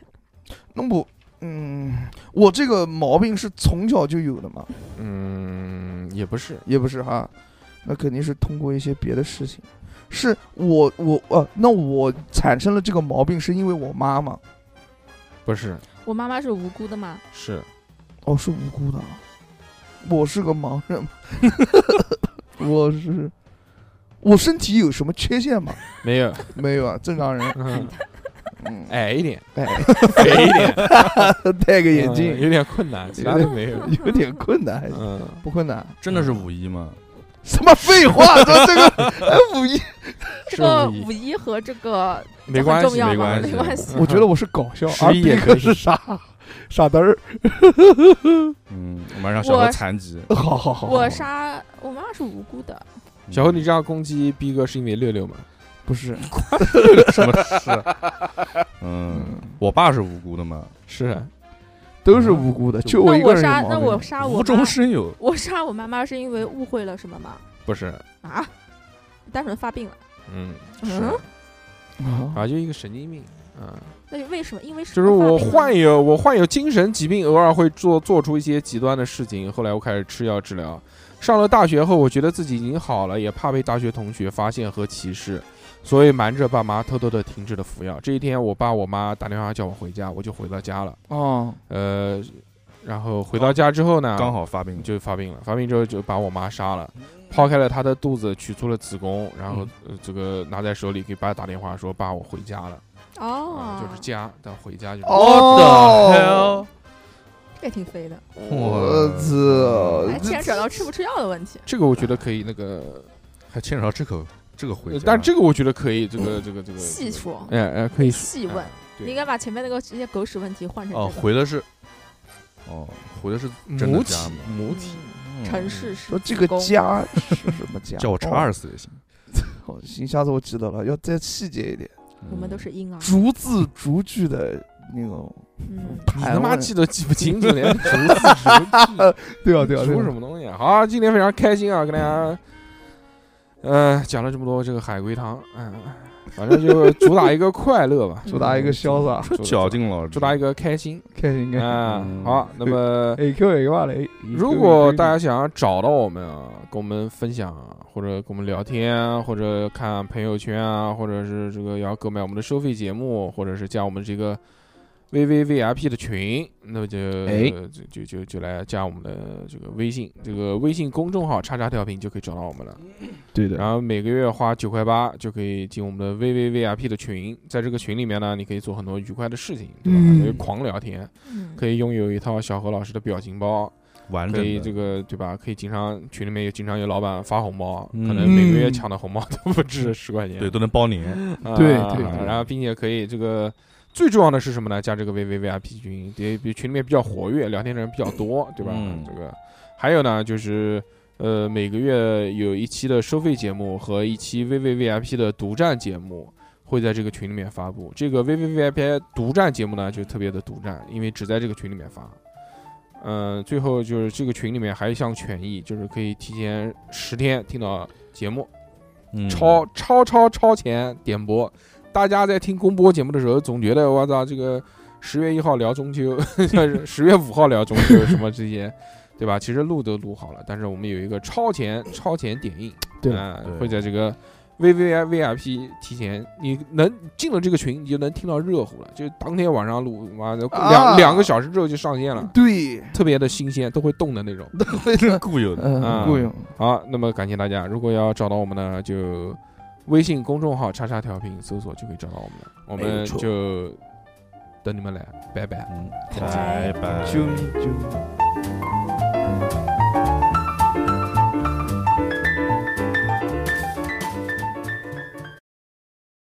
[SPEAKER 2] 那我嗯，我这个毛病是从小就有的嘛，
[SPEAKER 1] 嗯，也不是，
[SPEAKER 2] 也不是哈，那肯定是通过一些别的事情。是我我呃，那我产生了这个毛病是因为我妈妈
[SPEAKER 1] 不是，
[SPEAKER 4] 我妈妈是无辜的嘛？
[SPEAKER 1] 是
[SPEAKER 2] 哦是无辜的啊，我是个盲人， [LAUGHS] 我是我身体有什么缺陷吗？[LAUGHS]
[SPEAKER 1] 没有。
[SPEAKER 2] 没有啊，正常人。
[SPEAKER 1] 嗯
[SPEAKER 2] 嗯，
[SPEAKER 1] 矮一 [LAUGHS] 点，
[SPEAKER 2] 哎，
[SPEAKER 1] 肥一点，
[SPEAKER 2] 戴个眼镜、
[SPEAKER 1] 嗯有点困难，其他都没有。
[SPEAKER 2] 有点困难，还是
[SPEAKER 1] 嗯，
[SPEAKER 2] 不困难？
[SPEAKER 3] 真的是五一吗？
[SPEAKER 2] 什么废话？说这个哎五一，
[SPEAKER 4] 这
[SPEAKER 1] 是
[SPEAKER 4] 个
[SPEAKER 1] 五一
[SPEAKER 4] 五一和这个
[SPEAKER 1] 没关
[SPEAKER 4] 很重
[SPEAKER 1] 系，
[SPEAKER 4] 要吗
[SPEAKER 3] 关
[SPEAKER 4] 没关
[SPEAKER 5] 嗯
[SPEAKER 4] 系
[SPEAKER 2] 我觉得我是搞笑，而
[SPEAKER 1] 十一
[SPEAKER 2] 别
[SPEAKER 1] 也可
[SPEAKER 2] 个
[SPEAKER 1] 以
[SPEAKER 2] 是傻 [LAUGHS] 傻嘚儿。
[SPEAKER 3] 嗯，我们让小何残疾。
[SPEAKER 2] 好好好，
[SPEAKER 4] 我杀我妈妈是无辜的，
[SPEAKER 1] 小何，你这样攻击逼哥是因为六六吗？
[SPEAKER 2] 不是，
[SPEAKER 3] 什么事？嗯，我爸是无辜的嘛，
[SPEAKER 1] 是，
[SPEAKER 2] 都是无辜的，就我一
[SPEAKER 4] 那
[SPEAKER 2] 个
[SPEAKER 4] 我
[SPEAKER 2] 人
[SPEAKER 4] 杀
[SPEAKER 2] 有
[SPEAKER 4] 那
[SPEAKER 2] 毛
[SPEAKER 4] 我
[SPEAKER 2] 病。
[SPEAKER 4] 杀我
[SPEAKER 3] 无
[SPEAKER 4] 妈
[SPEAKER 3] 中，生有。
[SPEAKER 4] 我杀我妈妈是因为误会了什么吗？
[SPEAKER 1] 不是？
[SPEAKER 4] 啊，单纯发病了。
[SPEAKER 1] 嗯，是
[SPEAKER 4] 嗯，
[SPEAKER 5] 啊
[SPEAKER 1] 啊，就一个神经病。嗯，
[SPEAKER 4] 那为什么？因为
[SPEAKER 1] 就是我
[SPEAKER 4] 换
[SPEAKER 1] 患有我患有精神疾病，偶尔会做做出一些极端的事情。后来我开始吃药治疗。上了大学后，我觉得自己已经好了，也怕被大学同学发现和歧视，所以瞒着爸妈偷偷的停止了服药。这一天，我爸我妈打电话叫我回家，我就回到家了。
[SPEAKER 2] 哦，
[SPEAKER 1] 呃，然后回到家之后呢，
[SPEAKER 3] 刚好发病，
[SPEAKER 1] 就发病了，发病之后就把我妈杀了，抛开了她的肚子，取出了子宫，然后、呃、这个拿在手里给爸打电话说：“爸，我回家了。啊
[SPEAKER 4] 哦，
[SPEAKER 1] 就是家，但回家就是、
[SPEAKER 5] 哦，
[SPEAKER 4] 这也挺飞的。
[SPEAKER 5] 我操
[SPEAKER 2] 呃
[SPEAKER 4] 哎，既然转到吃不吃药的问题，
[SPEAKER 1] 这个我觉得可以，那个，
[SPEAKER 3] 还牵扯到这口这个回
[SPEAKER 1] 呃
[SPEAKER 3] 家，
[SPEAKER 1] 但这个我觉得可以，这个这个这个，
[SPEAKER 4] 细说
[SPEAKER 1] 哎哎，可以
[SPEAKER 4] 细问
[SPEAKER 1] 哎，
[SPEAKER 4] 你应该把前面那个这些狗屎问题换成
[SPEAKER 3] 哦
[SPEAKER 4] 这个
[SPEAKER 3] 回的是哦回的是真
[SPEAKER 1] 母
[SPEAKER 3] 的
[SPEAKER 1] 体
[SPEAKER 3] 家吗？
[SPEAKER 1] 母体，
[SPEAKER 3] 嗯
[SPEAKER 4] 城市是
[SPEAKER 5] 说这个
[SPEAKER 4] 公
[SPEAKER 5] 家是什么家？
[SPEAKER 3] 叫我叉二四也行，
[SPEAKER 5] 哦。好行，下次我记得了，要再细节一点，
[SPEAKER 4] 我们都是婴儿，
[SPEAKER 5] 逐字逐句的那种
[SPEAKER 4] 嗯，
[SPEAKER 1] 你
[SPEAKER 5] 盘
[SPEAKER 1] 他妈
[SPEAKER 5] 问。
[SPEAKER 1] 记都记不 [LAUGHS] 清楚，连竹子
[SPEAKER 5] [LAUGHS] 对啊，对啊，对
[SPEAKER 1] 竹竹
[SPEAKER 5] 啊
[SPEAKER 1] 什么东西啊？好啊，今天非常开心啊，跟大家，呃，讲了这么多这个海龟汤，嗯、反正就主打一个快乐吧，
[SPEAKER 5] [LAUGHS] 主打一个潇洒，
[SPEAKER 1] 主
[SPEAKER 3] 绞尽脑汁，
[SPEAKER 1] 主打一个开心
[SPEAKER 5] 开心开心。
[SPEAKER 1] 啊、
[SPEAKER 3] 嗯
[SPEAKER 1] 好，那么
[SPEAKER 5] A Q A 吧嘞。
[SPEAKER 1] 如果大家想要找到我们啊，跟我们分享啊，或者跟我们聊天啊，或者看朋友圈啊，或者是这个要购买我们的收费节目，或者是加我们这个 V V V I P 的群，那么就、
[SPEAKER 3] 哎
[SPEAKER 1] 就就就就来加我们的这个微信，这个微信公众号“叉叉调频”就可以找到我们了。
[SPEAKER 5] 对的，
[SPEAKER 1] 然后每个月花九块八就可以进我们的 V V V I P 的群，在这个群里面呢，你可以做很多愉快的事情，对吧？
[SPEAKER 5] 嗯
[SPEAKER 1] 可以狂聊天，
[SPEAKER 4] 嗯
[SPEAKER 1] 可以拥有一套小何老师的表情包。
[SPEAKER 3] 完
[SPEAKER 1] 可
[SPEAKER 3] 整
[SPEAKER 1] 以
[SPEAKER 3] 的
[SPEAKER 1] 这个对吧？可以经常群里面有经常有老板发红包，啊
[SPEAKER 3] 嗯
[SPEAKER 1] 可能每个月抢的红包都不止十块钱。
[SPEAKER 3] 对都能包年，
[SPEAKER 1] 啊
[SPEAKER 5] 对对对
[SPEAKER 1] 然后并且可以这个最重要的是什么呢？加这个 VVVIP 群，也比群里面比较活跃，聊天的人比较多，对吧？
[SPEAKER 3] 嗯
[SPEAKER 1] 这个还有呢就是。呃，每个月有一期的收费节目和一期 VVVIP 的独占节目会在这个群里面发布。这个 VVVIP 独占节目呢，就特别的独占，因为只在这个群里面发。嗯，最后就是这个群里面还有一项权益，就是可以提前十天听到节目，
[SPEAKER 3] 嗯
[SPEAKER 1] 超超超超前点播。大家在听公播节目的时候，总觉得我操，这个十月一号聊中秋， [LAUGHS] 十月五号聊中秋什么这些， [LAUGHS] 对吧？其实录都录好了，但是我们有一个超前超前点映，
[SPEAKER 5] 对
[SPEAKER 1] 啊
[SPEAKER 3] 对
[SPEAKER 1] 会在这个 V V I V I P 提前，你能进了这个群，你就能听到热乎了。就当天晚上录，妈的
[SPEAKER 5] 啊
[SPEAKER 1] 两两个小时之后就上线了，
[SPEAKER 5] 对，
[SPEAKER 1] 特别的新鲜，都会动的那种。
[SPEAKER 3] 固有的，
[SPEAKER 1] 啊
[SPEAKER 5] 嗯，雇佣，
[SPEAKER 1] 好，那么感谢大家。如果要找到我们呢，就微信公众号“叉叉调频”搜索就可以找到我们了。我
[SPEAKER 5] 没
[SPEAKER 1] 们
[SPEAKER 5] 有错
[SPEAKER 1] 就等你们来，拜拜。
[SPEAKER 3] 嗯，拜
[SPEAKER 4] 拜
[SPEAKER 3] 拜。
[SPEAKER 5] 啾咪啾咪。